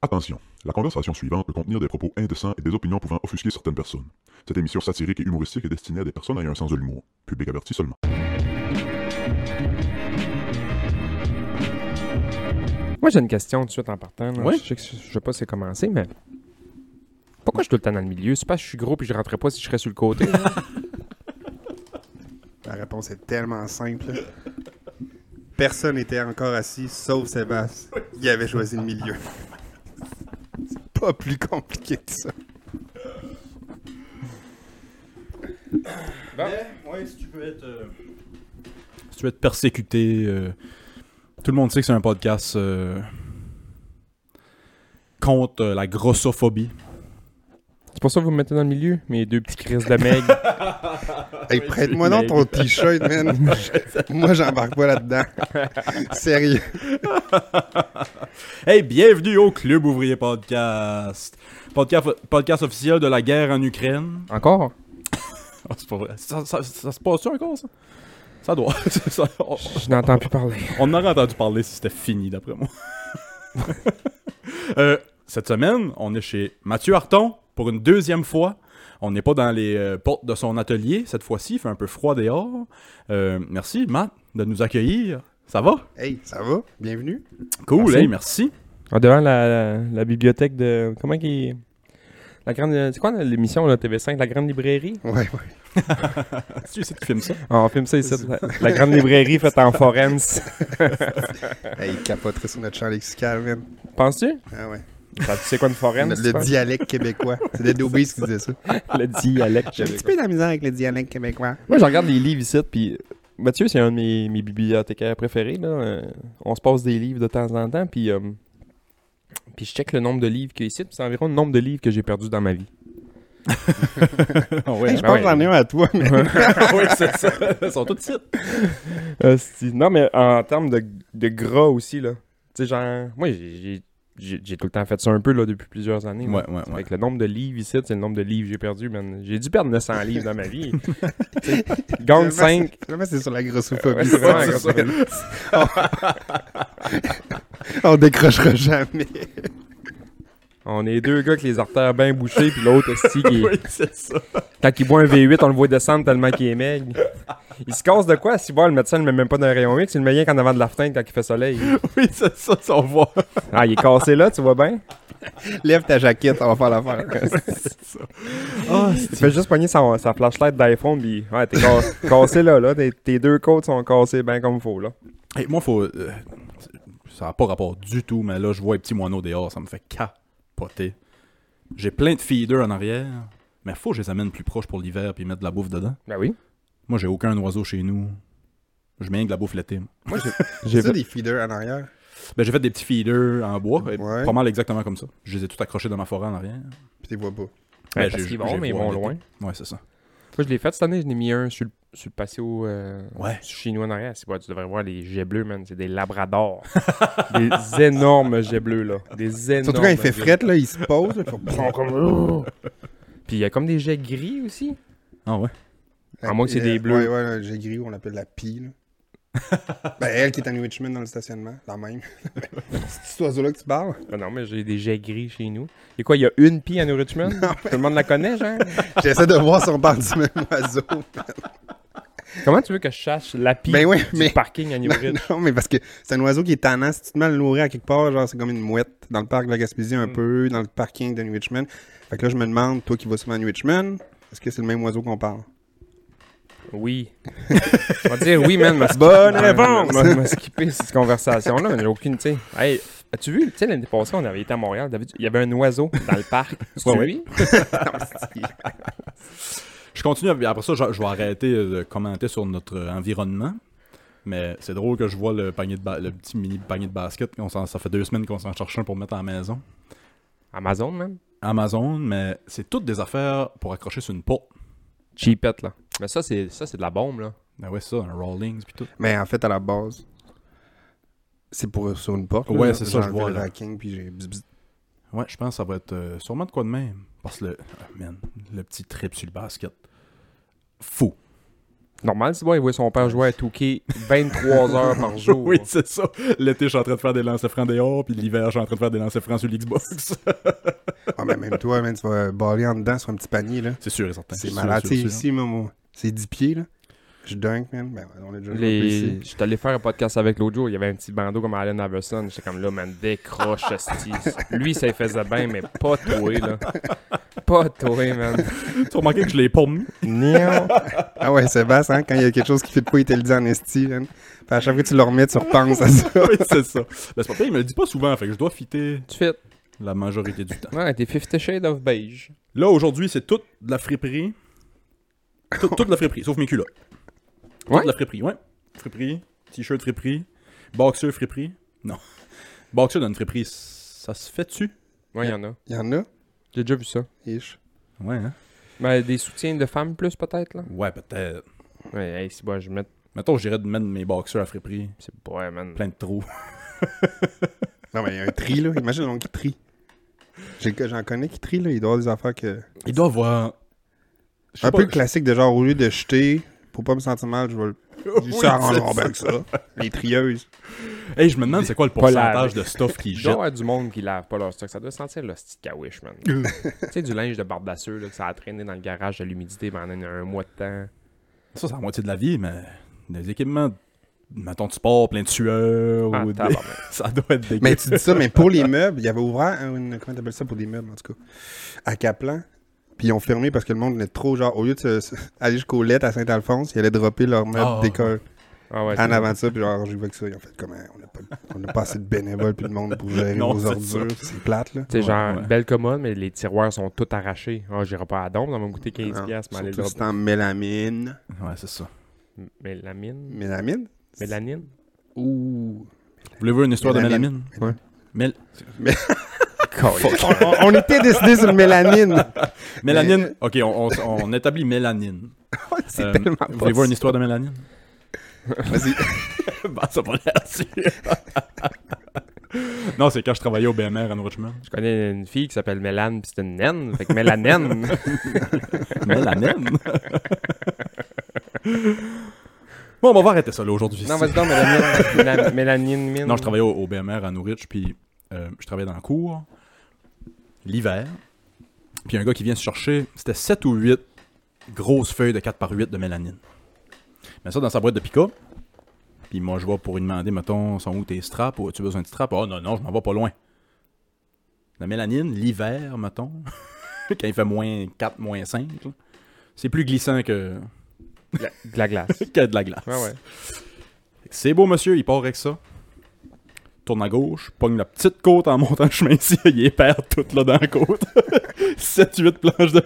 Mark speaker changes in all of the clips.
Speaker 1: Attention, la conversation suivante peut contenir des propos indécents et des opinions pouvant offusquer certaines personnes. Cette émission satirique et humoristique est destinée à des personnes ayant un sens de l'humour. Public averti seulement.
Speaker 2: Moi, j'ai une question tout de suite en partant. là.
Speaker 3: Oui.
Speaker 2: Je, sais que- je sais pas si c'est commencé, mais. Pourquoi je suis tout le temps dans le milieu? C'est pas que je suis gros puis je rentrais pas si je serais sur le côté.
Speaker 4: La réponse est tellement simple. Personne n'était encore assis, sauf Sébastien. Il avait choisi le milieu. C'est pas plus compliqué que ça.
Speaker 3: Mais, Ah. ouais, si tu veux être. euh, Si tu veux être persécuté. euh, tout le monde sait que c'est un podcast euh, contre euh, la grossophobie.
Speaker 2: c'est pour ça que vous me mettez dans le milieu, mes deux petits crises de maigre.
Speaker 4: Hey, prête-moi donc ton t-shirt, man. Moi, j'embarque pas là-dedans. Sérieux.
Speaker 3: Hey, bienvenue au Club Ouvrier Podcast. Podcast, podcast officiel de la guerre en Ukraine.
Speaker 2: Encore?
Speaker 3: Ah, c'est pas vrai. Ça, ça- ça se passe-tu encore, ça? Ça doit. Ça- on,
Speaker 2: Je n'entends plus parler.
Speaker 3: on en aurait entendu parler si c'était fini, d'après moi. Euh, cette semaine, on est chez Mathieu Harton pour une deuxième fois. On n'est pas dans les euh, portes de son atelier cette fois-ci. Il fait un peu froid dehors. Euh, merci, Matt, de nous accueillir. Ça va?
Speaker 4: Hey, ça va? Bienvenue.
Speaker 3: Cool,
Speaker 2: Merci.
Speaker 3: hey, merci.
Speaker 2: Ah, devant la, la- la bibliothèque de. Comment qui. La grande. C'est quoi l'émission, là, TV5? La grande librairie?
Speaker 4: Ouais, ouais.
Speaker 3: Tu sais que tu filmes ça?
Speaker 2: Ah, on filme ça ici. La, la grande librairie faite en forens.
Speaker 4: Hey, il capoterait sur notre champ lexical, man.
Speaker 2: Penses-tu?
Speaker 4: Ah ouais.
Speaker 2: Ça, tu sais quoi une forens?
Speaker 4: Notre- le
Speaker 2: tu penses?
Speaker 4: dialecte québécois. C'est Dead Obese qui disait ça.
Speaker 2: le dialecte.
Speaker 4: J'ai un petit peu de la misère avec le dialecte québécois.
Speaker 2: Moi, je regarde les livres ici, puis Mathieu, c'est un de mes, mes bibliothécaires préférés. Là. Euh, on se passe des livres de temps en temps, puis euh, puis je check le nombre de livres qu'il y a ici, puis c'est environ le nombre de livres que j'ai perdu dans ma vie.
Speaker 3: Ah ouais.
Speaker 4: Hey, je pense
Speaker 2: ouais.
Speaker 4: que j'en ai un à toi, mais
Speaker 3: oui, c'est ça. Ils sont tous de suite.
Speaker 2: Euh, c'est- non, mais en termes de, de gras aussi, là. Tu sais, genre, moi, j'ai- j'ai- j'ai j'ai tout le temps fait ça un peu, là, depuis plusieurs années. là.
Speaker 3: ouais,
Speaker 2: Fait que le nombre de livres ici, c'est le nombre de livres que j'ai perdu, man. J'ai dû perdre 900 livres dans ma vie. Tu sais, Gagne
Speaker 4: Finalement,
Speaker 2: 5.
Speaker 4: c'est- finalement, c'est sur la grossophobie.
Speaker 2: Ouais, c'est vraiment la
Speaker 4: ça. On décrochera jamais.
Speaker 2: On est deux gars avec les artères bien bouchées, puis l'autre, est qui est-
Speaker 3: Oui, c'est ça.
Speaker 2: Quand il boit un V8, on le voit descendre tellement qu'il est maigre. Il se casse de quoi s'il voit le médecin ne le met même pas dans un rayon X, il le met rien qu'en avant de la fenêtre quand il fait soleil.
Speaker 3: Oui, c'est ça, ça, on voit.
Speaker 2: Ah, il est cassé là, tu vois bien?
Speaker 4: Lève ta jaquette, on va faire l'affaire.
Speaker 2: Il fait juste pogner sa, sa flashlight d'iPhone pis ouais, t'es cassé, cassé là, là. Tes, tes deux côtes sont cassées bien comme faut là.
Speaker 3: Hey, moi, faut. euh, ça n'a pas rapport du tout, mais là, je vois les petits moineaux dehors, ça me fait capoter. J'ai plein de feeders en arrière, mais faut que je les amène plus proche pour l'hiver puis mettre de la bouffe dedans.
Speaker 2: Ben oui.
Speaker 3: Moi, j'ai aucun oiseau chez nous. Je mets rien que de la bouffe l'été. moi.
Speaker 4: Moi, j'ai
Speaker 2: J'ai
Speaker 4: ça des feeders en arrière.
Speaker 3: Ben, j'ai fait des petits feeders en bois, et
Speaker 4: Ouais.
Speaker 3: pas mal exactement comme ça. Je les ai tous accrochés dans ma forêt en arrière.
Speaker 4: Puis t'es vois pas.
Speaker 3: Ben,
Speaker 2: parce
Speaker 3: j'ai-
Speaker 2: qu'ils
Speaker 3: j'ai
Speaker 2: vont, mais ils
Speaker 3: voir
Speaker 2: vont
Speaker 3: l'été.
Speaker 2: loin.
Speaker 3: Ouais, c'est ça.
Speaker 2: Moi, je l'ai fait cette année, je n'ai mis un sur le, sur le patio euh,
Speaker 3: Ouais.
Speaker 2: chinois en arrière. C'est quoi, tu devrais voir les jets bleus, man. C'est des labradors. des énormes jets bleus, là. Des énormes.
Speaker 4: Surtout quand il fait
Speaker 2: jets.
Speaker 4: fret, là, il se pose. là, puis
Speaker 2: Ils
Speaker 4: on-
Speaker 2: sont comme. Oh! Puis il y a comme des jets gris aussi.
Speaker 3: Ah ouais.
Speaker 2: À moins que c'est
Speaker 4: Euh,
Speaker 2: des bleus.
Speaker 4: Ouais, ouais, là, j'ai gris, on l'appelle la pie. là. ben, elle qui est à New Richmond dans le stationnement, la même. c'est cet oiseau-là que tu parles?
Speaker 2: Ah non, mais j'ai des jets gris chez nous. Et quoi, il y a une pie à New Richmond? Tout le monde la connaît, genre?
Speaker 4: J'essaie de voir si on parle du même oiseau.
Speaker 2: Comment tu veux que je cherche la pie
Speaker 4: Ben oui,
Speaker 2: du
Speaker 4: mais-
Speaker 2: parking à New
Speaker 4: Non,
Speaker 2: Richmond?
Speaker 4: non, mais parce que c'est un oiseau qui est tannant. Si tu te mets à le nourrir à quelque part, genre, c'est comme une mouette. Dans le parc de la Gaspésie, un peu, dans le parking de New Richmond. Fait que là, je me demande, toi qui vas souvent à New Richmond, est-ce que c'est le même oiseau qu'on parle?
Speaker 2: Oui. On va dire oui, man. m'a-
Speaker 4: Bonne
Speaker 2: m'a- m'a- M'a skippé cette conversation-là, mais j'ai aucune, tu sais. Hey, as-tu vu, tu sais, l'année passée, on avait été à Montréal, t'avais- il y avait un oiseau dans le parc. Tu
Speaker 3: Ouais,
Speaker 2: l'as
Speaker 3: ouais.
Speaker 2: vu?
Speaker 3: Je continue, puis après ça, je, je vais arrêter de commenter sur notre euh, environnement. Mais c'est drôle que je vois le panier de ba- le petit mini panier de basket. On s'en- ça fait deux semaines qu'on s'en cherche un pour mettre à la maison.
Speaker 2: Amazon, man.
Speaker 3: Amazon, mais c'est toutes des affaires pour accrocher sur une porte.
Speaker 2: Cheapette, là. Mais ça, c'est ça, c'est de la bombe, là.
Speaker 3: Ah ouais, c'est ça, un Rawlings puis tout.
Speaker 4: Mais en fait, à la base, c'est pour sur une porte.
Speaker 3: Ouais,
Speaker 4: là.
Speaker 3: c'est
Speaker 4: J'ai
Speaker 3: ça, je
Speaker 4: enlevé
Speaker 3: vois,
Speaker 4: le
Speaker 3: là.
Speaker 4: racking, puis j'ai... bzz, bzz.
Speaker 3: Ouais, je pense que ça va être euh, sûrement de quoi de même. Parce que le, ah, man, le petit trip sur le basket. Fou.
Speaker 2: Normal, c'est bon, il voit son père jouer à 2K 23 heures par jour.
Speaker 3: Oui, c'est ça. L'été, je suis en train de faire des lancers francs dehors, puis l'hiver, je suis en train de faire des lancers francs sur l'Xbox.
Speaker 4: Ah, mais même toi, man, tu vas baller en dedans sur un petit panier, là.
Speaker 3: Ben, C'est sûr et certain.
Speaker 4: C'est
Speaker 3: sûr,
Speaker 4: malade.
Speaker 3: sûr,
Speaker 4: Tu sais,
Speaker 3: sûr.
Speaker 4: ici, moi, moi, c'est 10 pieds, là. Je dunk, man. Ben, on a déjà joué
Speaker 2: Les...
Speaker 4: ici.
Speaker 2: J'étais allé faire un podcast avec l'autre jour, il y avait un petit bandeau comme Allen Iverson. J'étais comme là, man, décroche, hostie. Lui, ça lui faisait bien, mais pas toi, là. Pas toi, man.
Speaker 3: Tu as remarqué que je l'ai pas mis.
Speaker 2: Nion.
Speaker 4: Ah ouais, Sébastien, hein, quand il y a quelque chose qui fait de quoi, il te le dit en esti, man. Puis à chaque fois que tu le remets, tu repenses à ça.
Speaker 3: Oui, c'est ça. Le sport, il me le dit pas souvent, fait que je dois fitter
Speaker 2: Tu fais.
Speaker 3: la majorité du temps.
Speaker 2: Ouais, t'es 50 Shades of Beige.
Speaker 3: Là, aujourd'hui, c'est toute de la friperie. Tout- toute de la friperie, sauf mes culottes. Toute
Speaker 2: Ouais?
Speaker 3: de la friperie, ouais. Friperie, t-shirt friperie, boxer friperie. Non. Boxer dans une friperie, ça se fait-tu?
Speaker 2: Ouais, il y en a.
Speaker 4: Il y en a,
Speaker 2: J'ai déjà vu ça.
Speaker 4: ish.
Speaker 3: Ouais, hein?
Speaker 2: Mais Ben, des soutiens de femmes plus, peut-être, là.
Speaker 3: Ouais, peut-être.
Speaker 2: Ouais, hey, si, bon, je mets.
Speaker 3: Mettons, j'irais de mettre mes boxers à friperie.
Speaker 2: C'est ouais, man.
Speaker 3: Plein de trous.
Speaker 4: Non, mais il y a un tri, là. Imagine donc qui tri. J'ai- J'en connais qui tri, là. Il doit y avoir des affaires que.
Speaker 3: Il doit avoir. Je sais
Speaker 4: Un
Speaker 3: pas,
Speaker 4: peu le classique de genre, au lieu de jeter, pour pas me sentir mal, je vais le.
Speaker 3: Oui,
Speaker 4: Ils s'arrangeront
Speaker 3: c'est
Speaker 4: bien que ça. Les trieuses.
Speaker 3: Hey, je me demande c'est quoi le
Speaker 2: Pas
Speaker 3: pourcentage
Speaker 2: lavé.
Speaker 3: de stuff qui
Speaker 2: Il doit y
Speaker 3: jette.
Speaker 2: avoir du monde qui lave pas leur stock. Ça doit sentir le stick à wish, man. tu sais, du linge de bardasseux, là, que ça a traîné dans le garage de l'humidité pendant un mois de temps.
Speaker 3: Ça, c'est la moitié de la vie, mais des équipements, mettons du sport, plein de sueur,
Speaker 2: Ah,
Speaker 3: ou des-
Speaker 2: tabarnak.
Speaker 3: ça doit être dégueu.
Speaker 4: Mais tu dis ça, mais pour les meubles, il y avait ouvert un- une. Comment t'appelles ça pour des meubles, en tout cas À Caplan. Puis ils ont fermé parce que le monde venait trop. Genre, au lieu de se- se- aller jusqu'aux lettres à Saint-Alphonse, ils allaient dropper leurs
Speaker 3: Ah.
Speaker 4: meubles d'école
Speaker 2: Ah ouais,
Speaker 4: en
Speaker 2: c'est-
Speaker 4: avant de ça. Puis genre, j'ai vu que ça. Ils ont fait comme. hein, On n'a pas, on a pas assez de bénévoles puis de monde pour gérer
Speaker 3: Non,
Speaker 4: nos
Speaker 3: c'est
Speaker 4: ordures. C'est plate, là.
Speaker 2: Tu sais,
Speaker 3: Ouais,
Speaker 2: genre,
Speaker 3: ouais.
Speaker 2: une belle commode, mais les tiroirs sont tous arrachés. Ah, j'irai pas à Dombe, ça va me coûter 15$,
Speaker 4: Non,
Speaker 2: piastres, mais allez
Speaker 4: surtout
Speaker 2: là.
Speaker 4: si c'est en mélamine.
Speaker 3: Ouais, c'est ça.
Speaker 2: M- Mélamine
Speaker 4: Mélamine
Speaker 2: Mélanine
Speaker 4: Ouh.
Speaker 3: Voulez-vous une histoire
Speaker 4: Mélamine.
Speaker 3: de mélamine? Mél-
Speaker 4: on, on- on était décidé sur le mélanine.
Speaker 3: Mélanine. Ok, on, on- on établit mélanine.
Speaker 4: euh, c'est
Speaker 3: Euh,
Speaker 4: tellement pas
Speaker 3: Voulez-vous une histoire de mélanine?
Speaker 4: Vas-y.
Speaker 3: bah, ça va là-dessus. non, c'est quand je travaillais au BMR à Norwichman.
Speaker 2: Je connais une fille qui s'appelle Mélane, pis c'est une naine. Fait que Mélanine.
Speaker 3: Mélanine. bon, on va arrêter ça là aujourd'hui.
Speaker 2: non, vas-y donc, Mélanine. Méla- Mélanine mine.
Speaker 3: Non, je travaillais au, au BMR à Nourritch, puis euh, je travaillais dans la cour, l'hiver. Puis un gars qui vient se chercher, c'était 7 ou 8 grosses feuilles de 4 par 8 de mélanine. Mais ça dans sa boîte de pick-up. Puis moi, je vais pour lui demander, mettons, sont où tes straps ou as-tu besoin de straps? Oh non, non, je m'en vais pas loin. La mélanine, l'hiver, mettons, quand il fait moins 4, moins 5, là, c'est plus glissant que,
Speaker 2: De la- de la glace.
Speaker 3: que de la glace.
Speaker 2: Ah Ouais, ouais.
Speaker 3: C'est beau, monsieur, il part avec ça. Tourne à gauche, pogne la petite côte en montant le chemin ici, il est perd tout là dans la côte. 7-8 planches de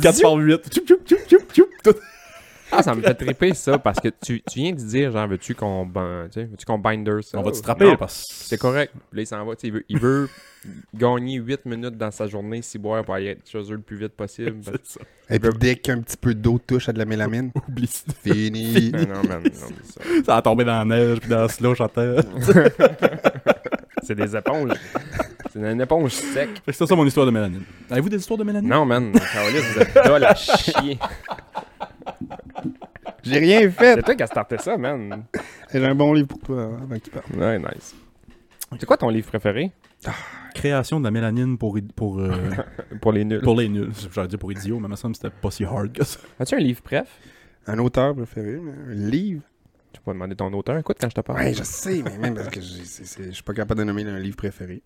Speaker 3: 4 par 8. Tchoup, tchoup, tchoup, tchoup, tchoup, tout.
Speaker 2: Ah, ça me fait triper ça parce que tu, tu viens de dire, genre, veux-tu qu'on ban- tu sais, veux-tu qu'on binder ça?
Speaker 3: On va te
Speaker 2: Non,
Speaker 3: strapper parce que
Speaker 2: C'est correct. Puis Là, il s'en va. tu sais, Il veut, il veut gagner 8 minutes dans sa journée si boire pour aller être chez eux le plus vite possible.
Speaker 3: C'est ça.
Speaker 4: Et puis dès qu'un petit peu d'eau touche à de la mélamine,
Speaker 3: Oublie ça.
Speaker 4: fini.
Speaker 2: Ben non, man, non, mais ça-
Speaker 3: Ça a tombé dans la neige puis dans la slush à terre.
Speaker 2: C'est des éponges. C'est une éponge sec.
Speaker 3: Fait que C'est ça mon histoire de mélanine. Avez-vous des histoires de mélanine?
Speaker 2: Non, man. Caroline, vous êtes dole à chier.
Speaker 4: J'ai rien fait.
Speaker 2: C'est toi qui as starté ça, man.
Speaker 4: J'ai un bon livre pour toi hein, avant que tu partes.
Speaker 2: Ouais, nice. C'est quoi ton livre préféré
Speaker 3: Création de la mélanine pour, id- pour, euh,
Speaker 2: pour les nuls?
Speaker 3: pour les nuls. J'allais dire pour idiot, mais ça me semble que c'était pas si hard que ça.
Speaker 2: As-tu un livre préf?
Speaker 4: Un auteur préféré, mais un livre.
Speaker 2: Tu peux demander ton auteur. Écoute quand je te parle.
Speaker 4: Ouais, je sais, mais même parce que j'ai- c'est- c'est- je suis pas capable de nommer un livre préféré.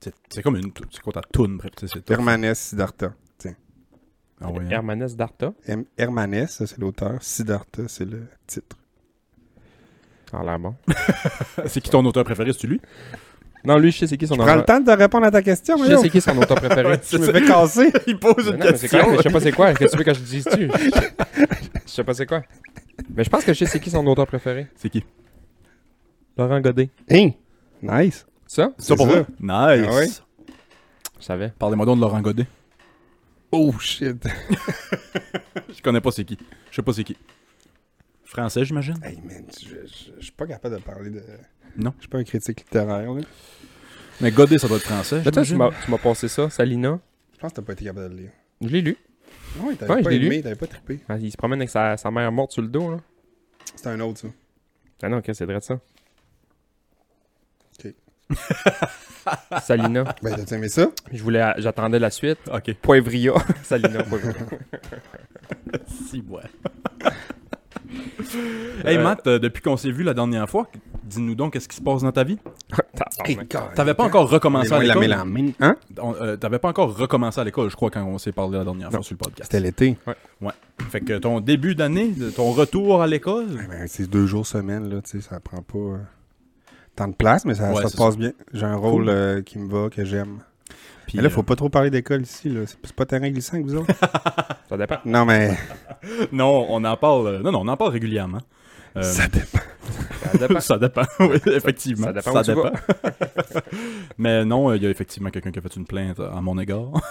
Speaker 3: C'est- C'est comme une. tou- C'est quoi ta toune, bref, tu sais, c'est tough.
Speaker 4: Hermanès Siddhartha. Tiens.
Speaker 3: Ah ouais, hein.
Speaker 2: Hermanès d'Arta.
Speaker 4: Hem- Hermanès, ça, c'est l'auteur. Siddhartha, c'est le titre.
Speaker 2: Ça
Speaker 3: Ah,
Speaker 2: a l'air bon.
Speaker 3: C'est qui ton auteur préféré, c'est-tu lui?
Speaker 2: Non, lui, je sais c'est qui son
Speaker 4: Prends le
Speaker 2: auteur.
Speaker 4: temps de répondre à ta question,
Speaker 2: Je
Speaker 4: Ah, voyons.
Speaker 2: sais qui son auteur préféré.
Speaker 3: Ouais,
Speaker 4: Tu
Speaker 3: c'est
Speaker 4: me
Speaker 3: ça.
Speaker 4: fais casser.
Speaker 3: Il pose
Speaker 2: Mais non, mais c'est correct, mais je sais pas c'est quoi. Qu'est-ce que tu veux que je dise tu Je- Je sais pas c'est quoi. Mais je pense que je sais c'est qui son auteur préféré.
Speaker 3: C'est qui?
Speaker 2: Laurent Godet.
Speaker 4: Hein? Nice.
Speaker 2: Ça
Speaker 4: C'est ça.
Speaker 3: Nice.
Speaker 4: Ah ouais?
Speaker 2: Je savais.
Speaker 3: Parlez-moi donc de Laurent Godet.
Speaker 4: Oh shit.
Speaker 3: Je connais pas c'est qui. Je sais pas c'est qui. Français, j'imagine.
Speaker 4: Hey man, je, je- je suis pas capable de parler de.
Speaker 3: Non.
Speaker 4: Je suis pas un critique littéraire, là.
Speaker 3: Mais Godet, ça doit être français.
Speaker 2: Mais toi, tu
Speaker 3: j'imagine.
Speaker 2: m'as tu m'as passé ça, Salina.
Speaker 4: Je pense que t'as pas été capable de le lire.
Speaker 2: Je l'ai lu.
Speaker 4: Ouais, t'avais
Speaker 2: Ouais, je
Speaker 4: pas
Speaker 2: l'ai lu.
Speaker 4: aimé, t'avais pas trippé.
Speaker 2: Ah, Il se promène avec sa, sa mère morte sur le dos. Là.
Speaker 4: C'est un autre, ça.
Speaker 2: Ah non, ok, c'est vrai de ça.
Speaker 4: Ok.
Speaker 2: Salina.
Speaker 3: Ah.
Speaker 4: Ben, t'as aimé ça?
Speaker 2: Je voulais, j'attendais la suite.
Speaker 3: Ok.
Speaker 2: Poivria. Salina, Poivria.
Speaker 3: Si, ouais. hey, Matt, euh, depuis qu'on s'est vu la dernière fois, dis-nous donc qu'est-ce qui se passe dans ta vie? Ah,
Speaker 2: Tabarnak.
Speaker 3: T'avais pas encore recommencé à
Speaker 4: commencé Ah, la
Speaker 3: l'école?
Speaker 4: mélamine. Hein?
Speaker 3: On- euh, T'avais pas encore recommencé à l'école, je crois, quand on s'est parlé la dernière fois sur le podcast.
Speaker 4: C'était l'été.
Speaker 3: Ouais. Fait que ton début d'année, de- ton retour à l'école,
Speaker 4: Eh ben, c'est deux jours semaine, là, tu sais, ça prend pas euh, tant de place, mais ça,
Speaker 3: Ouais,
Speaker 4: ça
Speaker 3: c'est
Speaker 4: se passe bien. J'ai un rôle euh, qui me va, que j'aime.
Speaker 3: puis
Speaker 4: Mais là,
Speaker 3: euh,
Speaker 4: faut pas trop parler d'école ici, là. C'est c'est pas terrain glissant que vous autres.
Speaker 2: Ça dépend.
Speaker 4: non, mais
Speaker 3: euh, non, on en parle. euh, Non, non, on en parle régulièrement. Euh,
Speaker 4: ça dépend.
Speaker 2: Ça dépend.
Speaker 3: ça dépend, oui, effectivement.
Speaker 2: ça dépend où tu vas.
Speaker 3: Mais non, euh, il y a effectivement quelqu'un qui a fait une plainte à mon égard.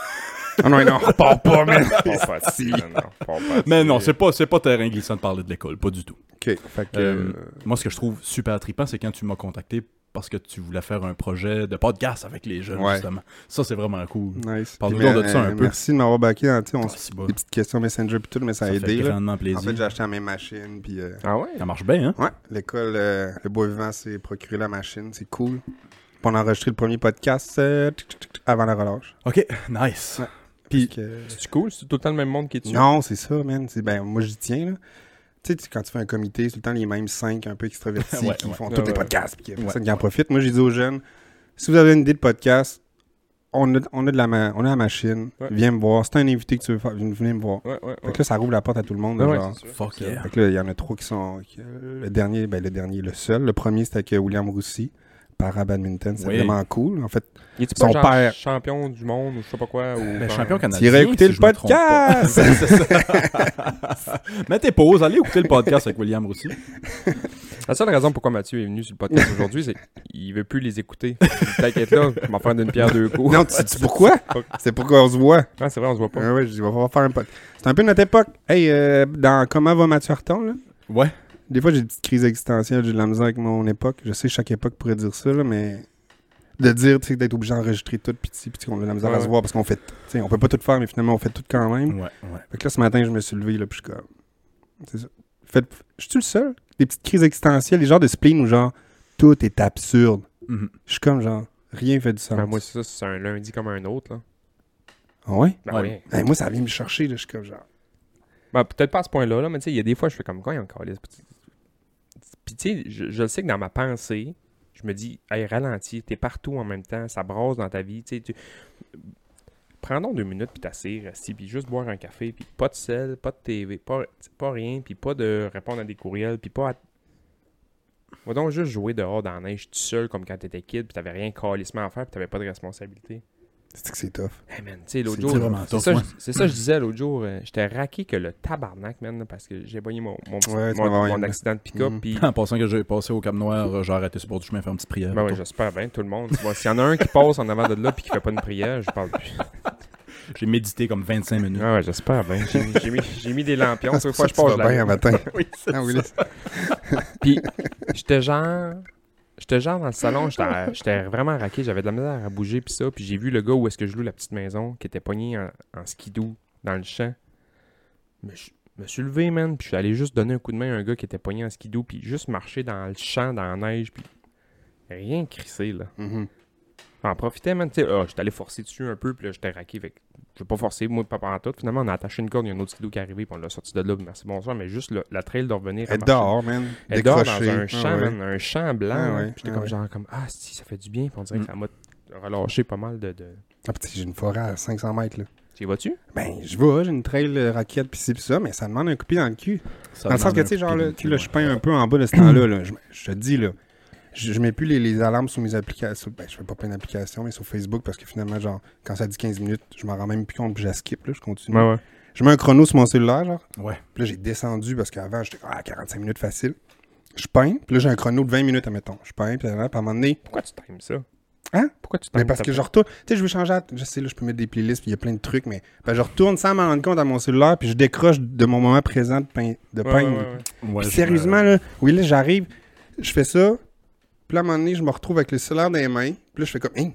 Speaker 4: Ah non, mais non, on repart pas, mais.
Speaker 2: Pas facile, non, non, pas facile.
Speaker 3: Mais non, c'est pas, c'est pas terrain glissant de parler de l'école, pas du tout.
Speaker 4: Ok, fait que.
Speaker 3: Euh,
Speaker 4: euh,
Speaker 3: Moi, ce que je trouve super trippant, c'est quand tu m'as contacté parce que tu voulais faire un projet de podcast avec les jeunes,
Speaker 4: Ouais.
Speaker 3: justement. Ça, c'est vraiment cool.
Speaker 4: Nice.
Speaker 3: Parle-nous
Speaker 4: Puis,
Speaker 3: donc de ça un
Speaker 4: euh,
Speaker 3: peu.
Speaker 4: Merci de m'avoir backé. hein, tu sais, on
Speaker 3: Ah,
Speaker 4: se-
Speaker 3: c'est bon.
Speaker 4: Des petites questions Messenger puis tout, mais ça a
Speaker 3: Ça fait
Speaker 4: aidé. là.
Speaker 3: grandement plaisir.
Speaker 4: En fait, j'ai acheté la même machine. Puis, euh,
Speaker 2: Ah ouais?
Speaker 3: Ça marche bien, hein?
Speaker 4: ouais, l'école, euh, le bois vivant s'est procuré la machine. C'est cool. Puis on a enregistré le premier podcast euh, tic, tic, tic, avant la relâche.
Speaker 3: Ok, nice.
Speaker 4: Ouais.
Speaker 3: Puis,
Speaker 4: Fait que-
Speaker 2: C'est cool, c'est tout le temps le même monde qui est dessus.
Speaker 4: Non, c'est ça, man. C'est- Ben, moi, j'y tiens. Là. Tu sais, tu- quand tu fais un comité, c'est tout le temps les mêmes cinq un peu extravertis
Speaker 3: Ouais,
Speaker 4: qui
Speaker 3: ouais.
Speaker 4: font
Speaker 2: Ouais,
Speaker 4: tous les
Speaker 2: ouais.
Speaker 4: podcasts. Puis qu'il y a personne
Speaker 3: Ouais,
Speaker 4: qui en profite. Moi, j'ai dit aux jeunes si vous avez une idée de podcast, on a, on a, de la, ma- on a la machine.
Speaker 2: Ouais.
Speaker 4: Viens me voir. Si t'as un invité que tu veux faire, viens- venez me voir.
Speaker 2: Ouais, ouais,
Speaker 4: Fait
Speaker 2: ouais.
Speaker 4: que là, ça rouvre la porte à tout le monde.
Speaker 2: Ouais,
Speaker 4: là,
Speaker 2: ouais,
Speaker 4: genre.
Speaker 2: c'est sûr.
Speaker 3: fuck
Speaker 2: C'est-
Speaker 3: yeah.
Speaker 4: Fait que là, il y en a trois qui sont. qui- Le dernier, ben, le dernier, le seul. Le premier, c'était avec euh, William Roussy, par à badminton. C'était
Speaker 3: Oui.
Speaker 4: vraiment cool. En fait,
Speaker 2: Il est
Speaker 4: Son
Speaker 2: pas genre
Speaker 4: père-
Speaker 2: champion du monde ou je sais pas quoi? Ou
Speaker 3: Ben,
Speaker 2: genre-
Speaker 3: champion canadien.
Speaker 4: tu irais écouter
Speaker 3: si
Speaker 4: le
Speaker 3: je me trompe pas.
Speaker 4: podcast.
Speaker 3: C'est ça. Mettez pause, allez écouter le podcast avec William aussi.
Speaker 2: La seule raison pourquoi Mathieu est venu sur le podcast aujourd'hui, c'est qu'il veut plus les écouter. T'inquiète là, je vais m'en faire d'une pierre deux coups.
Speaker 4: non, tu sais pourquoi C'est pourquoi on se voit.
Speaker 2: Ah, c'est vrai, on se voit pas.
Speaker 4: Ouais, ouais, je dis, va falloir faire un podcast. C'est un peu notre époque. Hey, euh, dans Comment va Mathieu Harton, là?
Speaker 3: Ouais.
Speaker 4: Des fois, j'ai des petites crises existentielles, j'ai de la misère avec mon époque. Je sais, chaque époque pourrait dire ça, là, mais de dire, tu sais, d'être obligé d'enregistrer tout, puis tu sais, puis tu sais, on a de la misère
Speaker 2: Ouais,
Speaker 4: à se
Speaker 2: ouais.
Speaker 4: voir parce qu'on fait, tu sais, on peut pas tout faire, mais finalement, on fait tout quand même.
Speaker 3: Ouais, ouais.
Speaker 4: Fait que là, ce matin, je me suis levé, là, puis je suis comme. C'est ça. Fait, je suis le seul? Des petites crises existentielles, les genres de spleen où, genre, tout est absurde.
Speaker 3: Mhm.
Speaker 4: Je suis comme, genre, rien fait du sens.
Speaker 2: Ben, moi, ça, c'est un lundi comme un autre. Là.
Speaker 4: Ah ouais?
Speaker 2: Ben,
Speaker 3: Ouais.
Speaker 2: oui.
Speaker 4: Hey, moi, ça vient me chercher, là, je suis comme, genre.
Speaker 2: Ben, peut-être pas à ce point-là, là, mais tu sais, il y a des fois, je fais comme quoi, encore. Puis, tu sais, je, je le sais que dans ma pensée, je me dis, hey, ralentis, t'es partout en même temps, ça brasse dans ta vie. tu sais, Tu... Prends donc deux minutes, puis t'assire, assis, puis juste boire un café, puis pas de sel, pas de TV, pas, pas rien, puis pas de répondre à des courriels, puis pas à. Va donc juste jouer dehors dans la neige tout seul, comme quand t'étais kid, puis t'avais rien calissement à faire, puis t'avais pas de responsabilité.
Speaker 4: C'est que c'est tough.
Speaker 2: Hey man, tu sais, l'autre
Speaker 3: C'est
Speaker 2: jour,
Speaker 3: vraiment
Speaker 2: c'est
Speaker 3: tough,
Speaker 2: ça,
Speaker 3: ouais.
Speaker 2: je- c'est ça que je disais l'autre jour, euh, j'étais raqué que le tabarnak, man, parce que j'ai pogné mon, mon, petit-
Speaker 4: Ouais, tu
Speaker 2: mon,
Speaker 4: m'avais
Speaker 2: mon
Speaker 4: envoyé une-
Speaker 2: accident de pick-up,
Speaker 4: Mhm.
Speaker 2: puis...
Speaker 3: En passant que j'ai passé au Cap Noir, euh, j'ai arrêté sur le bord du chemin faire une petite prière.
Speaker 2: Ben oui, j'espère bien, tout le monde. Tu vois, S'il y en a un qui passe en avant de là puis qui fait pas une prière, je parle plus.
Speaker 3: j'ai médité comme 25 minutes.
Speaker 2: Ah ouais, j'espère bien. J'ai j'ai mis, j'ai mis des lampions,
Speaker 4: Ah,
Speaker 2: chaque
Speaker 4: c'est
Speaker 2: fois
Speaker 4: pour
Speaker 2: je
Speaker 4: ça
Speaker 2: passe
Speaker 4: que tu vas bien
Speaker 2: là.
Speaker 4: un matin.
Speaker 3: oui, c'est
Speaker 4: Ah oui,
Speaker 3: ça.
Speaker 4: là, c'est-
Speaker 2: Puis j'étais genre... J'étais genre dans le salon, j'étais j'étais vraiment raqué, j'avais de la misère à bouger puis ça, puis j'ai vu le gars où est-ce que je loue la petite maison qui était pogné en, en skidoo dans le champ. Mais je me suis levé, man, puis je suis allé juste donner un coup de main à un gars qui était pogné en skidoo, puis juste marcher dans le champ, dans la neige, puis rien crissé, là.
Speaker 4: Mhm.
Speaker 2: En profiter, man, tu sais, ah, j'étais allé forcer dessus un peu, puis là, j'étais raqué, fait que je vais pas forcer, moi, pas en tout. Finalement, on a attaché une corde, il y a un autre skidoo qui est arrivé, puis on l'a sorti de là, puis merci, bonsoir, mais juste le- la trail de revenir à
Speaker 4: Elle
Speaker 2: marcher.
Speaker 4: dort, man.
Speaker 2: Elle dort dans
Speaker 4: Décrochée.
Speaker 2: un champ,
Speaker 4: Ah ouais.
Speaker 2: man, un champ blanc.
Speaker 4: Ah
Speaker 2: là.
Speaker 4: ouais,
Speaker 2: Puis j'étais
Speaker 4: ah
Speaker 2: comme
Speaker 4: ouais.
Speaker 2: genre comme Ah si ça fait du bien. Puis on dirait
Speaker 3: Mm.
Speaker 2: que ça m'a relâché pas mal de. de...
Speaker 4: Ah, petit, j'ai une forêt à 500 mètres, là.
Speaker 2: Tu y vas-tu?
Speaker 4: Ben, je vois, j'ai une trail euh, raquette pis ci pis ça, mais ça demande un coup de pied dans le cul.
Speaker 3: Ça
Speaker 4: Dans le sens
Speaker 3: demande
Speaker 4: que,
Speaker 3: un
Speaker 4: tu sais, genre,
Speaker 3: coup de
Speaker 4: là,
Speaker 3: pied,
Speaker 4: tu sais, là,
Speaker 3: ouais.
Speaker 4: je peins un peu en bas de ce temps-là, là. Je, je te dis, là, je, je mets plus les, les alarmes sur mes applications. Ben, je fais pas plein d'applications, mais sur Facebook, parce que finalement, genre, quand ça dit 15 minutes, je m'en rends même plus compte, puis je la skip, là, je continue.
Speaker 2: ouais.
Speaker 4: Je mets un chrono sur mon cellulaire, genre.
Speaker 3: Ouais.
Speaker 4: Puis là, j'ai descendu parce qu'avant, j'étais ah, 45 minutes facile. Je peins, puis là, j'ai un chrono de 20 minutes, admettons. Je peins, puis là, puis à un moment donné,
Speaker 2: Pourquoi tu t'aimes ça?
Speaker 4: Hein?
Speaker 2: Pourquoi tu t'aimes
Speaker 4: Mais parce
Speaker 2: ça?
Speaker 4: que je retourne. Tu sais, je veux changer. à- Je sais, là, je peux mettre des playlists, puis il y a plein de trucs, mais ben, je retourne sans m'en rendre compte à mon cellulaire, puis je décroche de mon moment présent de, pein- de
Speaker 2: Ouais,
Speaker 4: peindre.
Speaker 2: ouais, ouais, ouais.
Speaker 3: Ouais,
Speaker 4: Puis
Speaker 3: je-
Speaker 4: sérieusement, là, oui, là, j'arrive, je fais ça, puis là, à un moment donné, je me retrouve avec le cellulaire dans les mains, puis là, je fais comme, hein,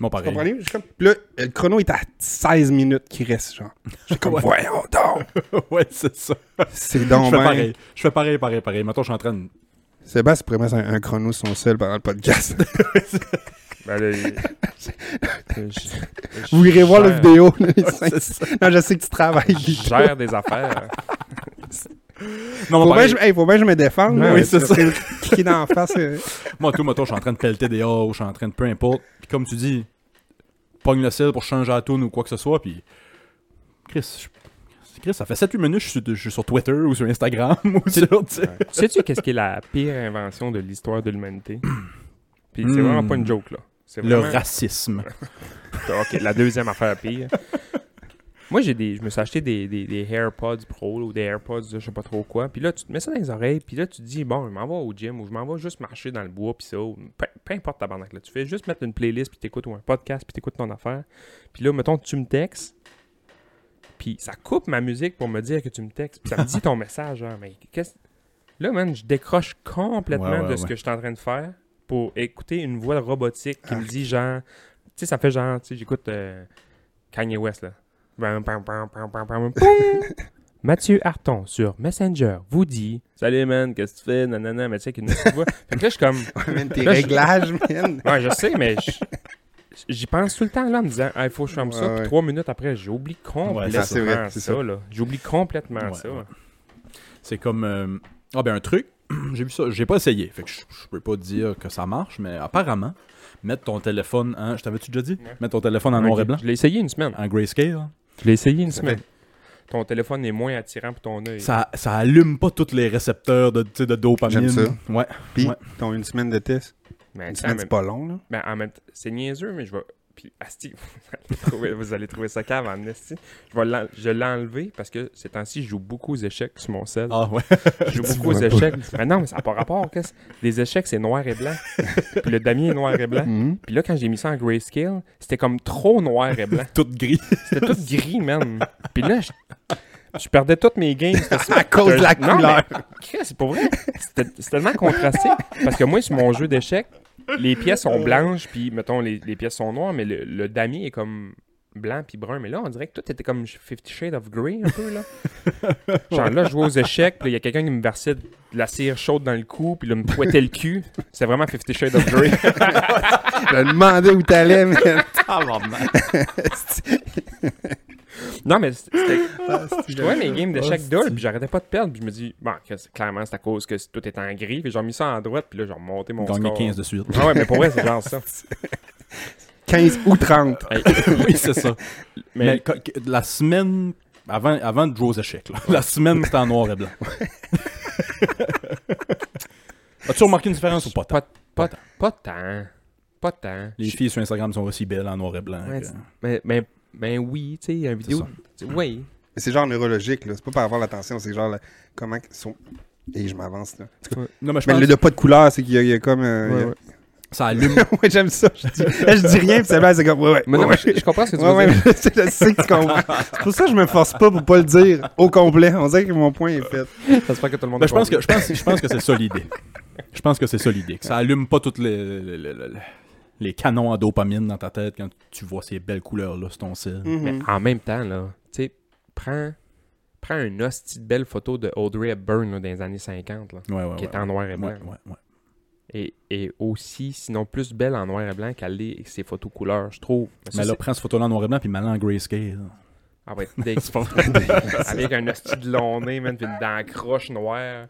Speaker 3: Bon,
Speaker 4: Vous
Speaker 3: pareil.
Speaker 4: comprenez? Je suis comme- Puis là, le chrono est à 16 minutes qui reste, genre. Je suis comme,
Speaker 3: Ouais.
Speaker 4: voyons donc!
Speaker 3: ouais, c'est ça.
Speaker 4: C'est
Speaker 3: je
Speaker 4: donc
Speaker 3: fais
Speaker 4: ben-
Speaker 3: pareil. Je fais pareil, pareil, pareil. Mettons, je suis en train de.
Speaker 4: Sébastien pourrait mettre un, un chrono sur son seul pendant le podcast.
Speaker 2: Ben là, il- je-
Speaker 4: Vous irez voir
Speaker 2: je
Speaker 4: la
Speaker 2: gère-
Speaker 4: vidéo. là, les cinq- non, je sais que tu travailles.
Speaker 2: Je gère des affaires.
Speaker 3: Non, mais
Speaker 4: Faut bien,
Speaker 3: pareil.
Speaker 4: que je, hey, faut bien que je me défende.
Speaker 2: Ouais,
Speaker 4: là,
Speaker 2: oui,
Speaker 4: parce
Speaker 3: c'est ça.
Speaker 4: que Cliquer dans la face. euh,
Speaker 3: Moi, tout, mettons, je suis en train de pelleter des hauts, je suis en train de peu importe. Puis comme tu dis, pogne le sel pour changer la tune ou quoi que ce soit. Puis. Chris, je- Chris, ça fait 7-8 minutes, je suis, de- je suis sur Twitter ou sur Instagram ou sur. tu sais.
Speaker 2: Sais-tu qu'est-ce qui est la pire invention de l'histoire de l'humanité? Puis c'est
Speaker 3: Hmm.
Speaker 2: vraiment pas une joke, là. C'est
Speaker 3: Le
Speaker 2: vraiment-
Speaker 3: racisme.
Speaker 2: OK, la deuxième affaire pire. Moi, j'ai des, je me suis acheté des, des, des AirPods Pro là, ou des AirPods, je sais pas trop quoi. Puis là, tu te mets ça dans les oreilles, puis là, tu te dis, bon, je m'en vais au gym ou je m'en vais juste marcher dans le bois, puis ça, ou peu, peu importe ta là. Tu fais juste mettre une playlist, puis t'écoutes ou un podcast, puis t'écoutes ton affaire. Puis là, mettons, tu me textes, puis ça coupe ma musique pour me dire que tu me textes, puis ça me dit ton message, genre, mais qu'est-ce. Là, man, je décroche complètement
Speaker 3: Ouais, ouais,
Speaker 2: de ce
Speaker 3: ouais.
Speaker 2: que je suis en train de faire pour écouter une voix robotique qui
Speaker 3: Ah.
Speaker 2: me dit, genre, tu sais, ça fait genre, tu sais, j'écoute euh, Kanye West, là. Bam, bam, bam, bam, bam, bam, poum. Mathieu Harton sur Messenger vous dit Salut man, qu'est-ce que tu fais Nanana, mais tu sais, qu'une petite voix. Fait que là, je suis comme
Speaker 4: man, tes
Speaker 2: Là, je-
Speaker 4: réglages, man.
Speaker 2: Ouais, je sais, mais je- j'y pense tout le temps là en me disant Ah, il faut que je ferme ça.
Speaker 4: Ouais, ouais.
Speaker 2: Puis trois minutes après, j'oublie complètement
Speaker 3: Ouais,
Speaker 4: ça, c'est vrai,
Speaker 2: ça,
Speaker 4: c'est ça.
Speaker 2: là. J'oublie complètement
Speaker 3: Ouais,
Speaker 2: ça.
Speaker 3: ouais. C'est comme. euh, Ah, ben, un truc. J'ai vu ça. J'ai pas essayé. Fait que je je peux pas dire que ça marche, mais apparemment, mettre ton téléphone. En... Je t'avais-tu déjà dit Mettre ton téléphone en noir et
Speaker 2: Ok.
Speaker 3: blanc.
Speaker 2: Je l'ai essayé une semaine.
Speaker 3: En grayscale. hein.
Speaker 2: Je l'ai essayé une
Speaker 4: Ça
Speaker 2: semaine. Ton téléphone est moins attirant pour ton œil.
Speaker 3: Ça, ça allume pas tous les récepteurs de, tu sais, de dopamine.
Speaker 4: J'aime ça.
Speaker 3: Ouais.
Speaker 4: Puis,
Speaker 3: Ouais.
Speaker 4: t'as une semaine de test.
Speaker 2: Mais
Speaker 4: Une
Speaker 2: tu sais, en
Speaker 4: semaine,
Speaker 2: même-
Speaker 4: c'est pas long, là.
Speaker 2: Ben, en même temps, c'est niaiseux, mais je vais. Puis, Asti, vous allez trouver, vous allez trouver ça cave en Asti. Je vais l'en- je l'ai enlevé parce que ces temps-ci, je joue beaucoup aux échecs sur mon sel.
Speaker 3: Ah, ouais.
Speaker 2: je joue beaucoup aux
Speaker 4: vois pas.
Speaker 2: échecs. Mais non, mais ça n'a pas rapport. Qu'est-ce? Les échecs, c'est noir et blanc. Puis le damier est noir et blanc.
Speaker 4: Mhm.
Speaker 2: Puis là, quand j'ai mis ça en grayscale, c'était comme trop noir et blanc.
Speaker 3: Tout gris.
Speaker 2: C'était tout gris, man. Puis là, je, je perdais toutes mes games.
Speaker 4: À cause de la
Speaker 2: Non,
Speaker 4: couleur.
Speaker 2: mais, Chris, c'est pas vrai. C'était c'est tellement contrasté. Parce que moi, sur mon jeu d'échecs, les pièces sont blanches, puis mettons, les, les pièces sont noires, mais le, le damier est comme blanc puis brun. Mais là, on dirait que tout était comme Fifty Shades of Grey, un peu, là. Genre, là, je jouais aux échecs, puis il y a quelqu'un qui me versait de la cire chaude dans le cou, puis là, me poétait le cul. C'est vraiment Fifty Shades of Grey.
Speaker 4: Je me demandais où t'allais, man.
Speaker 2: non, mais c'était...
Speaker 4: Ah,
Speaker 2: Je trouvais mes games
Speaker 4: Oh,
Speaker 2: d'échecs doubles, puis j'arrêtais pas de perdre, puis je me dis, bon, que c'est- clairement, c'est à cause que tout est en gris, puis j'ai remis ça en droite, puis là, j'ai remonté mon
Speaker 3: Gagner
Speaker 2: score.
Speaker 3: 15 de suite.
Speaker 2: Ah ouais, mais pour vrai, c'est genre ça.
Speaker 4: 15 ou 30.
Speaker 2: Hey,
Speaker 3: oui, c'est ça. Mais,
Speaker 2: mais
Speaker 3: quand- que- la semaine. Avant, avant de jouer aux échecs, là. la semaine c'était en noir et blanc. As-tu remarqué une différence ou pas tant?
Speaker 2: pas, pas, pas tant. Pas tant.
Speaker 3: Les filles sur Instagram sont aussi belles en noir et blanc.
Speaker 2: Ouais,
Speaker 3: que-
Speaker 2: c'est- Mais, mais, mais oui, tu sais, une vidéo.
Speaker 3: ça.
Speaker 2: tu- Oui.
Speaker 4: Mais C'est genre neurologique, là. C'est pas par avoir l'attention, c'est genre la- comment ils sont. Et je m'avance, là.
Speaker 3: Non, mais je
Speaker 4: Mais
Speaker 3: pense
Speaker 4: le de pas de couleur, c'est qu'il y, a- il y a comme. euh, il y a-
Speaker 2: Ouais,
Speaker 3: ça allume.
Speaker 4: ouais, j'aime ça. Je dis, là, je dis rien, puis Sébastien, c'est comme. Ouais, ouais.
Speaker 2: Mais non,
Speaker 4: ouais,
Speaker 2: mais je, je comprends ce que tu
Speaker 4: ouais,
Speaker 2: veux
Speaker 4: ouais,
Speaker 2: dire.
Speaker 4: je sais je sais que tu comprends. C'est pour ça que je me force pas pour pas le dire au complet. On dirait que mon point est fait.
Speaker 2: J'espère que tout le monde
Speaker 3: Ben,
Speaker 2: a
Speaker 3: je, pense
Speaker 2: compris.
Speaker 3: que, je, pense, je pense que c'est ça l'idée. Je pense que c'est ça l'idée. que Ça allume pas toutes les, les, les- les- les canons à dopamine dans ta tête quand tu vois ces belles couleurs-là sur ton cil.
Speaker 2: Mais
Speaker 4: Mhm.
Speaker 2: en même temps, là, tu sais, prends, prends une hostie de belle photo de Audrey Hepburn là, dans les années 50, là,
Speaker 3: Ouais, ouais, ouais.
Speaker 2: qui est en noir et blanc.
Speaker 3: Ouais, ouais, ouais.
Speaker 2: Et, et aussi, sinon plus belle en noir et blanc qu'elle l'est avec ses photos couleurs, je trouve. Ça,
Speaker 3: Mais là,
Speaker 2: c'est-
Speaker 3: prends ce photo-là en noir et blanc puis mets-la en grayscale.
Speaker 2: Ah ouais, des-
Speaker 3: C'est pas
Speaker 2: avec un hostie de long nez, man, puis une dent croche noire.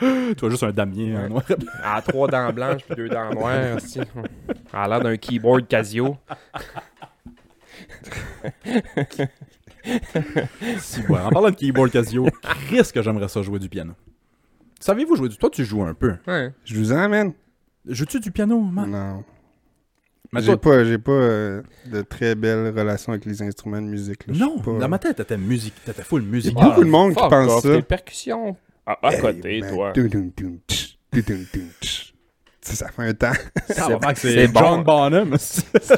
Speaker 3: Tu vois juste un damier en noir et blanc.
Speaker 2: Elle a Ah, trois dents blanches puis deux dents noires. hostie. Elle a l'air d'un keyboard Casio.
Speaker 3: Si, ouais. En parlant de keyboard Casio, qu'est-ce que j'aimerais ça jouer du piano? Savez-vous jouer du... Toi, tu joues un peu.
Speaker 2: Ouais.
Speaker 4: Je vous emmène.
Speaker 3: Joues-tu du piano, man?
Speaker 4: Non.
Speaker 3: Mais
Speaker 4: J'ai
Speaker 3: toi-
Speaker 4: pas, j'ai pas euh, de très belles relations avec les instruments de musique. là. Je
Speaker 3: Non,
Speaker 4: suis pas-
Speaker 3: dans ma tête, t'étais musique. T'étais full
Speaker 4: Il
Speaker 3: musique. Ah,
Speaker 4: y a beaucoup de monde qui
Speaker 2: Fuck
Speaker 4: pense
Speaker 2: off,
Speaker 4: ça.
Speaker 2: Tes percussions. Ah, à côté,
Speaker 4: Hey, man.
Speaker 2: toi.
Speaker 4: Tum, tum, tum, tch, tum, tum, tum, tch. Tu sais, Ça fait un temps.
Speaker 3: Ça va, Max,
Speaker 2: c'est
Speaker 3: C'est
Speaker 2: bon.
Speaker 3: John Bonham.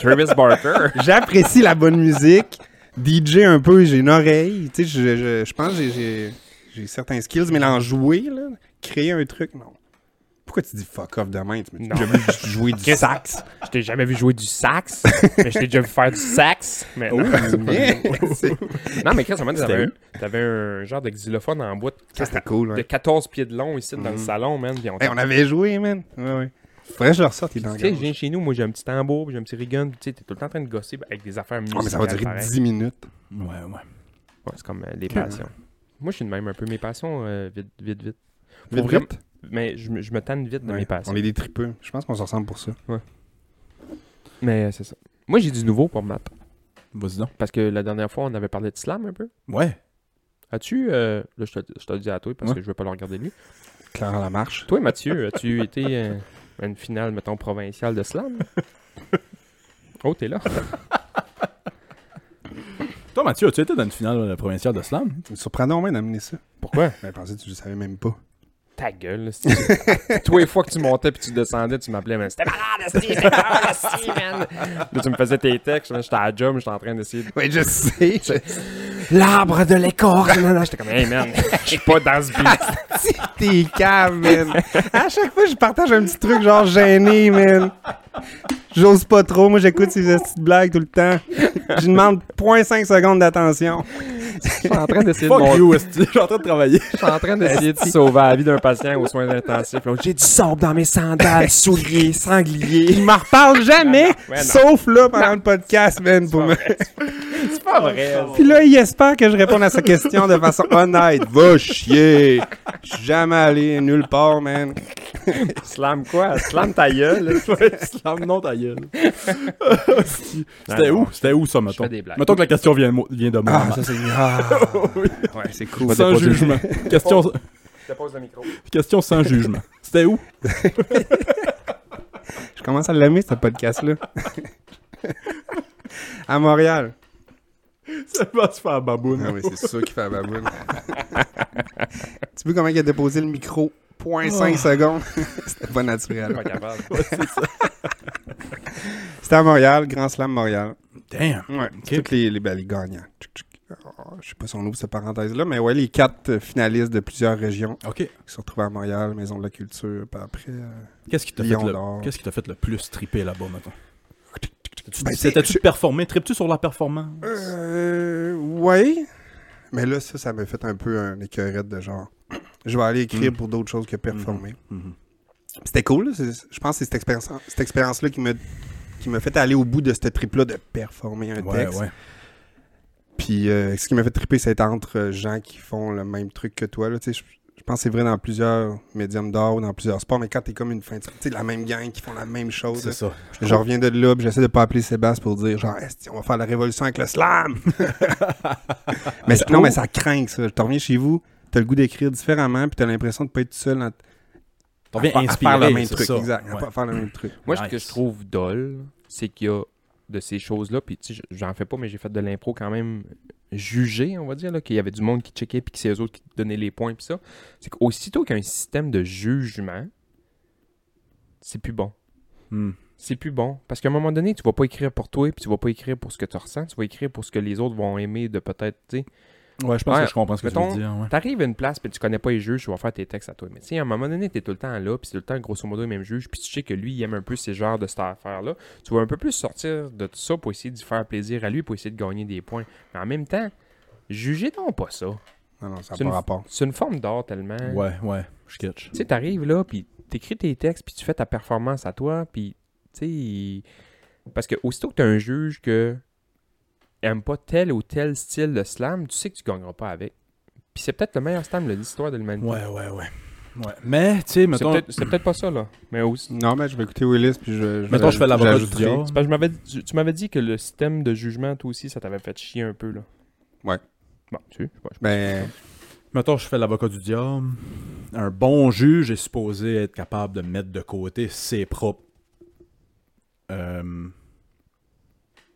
Speaker 2: Travis Barker.
Speaker 4: J'apprécie la bonne musique. DJ un peu, j'ai une oreille. Tu sais, je, je, je pense que j'ai- j'ai j'ai certains skills, mais l'en jouer, là, créer un truc, non. Pourquoi tu dis fuck off demain? Tu m'as
Speaker 2: Non.
Speaker 4: jamais joué du
Speaker 2: Qu'est-ce-
Speaker 4: sax.
Speaker 2: Je t'ai jamais vu jouer du sax, mais je t'ai déjà vu faire du sax. Mais non.
Speaker 4: C'est-
Speaker 2: non, mais Chris, à un moment, donné, t'avais
Speaker 4: Oh. C'était
Speaker 2: un- t'avais un genre de xylophone en bois de,
Speaker 4: Ça, c'était cool.
Speaker 2: de
Speaker 4: ouais.
Speaker 2: 14 pieds de long ici dans le salon, man. Puis on
Speaker 4: Hey, on avait joué, man. Ouais, ouais. Faudrait que je le ressorte, il est dans la
Speaker 2: Tu sais, je
Speaker 4: gorge.
Speaker 2: viens chez nous, moi j'ai un petit tambour, puis j'ai un petit rigun, puis tu sais, t'es tout le temps en train de gosser avec des affaires musicales.
Speaker 4: Oh, mais ça va durer
Speaker 2: pareil.
Speaker 4: 10 minutes.
Speaker 3: Ouais, ouais.
Speaker 2: Ouais, c'est comme euh, les passions. Moi, je suis de même un peu mes passions, euh, vite, vite, vite. Pour
Speaker 4: Vite,
Speaker 2: vrai-
Speaker 4: vite.
Speaker 2: Mais je, me- je me tanne vite de
Speaker 4: Ouais,
Speaker 2: mes passions.
Speaker 4: on est des tripeux. Je pense qu'on se ressemble pour ça.
Speaker 2: Mais euh, c'est ça. Moi, j'ai du nouveau pour Matt.
Speaker 3: Vas-y donc.
Speaker 2: Parce que la dernière fois, on avait parlé de slam un peu.
Speaker 3: Ouais.
Speaker 2: As-tu. euh, là, je te, je te le dis à toi parce
Speaker 3: Ouais.
Speaker 2: que je veux pas le regarder lui.
Speaker 4: Clara la marche.
Speaker 2: Toi, Mathieu, as-tu été euh, à une finale, mettons, provinciale de slam Oh, t'es là.
Speaker 3: Toi, Mathieu, as-tu été dans une finale euh, provinciale de slam?
Speaker 4: Tu me surprends donc, man, d'amener ça.
Speaker 2: Pourquoi
Speaker 4: Ben, je pensais que tu le savais même pas.
Speaker 2: Ta gueule, là, c'est- Toi, les fois que tu montais puis tu descendais, tu m'appelais, mais c'était malade, esti, c'était malade, esti, man. Là, tu me faisais tes textes, là, j'étais à la job, j'étais en train d'essayer de.
Speaker 4: Oui, je sais.
Speaker 2: L'arbre de l'écorce, non, non, j'étais comme, hey, man, je suis pas dans ce beat.
Speaker 4: Si t'es cave, man. À chaque fois, je partage un petit truc genre gêné, man. J'ose pas trop. Moi, j'écoute ces petites blagues tout le temps. Je demande 0.5 secondes d'attention.
Speaker 2: Je suis en train d'essayer de
Speaker 3: Fuck
Speaker 2: monter.
Speaker 3: you, esti. Je suis en train de travailler.
Speaker 2: Je suis en train d'essayer de sauver la vie d'un patient aux soins intensifs. L'autre, J'ai du sable dans mes sandales, souliers, sangliers.
Speaker 4: Il m'en reparle jamais,
Speaker 2: Ouais, non.
Speaker 4: sauf là pendant le podcast, man. Pour me...
Speaker 2: C'est pas vrai.
Speaker 4: Puis là, il espère que je réponde à sa question de façon honnête. Va chier. Je suis jamais allé nulle part, man.
Speaker 2: Slam quoi? Slam ta gueule.
Speaker 3: slam, non, ta gueule. Esti. C'était
Speaker 2: Non,
Speaker 3: où? C'était où, ça, mettons?
Speaker 2: fais des blagues.
Speaker 3: Mettons que la question vient, de mo- vient de moi.
Speaker 4: Ah, ça, c'est. Ah. Ouais, c'est cool.
Speaker 3: sans jugement. question,
Speaker 2: Je te pose le micro.
Speaker 3: question sans jugement. C'était où?
Speaker 4: Je commence à l'aimer, ce podcast-là. à Montréal.
Speaker 3: C'est pas tu fais la baboune.
Speaker 4: Non, mais Ah c'est ça qui fait la baboune. tu veux comment il a déposé le micro? 0.5 secondes. C'était pas naturel.
Speaker 2: Pas capable.
Speaker 4: C'était à Montréal, Grand Slam Montréal.
Speaker 3: Damn.
Speaker 4: Ouais. Toutes les, les, ben, les gagnants. Tchic, tchic. Oh, je sais pas si on ouvre cette parenthèse-là, mais ouais, les quatre euh, finalistes de plusieurs régions
Speaker 3: OK.
Speaker 4: qui se retrouvent à Montréal, Maison de la Culture, puis après. euh,
Speaker 3: Qu'est-ce qui t'a fait,
Speaker 4: Lion
Speaker 3: le...
Speaker 4: d'or.
Speaker 3: qu'est-ce qui t'a fait le plus triper là-bas, mettons? T'as-tu-
Speaker 4: Ben, c'est-
Speaker 3: T'étais-tu performé? Tripes-tu sur la performance?
Speaker 4: Euh. Ouais. Mais là, ça, ça m'a fait un peu un écœurette de genre. Je vais aller écrire pour d'autres choses que performer.
Speaker 3: Mhm.
Speaker 4: Mm. Mm-hmm. C'était cool. là. C'est- Je pense que c'est cette expérience- cette expérience-là qui m'a qui m'a fait aller au bout de ce trip-là de performer un
Speaker 3: Ouais,
Speaker 4: texte.
Speaker 3: ouais.
Speaker 4: Puis euh, ce qui m'a fait triper, c'est d'être entre euh, gens qui font le même truc que toi. Là. Tu sais, Je, je pense que c'est vrai dans plusieurs médiums d'art ou dans plusieurs sports, mais quand t'es comme une fin de tu sais, la même gang qui font la même chose.
Speaker 3: C'est
Speaker 4: là.
Speaker 3: ça.
Speaker 4: Je reviens de là, puis j'essaie de pas appeler Sébastien pour dire genre Esti, on va faire la révolution avec le slam. mais c'est- non, mais ça craint ça. Je te reviens chez vous, t'as le goût d'écrire différemment, puis t'as l'impression de pas être tout seul à,
Speaker 3: T'en
Speaker 4: à
Speaker 3: viens
Speaker 4: fa- à
Speaker 3: inspiré,
Speaker 4: faire le même
Speaker 3: c'est
Speaker 4: truc.
Speaker 3: ça.
Speaker 4: Exact, à
Speaker 3: Ouais.
Speaker 4: pas faire le même truc.
Speaker 2: Moi, ce
Speaker 3: Nice.
Speaker 2: que je trouve dole, c'est qu'il y a de ces choses-là, puis tu sais, j'en fais pas, mais j'ai fait de l'impro quand même jugé, on va dire, là, qu'il y avait du monde qui checkait, puis que c'est eux autres qui te donnaient les points, puis ça. C'est qu'aussitôt qu'il y a un système de jugement, c'est plus bon.
Speaker 3: Hmm.
Speaker 2: C'est plus bon. Parce qu'à un moment donné, tu vas pas écrire pour toi, puis tu vas pas écrire pour ce que tu ressens, tu vas écrire pour ce que les autres vont aimer de peut-être, tu sais.
Speaker 3: Ouais, je pense
Speaker 2: Ouais.
Speaker 3: que je comprends ce que
Speaker 2: Mettons-
Speaker 3: tu veux dire. Ouais.
Speaker 2: T'arrives à une place, puis tu connais pas les juges, tu vas faire tes textes à toi. Mais tu sais, à un moment donné, t'es tout le temps là, puis c'est tout le temps grosso modo le même juge, puis tu sais que lui, il aime un peu ces genres de cette affaire-là. Tu vas un peu plus sortir de tout ça pour essayer d'y faire plaisir à lui, pour essayer de gagner des points. Mais en même temps, jugez donc pas ça.
Speaker 4: Non, non, ça n'a
Speaker 2: C'est
Speaker 4: pas
Speaker 2: une,
Speaker 4: rapport.
Speaker 2: c'est une forme d'art tellement.
Speaker 3: Ouais, ouais. Je catch.
Speaker 2: Tu sais, t'arrives là, puis t'écris tes textes, puis tu fais ta performance à toi, puis tu sais. il- Parce que aussitôt que t'as un juge que aime pas tel ou tel style de slam, tu sais que tu gagneras pas avec. Puis c'est peut-être le meilleur slam de l'histoire de l'humanité.
Speaker 3: Ouais, ouais, ouais. Ouais. Mais, tu sais,
Speaker 2: C'est
Speaker 3: mettons,
Speaker 2: peut-être c'est peut-être pas ça, là. Mais aussi.
Speaker 4: Non, mais je vais écouter Willis, puis je. je
Speaker 3: mettons je fais l'avocat du
Speaker 4: j'ajouterai-
Speaker 3: diable.
Speaker 2: c'est parce que je m'avais dit- tu tu m'avais dit que le système de jugement, toi aussi, ça t'avait fait chier un peu, là.
Speaker 4: Ouais.
Speaker 2: Bon, tu sais, je sais pas, je sais
Speaker 4: Ben,
Speaker 3: Mettons, je fais l'avocat du diable. Un bon juge est supposé être capable de mettre de côté ses propres. euh,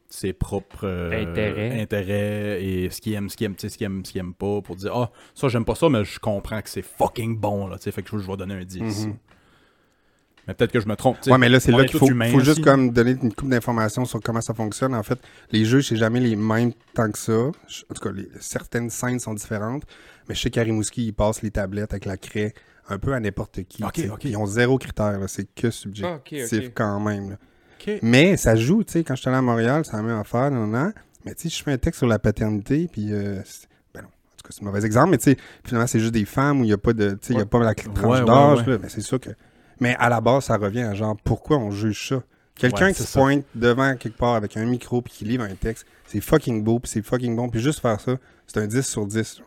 Speaker 3: ses propres euh,
Speaker 2: Intérêts.
Speaker 3: intérêts et ce qu'il aime, ce qu'il aime, tu sais, ce qu'il aime, ce qu'il aime pas pour dire Ah, ça, j'aime pas ça, mais je comprends que c'est fucking bon, là, tu sais, fait que je, je vais donner un 10.
Speaker 4: Mhm.
Speaker 3: Mais peut-être que je me trompe, tu sais.
Speaker 4: Ouais, mais là, c'est
Speaker 3: on
Speaker 4: là
Speaker 3: est
Speaker 4: qu'il
Speaker 3: tous
Speaker 4: faut,
Speaker 3: humains
Speaker 4: faut juste
Speaker 3: aussi.
Speaker 4: comme donner une coupe d'informations sur comment ça fonctionne. En fait, les jeux, c'est jamais les mêmes tant que ça. Je- En tout cas, les- certaines scènes sont différentes. Mais je sais qu'à Rimouski, ils passent les tablettes avec la craie un peu à n'importe qui.
Speaker 3: Ok,
Speaker 4: tu sais.
Speaker 3: ok.
Speaker 4: Puis Ils ont zéro critère, là, c'est que subjectif
Speaker 2: Ah, ok, ok.
Speaker 4: quand même. là.
Speaker 3: Ok.
Speaker 4: Mais ça joue, tu sais, quand j'étais allé à Montréal, ça m'a même affaire, non, non. Mais tu sais, je fais un texte sur la paternité, puis... euh, c'est- ben non, en tout cas, c'est un mauvais exemple, mais tu sais, finalement, c'est juste des femmes où il n'y a pas de... Tu sais, il n'y a pas la cl-
Speaker 3: Ouais,
Speaker 4: tranche
Speaker 3: ouais,
Speaker 4: d'âge,
Speaker 3: ouais.
Speaker 4: là. Ben, c'est sûr que... Mais à la base, ça revient à genre, pourquoi on juge ça? Quelqu'un
Speaker 3: Ouais,
Speaker 4: qui
Speaker 3: c'est
Speaker 4: se
Speaker 3: ça.
Speaker 4: pointe devant quelque part avec un micro puis qui livre un texte, c'est fucking beau, puis c'est fucking bon, puis juste faire ça, c'est un 10 sur 10. là.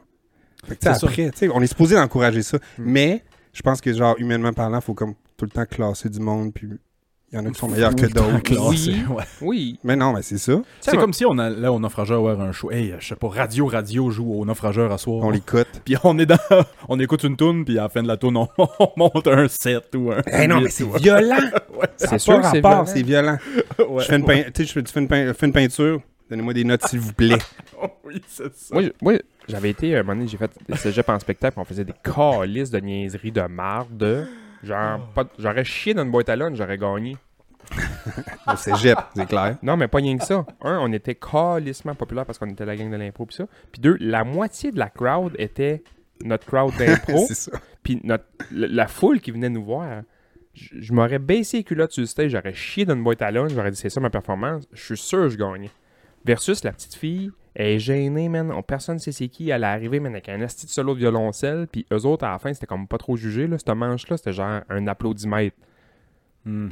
Speaker 4: Fait que tu
Speaker 3: C'est
Speaker 4: sais,
Speaker 3: ça. Mm.
Speaker 4: après, tu sais, on est supposé d'encourager ça, mais je pense que genre, humainement parlant, faut comme tout le temps classer du monde, puis il y en a qui sont meilleurs que d'autres.
Speaker 3: Classé, ouais.
Speaker 2: Oui.
Speaker 4: Mais non, mais c'est ça.
Speaker 3: C'est comme si on allait au naufrageur voir un show. Hey, je sais pas, Radio Radio joue au naufrageur à soir.
Speaker 4: On les cote.
Speaker 3: Puis on est dans. on écoute une toune, puis à la fin de la toune, on, on monte un 7 ou un.
Speaker 4: Eh non, mais c'est violent!
Speaker 2: C'est
Speaker 4: C'est
Speaker 2: sûr
Speaker 4: sûr
Speaker 2: que c'est violent.
Speaker 4: c'est violent.
Speaker 3: Ouais.
Speaker 4: Je fais une pein- tu sais, je fais- tu fais une pein- fais une peinture, donnez-moi des notes, s'il vous plaît.
Speaker 3: oui, c'est ça.
Speaker 2: Moi, je- moi, j'avais été, un moment donné, j'ai fait des cégep en spectacle, puis on faisait des calices de niaiseries de marde.
Speaker 4: Ah.
Speaker 2: Genre, pas de- j'aurais chié dans une boîte à lunch, j'aurais gagné.
Speaker 4: Au cégep, c'est clair.
Speaker 2: Non, mais pas rien que ça. Un, on était calissement populaire parce qu'on était la gang de l'impro, puis ça. Puis deux, la moitié de la crowd était notre crowd d'impro,
Speaker 4: C'est ça.
Speaker 2: puis notre, le- la foule qui venait nous voir. Je, je m'aurais baissé les culottes sur le stage, j'aurais chié dans une boîte à lunch, j'aurais dit c'est ça ma performance, je suis sûr que je gagnais. Versus la petite fille, elle est gênée, man. On, personne sait c'est qui. Elle est arrivée, man, avec un asti de solo de violoncelle. Puis eux autres, à la fin, c'était comme pas trop jugé, là. Cette manche-là, c'était genre un applaudimètre.
Speaker 3: Hmm.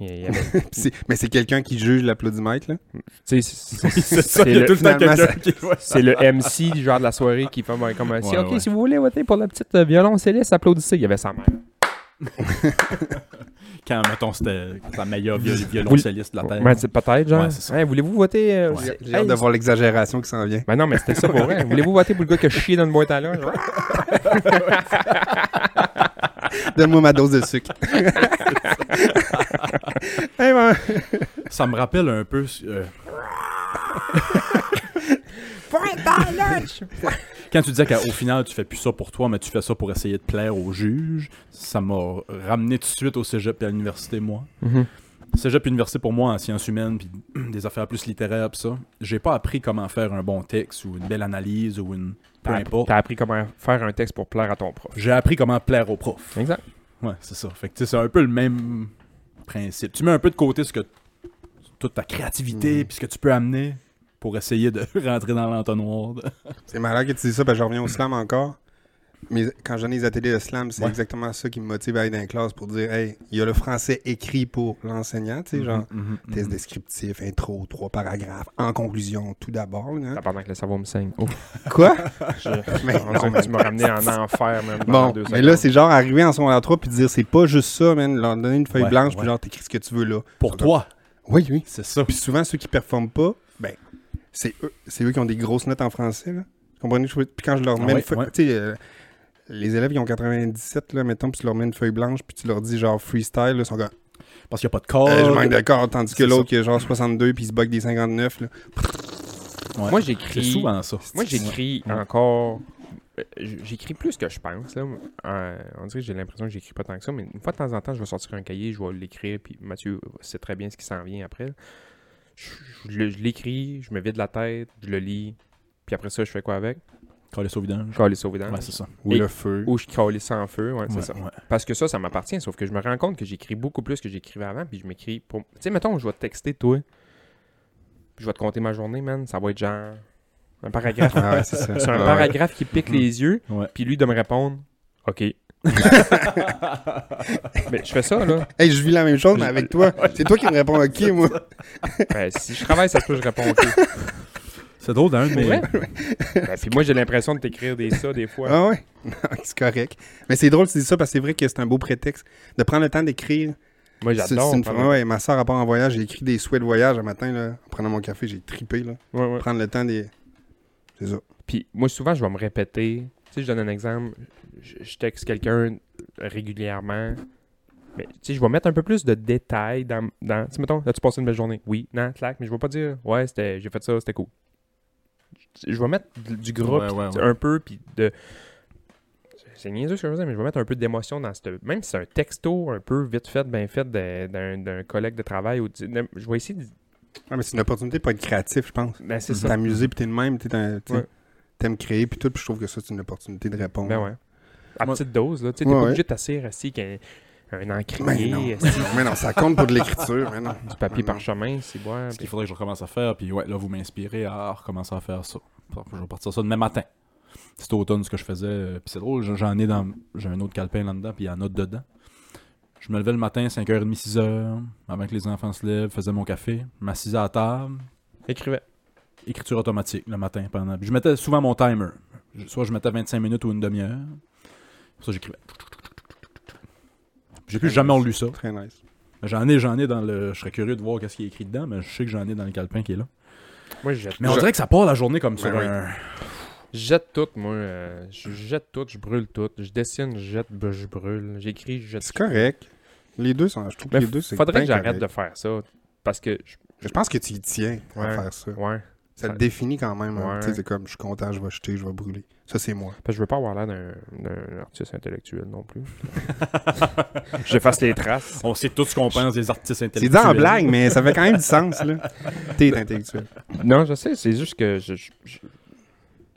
Speaker 2: Il y avait-
Speaker 4: Puis c'est- Mais c'est quelqu'un qui juge l'applaudimètre, là.
Speaker 2: tu sais, c'est- c'est-
Speaker 3: C'est ça,
Speaker 2: c'est
Speaker 3: il y a
Speaker 2: le-
Speaker 3: tout le temps
Speaker 4: finalement,
Speaker 3: quelqu'un qui voit ça.
Speaker 2: C'est le MC du genre de la soirée qui fait ben, comme si,
Speaker 3: Ouais,
Speaker 2: OK,
Speaker 3: ouais.
Speaker 2: si vous voulez voter pour la petite euh, violoncelliste, applaudissez. Il y avait sa mère.
Speaker 3: Quand, mettons, c'était la meilleure viol- violoncelliste de la Terre.
Speaker 2: Ouais, Ben, c'est Peut-être, genre.
Speaker 3: Ouais, c'est ça.
Speaker 2: Hey, Voulez-vous voter? euh,
Speaker 3: Ouais.
Speaker 4: J'ai hâte de voir l'exagération qui s'en vient.
Speaker 2: Ben non, mais c'était ça pour vrai. Voulez-vous voter pour le gars qui a chié dans une boîte à linge?
Speaker 4: Donne-moi ma dose de sucre. Eh ben,
Speaker 3: Ça me rappelle un peu. euh, Quand tu disais qu'au final, tu fais plus ça pour toi, mais tu fais ça pour essayer de plaire aux juges, ça m'a ramené tout de suite au cégep et à l'université, moi.
Speaker 2: Mhm.
Speaker 3: Cégep université pour moi en sciences humaines puis des affaires plus littéraires pis ça. J'ai pas appris comment faire un bon texte ou une belle analyse ou une peu
Speaker 2: T'as
Speaker 3: importe.
Speaker 2: t'as appris comment faire un texte pour plaire à ton prof.
Speaker 3: J'ai appris comment plaire au prof.
Speaker 2: Exact.
Speaker 4: Hein?
Speaker 3: Ouais, c'est ça. Fait que tu sais, c'est un peu le même principe. Tu mets un peu de côté ce que toute ta créativité
Speaker 4: Mhm.
Speaker 3: puis ce que tu peux amener pour essayer de rentrer dans l'entonnoir. de-
Speaker 4: C'est malade que tu dis ça, parce que je reviens au slam encore. Mais quand j'en ai les ateliers de slam, c'est
Speaker 3: Ouais.
Speaker 4: exactement ça qui me motive à aller dans les classes pour dire Hey, il y a le français écrit pour l'enseignant, tu sais, genre
Speaker 3: Mhm, mhm,
Speaker 4: test
Speaker 3: mhm.
Speaker 4: descriptif, intro, trois paragraphes, en conclusion, tout d'abord. là, hein.
Speaker 2: Pendant que le cerveau me saigne. Oh,
Speaker 4: Quoi Mais
Speaker 2: mon
Speaker 4: non,
Speaker 2: Dieu,
Speaker 4: mais-
Speaker 2: tu m'as ramené en enfer, même. pendant
Speaker 4: Bon,
Speaker 2: deux
Speaker 4: mais là,
Speaker 2: secondes.
Speaker 4: c'est genre arriver en secondaire 3 puis dire c'est pas juste ça, man. Leur donner une feuille
Speaker 3: Ouais,
Speaker 4: blanche, puis
Speaker 3: ouais.
Speaker 4: genre t'écris ce que tu veux là.
Speaker 3: Pour toi,
Speaker 4: Oui, oui.
Speaker 3: c'est ça.
Speaker 4: Puis souvent, ceux qui performent pas, ben, c'est eux, c'est eux qui ont des grosses notes en français. Là. Vous Comprenez? Je veux- Puis quand je leur mets
Speaker 3: Ah Ouais,
Speaker 4: une feuille.
Speaker 3: ouais.
Speaker 4: Tu sais, euh, les élèves qui ont 97, là, mettons, puis tu leur mets une feuille blanche, puis tu leur dis genre freestyle, là, ils sont comme
Speaker 3: Parce qu'il n'y a pas de corps.
Speaker 4: Euh, je manque d'accord, tandis que
Speaker 3: Oh, c'est
Speaker 4: l'autre qui a genre 62, puis il se bug des 59. Là.
Speaker 3: Ouais.
Speaker 2: Moi,
Speaker 3: C'est
Speaker 2: j'écris.
Speaker 3: souvent ça.
Speaker 2: Moi, j'écris
Speaker 3: Ouais.
Speaker 2: encore. euh, j- J'écris plus que je pense. Là. Euh, on dirait que j'ai l'impression que j'écris pas tant que ça, mais une fois de temps en temps, je vais sortir un cahier, je vais l'écrire, puis Mathieu sait très bien ce qui s'en vient après. Je, je le- je l'écris, je me vide la tête, je le lis, puis après ça, je fais quoi avec
Speaker 3: Coller au vidange.
Speaker 2: Je colle ça au vidange.
Speaker 3: Ouais, c'est ça.
Speaker 4: Ou
Speaker 2: Et-
Speaker 4: le feu.
Speaker 2: Ou je colle ça en feu, ouais, c'est
Speaker 3: Ouais,
Speaker 2: ça.
Speaker 3: ouais.
Speaker 2: Parce que ça, ça m'appartient, sauf que je me rends compte que j'écris beaucoup plus que j'écrivais avant, puis je m'écris pour... Tu sais, mettons, je vais te texter, toi, puis je vais te compter ma journée, man, ça va être genre... Un paragraphe
Speaker 4: Ah ouais, c'est ça.
Speaker 2: c'est un
Speaker 4: Ah ouais.
Speaker 2: paragraphe qui pique les yeux,
Speaker 3: Ouais.
Speaker 2: puis lui de me répondre OK. mais je fais ça, là.
Speaker 4: Hey, je vis la même chose, mais avec toi. C'est toi qui me réponds OK, moi.
Speaker 2: Ben, si je travaille, ça se peut que je réponds OK.
Speaker 3: C'est drôle d'un de
Speaker 2: Mais...
Speaker 3: mes-
Speaker 2: Ben, puis moi, j'ai l'impression de t'écrire des ça des fois.
Speaker 4: Ah ouais? Non, c'est correct. Mais c'est drôle que tu dis ça parce que c'est vrai que c'est un beau prétexte de prendre le temps d'écrire
Speaker 2: Moi,
Speaker 4: C'est-
Speaker 2: j'adore.
Speaker 4: c'est une-
Speaker 2: pendant-
Speaker 4: ouais, ma soeur à part en voyage, j'ai écrit des souhaits de voyage un matin là, en prenant mon café, j'ai tripé là.
Speaker 2: Ouais, ouais.
Speaker 4: Prendre le temps des C'est ça.
Speaker 2: Puis moi, souvent, je vais me répéter. Tu sais, je donne un exemple. Je, je texte quelqu'un régulièrement. Mais tu sais, je vais mettre un peu plus de détails dans. dans tu sais, mettons, as-tu passé une belle journée Oui, non, clac. Mais je vais pas dire, ouais, c'était, j'ai fait ça, c'était cool. Je, je vais mettre du, du gras,
Speaker 3: Ouais,
Speaker 2: puis,
Speaker 3: ouais,
Speaker 2: tu sais,
Speaker 3: ouais.
Speaker 2: un peu, puis de. C'est niaiseux ce que je veux dire, mais je vais mettre un peu d'émotion dans cette. Même si c'est un texto un peu vite fait, bien fait de- d'un, d'un collègue de travail, ou, du- de- je vais essayer de.
Speaker 4: Ouais, mais c'est une opportunité pour être créatif, je pense.
Speaker 2: Ben, c'est ça.
Speaker 4: T'amuser puis t'es le même, t'es un- t'sais,
Speaker 2: Ouais.
Speaker 4: t'aimes créer puis tout, puis je trouve que ça c'est une opportunité de Mm-hmm. répondre.
Speaker 2: Ben ouais. à
Speaker 3: Moi-
Speaker 2: petite dose. là. Tu sais, t'es
Speaker 4: Ouais,
Speaker 2: pas
Speaker 4: ouais.
Speaker 2: obligé de t'asseoir assis qu'un un
Speaker 4: Mais non,
Speaker 2: encrier,
Speaker 4: mais non, mais non, ça compte pour de l'écriture, mais non.
Speaker 2: du papier
Speaker 4: mais non.
Speaker 2: parchemin, c'est ben, boire.
Speaker 3: Ce qu'il faudrait que je recommence à faire, puis ouais, là, vous m'inspirez à recommencer à faire ça. Bon, Je vais partir ça demain matin. C'était automne ce que je faisais, euh, puis c'est drôle, j'en- j'en ai dans. J'ai un autre calepin là-dedans, puis il y en a dedans. Je me levais le matin, 5h30, 6h, avant que les enfants se lèvent, faisais mon café, m'assisais à la table,
Speaker 2: Écrivais.
Speaker 3: écriture automatique le matin pendant. puis Je mettais souvent mon timer. Je- Soit je mettais 25 minutes ou une demi-heure. Pour ça, j'écrivais. J'ai plus jamais relu ça.
Speaker 4: Très nice.
Speaker 3: J'en ai, j'en ai dans le. Je serais curieux de voir qu'est-ce qui est écrit dedans, mais je sais que j'en ai dans le calepin qui est là.
Speaker 2: Moi, je jette.
Speaker 3: Mais on
Speaker 4: Je-
Speaker 3: dirait que ça part la journée comme ça.
Speaker 4: Ben oui.
Speaker 2: Je jette tout, moi. euh, je jette tout, je brûle tout. Je dessine, je jette, ben, je brûle. J'écris, je jette.
Speaker 4: C'est correct. Les deux sont. Je trouve que
Speaker 2: Mais
Speaker 4: les deux, c'est.
Speaker 2: Ben, faudrait
Speaker 4: bien
Speaker 2: que j'arrête
Speaker 4: correct.
Speaker 2: de faire ça. Parce que, je-
Speaker 4: Je pense que tu y tiens à
Speaker 2: Ouais.
Speaker 4: faire ça.
Speaker 2: ouais,
Speaker 4: Ça
Speaker 2: Ouais.
Speaker 4: te définit quand même. hein.
Speaker 2: Ouais.
Speaker 4: Tu sais, c'est comme je suis content, je vais jeter, je vais brûler. Ça, c'est moi.
Speaker 2: parce que je veux pas avoir l'air d'un d'un artiste intellectuel non plus. J'efface les traces.
Speaker 3: On sait tout ce qu'on pense des artistes
Speaker 4: C'est
Speaker 3: intellectuels.
Speaker 4: dit en blague, mais ça fait quand même du sens, là. T'es intellectuel.
Speaker 2: Non, je sais, c'est juste que je, je, je-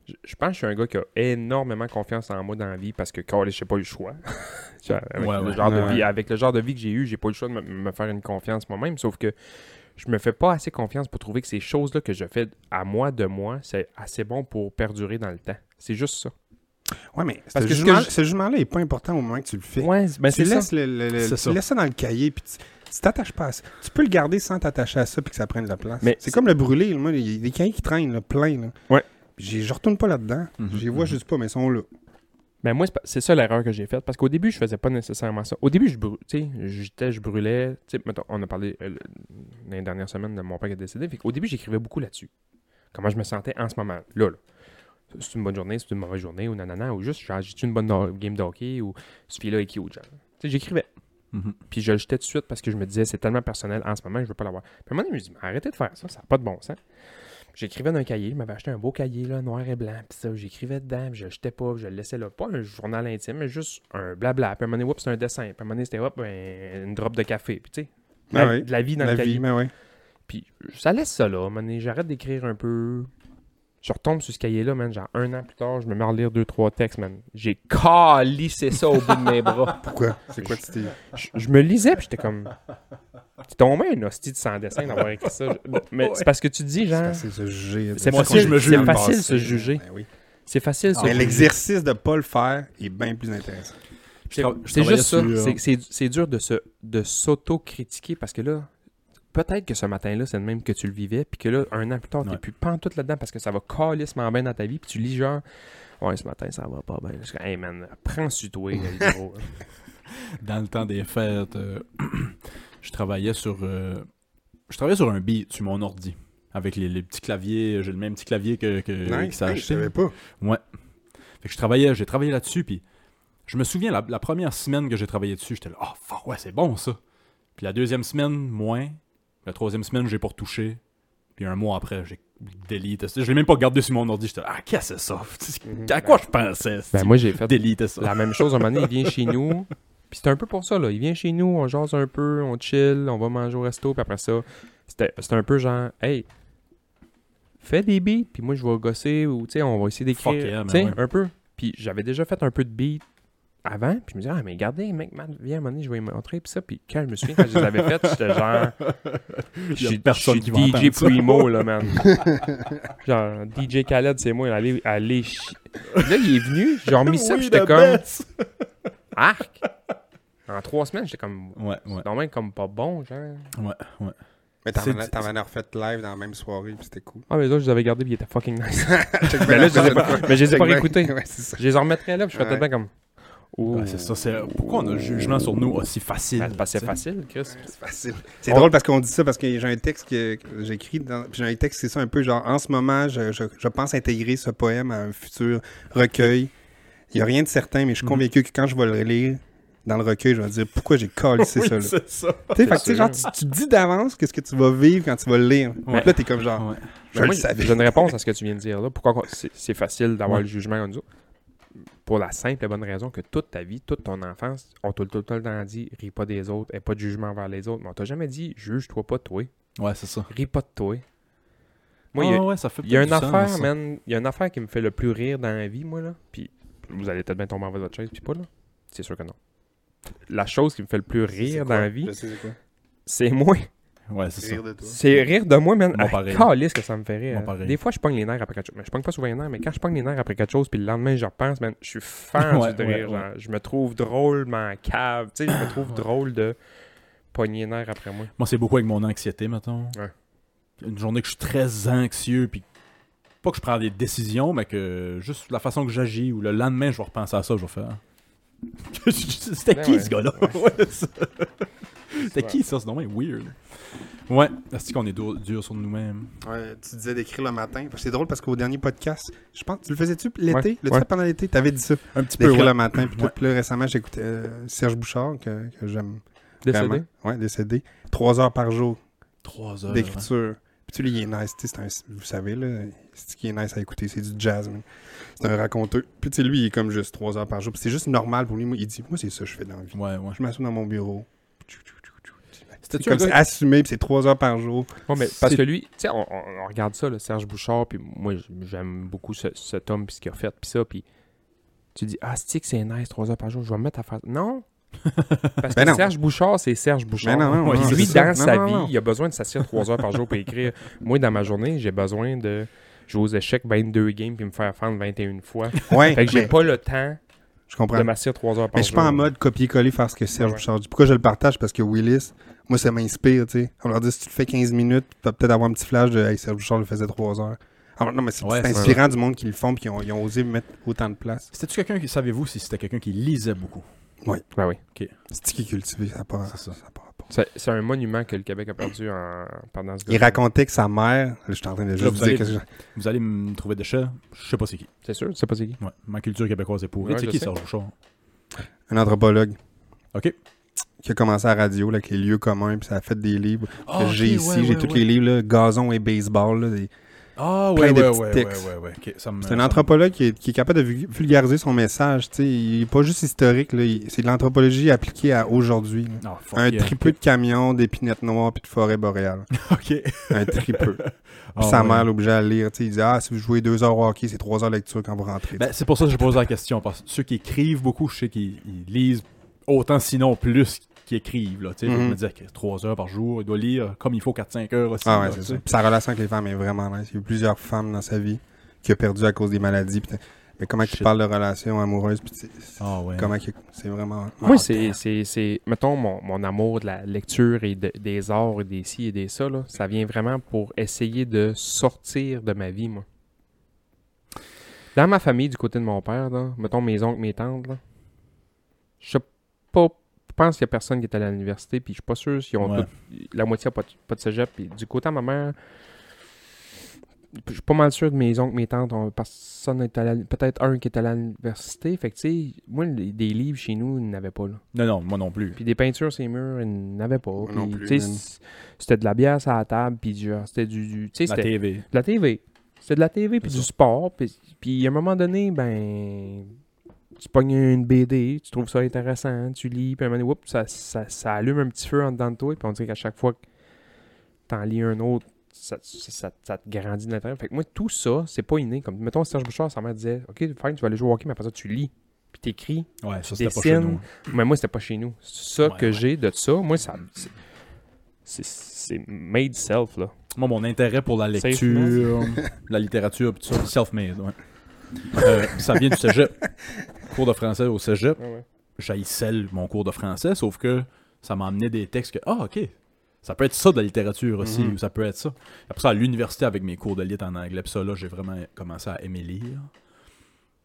Speaker 2: je- je pense que je suis un gars qui a énormément confiance en moi dans la vie parce que, quand j'ai pas eu le choix. Genre, avec,
Speaker 3: Ouais,
Speaker 2: le
Speaker 3: ouais.
Speaker 2: Genre de
Speaker 4: Ouais.
Speaker 2: vie, avec le genre de vie que j'ai eu, j'ai pas eu le choix de me, me faire une confiance moi-même. Sauf que je me fais pas assez confiance pour trouver que ces choses-là que je fais à moi, de moi, c'est assez bon pour perdurer dans le temps. C'est juste ça.
Speaker 4: Ouais, mais
Speaker 2: Parce
Speaker 4: ce
Speaker 2: que ce
Speaker 4: jugement-
Speaker 2: que je-
Speaker 4: ce jugement-là n'est pas important au moment que tu le fais.
Speaker 2: Ouais, ben
Speaker 4: tu
Speaker 2: c'est ça.
Speaker 4: laisses, le- le- le-
Speaker 3: C'est
Speaker 4: tu
Speaker 3: ça.
Speaker 4: laisses ça dans le cahier, puis tu tu t'attaches pas à ça. Tu peux le garder sans t'attacher à ça, puis que ça prenne de la place.
Speaker 2: Mais
Speaker 4: C'est
Speaker 2: c'est-
Speaker 4: comme le brûler. là. Moi, il y a des cahiers qui traînent, là, plein. Là.
Speaker 2: Ouais.
Speaker 4: Puis j'ai- Je retourne pas là-dedans.
Speaker 3: Mhm,
Speaker 4: Je les vois
Speaker 3: mhm.
Speaker 4: juste pas, mais ils sont là.
Speaker 2: Ben moi, c'est pas- c'est ça l'erreur que j'ai faite. Parce qu'au début, je faisais pas nécessairement ça. Au début, je brûlais, tu sais, j'étais, je brûlais. Tu sais, mettons, on a parlé euh, le- dans les dernières semaines de mon père qui est décédé. Fait qu'au début, j'écrivais beaucoup là-dessus. Comment je me sentais en ce moment, là, là. C'est une bonne journée, c'est une mauvaise journée, ou nanana, ou juste, genre, j'ai-tu une bonne do- game de hockey, ou ce fille-là est cute, genre. Tu sais, j'écrivais.
Speaker 3: Mhm.
Speaker 2: Puis je le jetais tout de suite parce que je me disais, c'est tellement personnel en ce moment que je veux pas l'avoir. Puis à un moment donné, je me suis dit, Mais arrêtez de faire ça, ça n'a pas de bon sens. J'écrivais dans un cahier, je m'avais acheté un beau cahier, là, noir et blanc, puis ça, j'écrivais dedans, puis je le jetais pas, puis je le laissais là. Pas un journal intime, mais juste un blabla. Puis à un moment donné, oups, c'est un dessin. Puis à un moment donné, c'était, hop, un- une drop de café. Puis tu sais,
Speaker 4: Ah
Speaker 2: la-
Speaker 4: ouais.
Speaker 2: de la vie dans
Speaker 4: La
Speaker 2: le cahier.
Speaker 4: vie, mais ouais.
Speaker 2: Puis ça laisse ça là, à un moment donné, j'arrête d'écrire un peu. Je retombe sur ce cahier-là, man. Genre un an plus tard, je me mets à relire deux, trois textes, man. J'ai calissé ça au bout de mes bras
Speaker 4: Pourquoi? C'est quoi tu t'es-
Speaker 2: je, je me lisais, puis j'étais comme. Tu tombé un hostie de sans dessin d'avoir écrit ça. Je- Mais c'est parce que tu dis,
Speaker 4: C'est
Speaker 2: genre.
Speaker 4: facile de se juger.
Speaker 2: C'est
Speaker 3: Moi
Speaker 2: facile,
Speaker 3: aussi, je me juge
Speaker 2: c'est
Speaker 3: le
Speaker 2: facile de
Speaker 3: passé.
Speaker 2: se juger.
Speaker 4: Ben oui.
Speaker 2: C'est facile de se
Speaker 4: Mais
Speaker 2: juger.
Speaker 4: l'exercice de pas le faire est bien plus intéressant.
Speaker 3: Je tra- je
Speaker 2: C'est
Speaker 3: travaillais
Speaker 2: juste ça.
Speaker 3: sur- euh,
Speaker 2: C'est- C'est c'est dur de se de s'auto-critiquer parce que là, peut-être que ce matin-là, c'est le même que tu le vivais, puis que là, un an plus tard, t'es
Speaker 3: Ouais.
Speaker 2: plus pantoute là-dedans parce que ça va calissement bien dans ta vie, puis tu lis genre. Ouais, ce matin, ça va pas bien. Je suis comme, hey man, prends sur toi, le gros.
Speaker 3: dans le temps des fêtes, euh, je travaillais sur euh, je travaillais sur un beat sur mon ordi avec les, les petits claviers. J'ai le même petit clavier que que, que ça a
Speaker 4: Hey, je
Speaker 3: acheté.
Speaker 4: savais pas.
Speaker 3: Fait que je travaillais, j'ai travaillé là-dessus, puis je me souviens la, la première semaine que j'ai travaillé dessus, j'étais là, ah fuck, ouais, c'est bon ça. Puis la deuxième semaine, moins. La troisième semaine, j'ai pas retouché. Puis un mois après, j'ai délité ça. Je l'ai même pas gardé sur mon ordi. J'étais là, ah, qu'est-ce que c'est ça? À quoi je pensais?
Speaker 2: ben, moi, j'ai fait
Speaker 3: délité ça.
Speaker 2: la même chose, un moment donné, il vient chez nous. Puis c'est un peu pour ça, là. Il vient chez nous, on jase un peu, on chill, on va manger au resto, puis après ça, c'était c'était un peu genre, hey, fais des beats, puis moi je vais gosser, ou tu sais, on va essayer d'écrire.
Speaker 3: Fuck yeah, man,
Speaker 2: tu sais,
Speaker 3: ouais.
Speaker 2: un peu. Puis j'avais déjà fait un peu de beats avant, puis je me disais, ah, mais regardez, mec, man, viens, à un moment donné, je vais y montrer, puis ça. Puis quand je me souviens, quand je les avais faites, j'étais genre, je
Speaker 3: Il y a
Speaker 2: suis-
Speaker 3: personne
Speaker 2: je suis
Speaker 3: qui va
Speaker 2: DJ
Speaker 3: entendre ça.
Speaker 2: Primo, là, man. genre, DJ Khaled, c'est moi, allez, allez, chi- Là, il est venu, j'ai remis ça, puis j'étais comme. Arc! En trois semaines, j'étais comme.
Speaker 3: Ouais, ouais,
Speaker 2: Non, même comme pas bon, genre.
Speaker 3: ouais, ouais.
Speaker 4: Mais t'en
Speaker 3: C'est-
Speaker 4: as- t'en as refait live dans la même soirée, puis c'était cool.
Speaker 2: Ah, mais les autres, je les avais gardés, puis ils étaient fucking nice.
Speaker 4: Check
Speaker 2: Mais
Speaker 4: bien
Speaker 2: Ben là,
Speaker 4: la
Speaker 2: je les ai
Speaker 4: prochaine
Speaker 2: pas,
Speaker 4: fois.
Speaker 2: mais je les ai pas
Speaker 4: Check bien.
Speaker 2: réécoutés.
Speaker 4: Ouais, c'est ça.
Speaker 2: Je les en remettrais là, puis je
Speaker 4: Ouais.
Speaker 2: fais tout le temps comme. Oh,
Speaker 3: Ouais, c'est ça. c'est- Pourquoi on a le jugement sur nous aussi facile?
Speaker 2: Ben, c'est parce que c'est
Speaker 3: tu sais?
Speaker 2: facile, Chris.
Speaker 4: Facile. C'est
Speaker 2: On-
Speaker 4: drôle parce qu'on dit ça parce que j'ai un texte que que j'écris dans... puis j'ai un texte c'est ça un peu genre en ce moment je, je- je pense intégrer ce poème à un futur recueil. Il y a rien de certain mais je suis
Speaker 3: Mhm.
Speaker 4: convaincu que quand je vais le lire dans le recueil je vais dire pourquoi j'ai collé
Speaker 3: Oui,
Speaker 4: ça là.
Speaker 3: c'est ça.
Speaker 4: Tu sais, fait que, tu sais,
Speaker 2: sûr.
Speaker 4: genre, tu, tu dis d'avance qu'est-ce que tu vas vivre quand tu vas le lire.
Speaker 3: Ouais.
Speaker 4: Puis Là, t'es comme genre,
Speaker 3: Ouais.
Speaker 4: je
Speaker 2: Ben,
Speaker 4: le
Speaker 2: moi,
Speaker 4: savais.
Speaker 2: J'ai une réponse à ce que tu viens de dire là. Pourquoi qu'on- c'est c'est facile d'avoir
Speaker 3: Ouais.
Speaker 2: le jugement comme ça? Pour la simple et bonne raison que toute ta vie, toute ton enfance, on t'a tout le temps dit ris pas des autres, et pas de jugement envers les autres. Mais on t'a jamais dit juge-toi pas de toi,
Speaker 3: Ouais, c'est ça.
Speaker 2: ris pas de toi. Moi, il y a-
Speaker 3: Ah ouais, ça fait
Speaker 2: il y a
Speaker 3: peut-être
Speaker 2: une
Speaker 3: du
Speaker 2: affaire,
Speaker 3: sens, ça.
Speaker 2: man. Il y a une affaire qui me fait le plus rire dans la vie, moi, là. Puis vous allez peut-être bien tomber en bas de votre chaise, puis pas là. C'est sûr que non. La chose qui me fait le plus
Speaker 4: C'est
Speaker 2: rire
Speaker 4: quoi?
Speaker 2: dans la vie,
Speaker 4: Je sais c'est quoi.
Speaker 2: c'est moi.
Speaker 3: Ouais, c'est ça.
Speaker 4: Rire de toi.
Speaker 2: C'est rire de moi, man.
Speaker 3: Moi,
Speaker 2: Ah,
Speaker 3: pareil.
Speaker 2: calisse que ça me fait rire.
Speaker 3: Moi, pareil.
Speaker 2: Des fois, je pogne les nerfs après quelque chose. Mais je pogne pas souvent les nerfs, mais quand je pogne les nerfs après quelque chose, puis le lendemain, je repense, man, je suis fan
Speaker 3: Ouais,
Speaker 2: de
Speaker 3: ouais,
Speaker 2: rire.
Speaker 3: ouais.
Speaker 2: genre. Je me trouve drôlement cave. Tu sais, je me trouve drôle de pogner les nerfs après moi.
Speaker 3: Moi, c'est beaucoup avec mon anxiété, mettons.
Speaker 2: Ouais.
Speaker 3: Une journée que je suis très anxieux, puis pas que je prends des décisions, mais que juste la façon que j'agis, ou le lendemain, je vais repenser à ça, je vais faire. ah. C'était
Speaker 2: Ben
Speaker 3: qui
Speaker 2: ouais.
Speaker 3: ce gars-là Ouais, ça. C'était qui ça C'est normal, weird. Ouais, c'est qu'on est dur, dur sur nous-mêmes.
Speaker 4: Ouais, tu disais d'écrire le matin. Parce que C'est drôle parce qu'au dernier podcast, je pense, tu le faisais-tu l'été?
Speaker 2: Ouais,
Speaker 4: Le
Speaker 2: ouais.
Speaker 4: tu pendant l'été? T'avais dit ça.
Speaker 3: Un petit peu,
Speaker 4: D'écrire
Speaker 3: ouais.
Speaker 4: le matin. Puis tout.
Speaker 3: Ouais.
Speaker 4: Puis là, récemment, j'écoutais euh, Serge Bouchard, que, que j'aime
Speaker 2: Décédé.
Speaker 4: vraiment. Ouais, décédé. Trois heures par jour
Speaker 3: Trois heures.
Speaker 4: d'écriture. Puis tu lui, il est nice. Tu sais, c'est un- vous savez, là, c'est ce qui est nice à écouter. C'est du jazz, man. C'est un raconteur. Puis tu sais, lui, il est comme juste trois heures par jour. Puis c'est juste normal pour lui. Moi, il dit, moi, c'est ça que je fais dans la vie.
Speaker 3: Ouais, ouais.
Speaker 4: Je m'assois dans mon bureau. C'est
Speaker 3: C'était-tu un
Speaker 4: comme
Speaker 3: gars-
Speaker 4: c'est assumé, puis c'est trois heures par jour.
Speaker 2: Ouais, mais parce
Speaker 3: C'est-
Speaker 2: que lui, tu sais, on, on- on regarde ça, le Serge Bouchard, puis moi, j- j'aime beaucoup ce, cet homme, puis ce qu'il a fait, puis ça, puis tu dis, ah, c'est que c'est nice, 3 heures par jour, je vais me mettre à faire. Non! Parce que
Speaker 4: Ben non.
Speaker 2: Serge Bouchard, c'est Serge Bouchard.
Speaker 4: Mais non, non,
Speaker 2: Puis
Speaker 4: non,
Speaker 2: lui,
Speaker 4: c'est ça.
Speaker 2: dans
Speaker 4: Non,
Speaker 2: sa
Speaker 4: non,
Speaker 2: vie,
Speaker 4: non.
Speaker 2: il a besoin de s'asseoir 3 heures par jour pour écrire. Moi, dans ma journée, j'ai besoin de jouer aux échecs 22 games puis me faire fendre 21 fois.
Speaker 4: Ouais,
Speaker 2: Fait que j'ai
Speaker 4: mais
Speaker 2: pas le temps
Speaker 4: je comprends.
Speaker 2: de m'asseoir 3 heures par
Speaker 4: Mais je
Speaker 2: jour.
Speaker 4: suis pas en mode copier-coller faire ce que Serge
Speaker 2: Ouais.
Speaker 4: Bouchard dit. Pourquoi je le partage? Parce que Willis, moi, ça m'inspire, tu sais. On leur dit, si tu le fais 15 minutes, tu vas peut-être avoir un petit flash de, hey, Serge Bouchard le faisait 3 heures. Alors, non, mais c'est
Speaker 3: Ouais,
Speaker 4: c'est
Speaker 3: c'est
Speaker 4: inspirant du monde qui le font puis qui ont, ils ont osé mettre autant de place.
Speaker 3: C'était-tu quelqu'un qui. Savez-vous si c'était quelqu'un qui lisait beaucoup
Speaker 2: Ben oui.
Speaker 4: C'est qui cultivé, ça n'a pas,
Speaker 3: C'est ça.
Speaker 4: ça a pas rapport.
Speaker 2: C'est c'est un monument que le Québec a perdu en... pendant ce
Speaker 4: Il racontait que sa mère, je suis en train de juste
Speaker 3: vous
Speaker 4: dire
Speaker 3: allez-
Speaker 4: que je-
Speaker 3: Vous allez me trouver des chats Je sais pas c'est qui.
Speaker 2: C'est sûr, c'est pas c'est qui.
Speaker 3: Ouais. Ma culture québécoise est pourrie.
Speaker 2: Ouais,
Speaker 3: c'est
Speaker 2: je
Speaker 3: qui
Speaker 2: sais.
Speaker 3: Serge Bouchard
Speaker 4: un anthropologue
Speaker 3: Ok.
Speaker 4: qui a commencé à la radio là, avec les lieux communs puis ça a fait des livres
Speaker 3: Ah,
Speaker 4: que j'ai ici. j'ai tous les livres, là, gazon et baseball. là, des-
Speaker 3: Ah,
Speaker 4: plein
Speaker 3: ouais,
Speaker 4: de
Speaker 3: ouais,
Speaker 4: petits
Speaker 3: ouais,
Speaker 4: textes.
Speaker 3: ouais, ouais, ouais. Ok, ça me-
Speaker 4: C'est un
Speaker 3: ça me-
Speaker 4: anthropologue qui est, qui est capable de vulg- vulgariser son message. tu sais. Il n'est pas juste historique. là. Il- C'est de l'anthropologie appliquée à aujourd'hui. là.
Speaker 3: Ah, fuck
Speaker 4: Un
Speaker 3: yeah.
Speaker 4: tripeux de camions, d'épinettes noires puis de forêt boréale.
Speaker 3: Ok.
Speaker 4: Un tripeux. Puis
Speaker 3: Ah,
Speaker 4: sa
Speaker 3: ouais.
Speaker 4: mère l'obligeait à lire. tu sais. Il disait Ah, si vous jouez deux heures au hockey, c'est trois heures de lecture quand vous rentrez.
Speaker 3: Ben, c'est pour ça que je pose la question. Parce que ceux qui écrivent beaucoup, je sais qu'ils ils lisent autant, sinon plus qu'ils écrivent. Là, tu sais.
Speaker 4: Mhm.
Speaker 3: Je me disais que 3 heures par jour, il doit lire comme il faut 4-5 heures aussi.
Speaker 4: ah
Speaker 3: là,
Speaker 4: ouais, c'est
Speaker 3: tu
Speaker 4: ça.
Speaker 3: sais.
Speaker 4: Puis sa relation avec les femmes est vraiment nice. Il y a eu plusieurs femmes dans sa vie qu'il a perdu à cause des maladies. puis t'as- mais comment tu
Speaker 3: Shit.
Speaker 4: parles de relations amoureuses puis tu sais, c'est-
Speaker 3: Ah ouais.
Speaker 4: Comment qu'il- c'est vraiment.
Speaker 2: Moi, c'est, c'est, c'est, mettons, mon, mon amour de la lecture et de- des arts et des ci et des ça, là, ça vient vraiment pour essayer de sortir de ma vie, moi. Dans ma famille, du côté de mon père, là, mettons mes oncles, mes tantes, là, je sais pas, je pense qu'il y a personne qui est allé à l'université, puis je suis pas sûr s'ils ont
Speaker 3: Ouais.
Speaker 2: tous- la moitié a pas, de- pas de cégep, puis du côté de ma mère, je suis pas mal sûr de mes oncles, mes tantes, on- personne n'est allé, à- peut-être un qui est allé à l'université, fait que tu sais, moi, les- des livres chez nous, il n'y en avait pas, là.
Speaker 3: Non, non, moi non plus.
Speaker 2: Puis des peintures sur les murs, il n'avait pas.
Speaker 4: Moi
Speaker 2: Puis,
Speaker 4: non plus,
Speaker 2: tu sais,
Speaker 4: man.
Speaker 2: c- c'était de la bière sur la table, puis genre, c'était du, du- tu sais,
Speaker 3: La
Speaker 2: c'était de
Speaker 3: TV.
Speaker 2: la TV. C'était de la TV, puis
Speaker 3: C'est
Speaker 2: du
Speaker 3: ça.
Speaker 2: sport. Puis, puis à un moment donné, ben, tu pognes une BD, tu trouves ça intéressant, tu lis, puis à un moment donné, whoop, ça, ça, ça allume un petit feu en dedans de toi, puis on dirait qu'à chaque fois que t'en lis un autre, ça, ça, ça- ça te grandit de l'intérieur. Fait que moi, tout ça, c'est pas inné. Comme, mettons, Serge Bouchard, sa mère disait, OK, fine, tu vas aller jouer au hockey, mais après ça, tu lis, puis t'écris.
Speaker 3: Ouais, ça c'était pas chez
Speaker 2: dessines.
Speaker 3: nous.
Speaker 2: Mais moi, c'était pas chez nous. Ça
Speaker 3: Ouais,
Speaker 2: que
Speaker 3: ouais.
Speaker 2: j'ai de ça, moi, ça. c'est- C'est c'est made self, là.
Speaker 3: Moi, mon intérêt pour la
Speaker 2: Safe,
Speaker 3: lecture, la littérature, pis tout ça, self-made, ouais. Euh, ça vient du cégep. Cours de français au cégep. j'haïssais le- mon cours de français, sauf que ça m'a amené des textes que, ah, ok, ça peut être ça de la littérature aussi,
Speaker 4: Mhm.
Speaker 3: ou ça peut être ça. Après ça, à l'université, avec mes cours de lit en anglais, pis ça, là, j'ai vraiment commencé à aimer lire.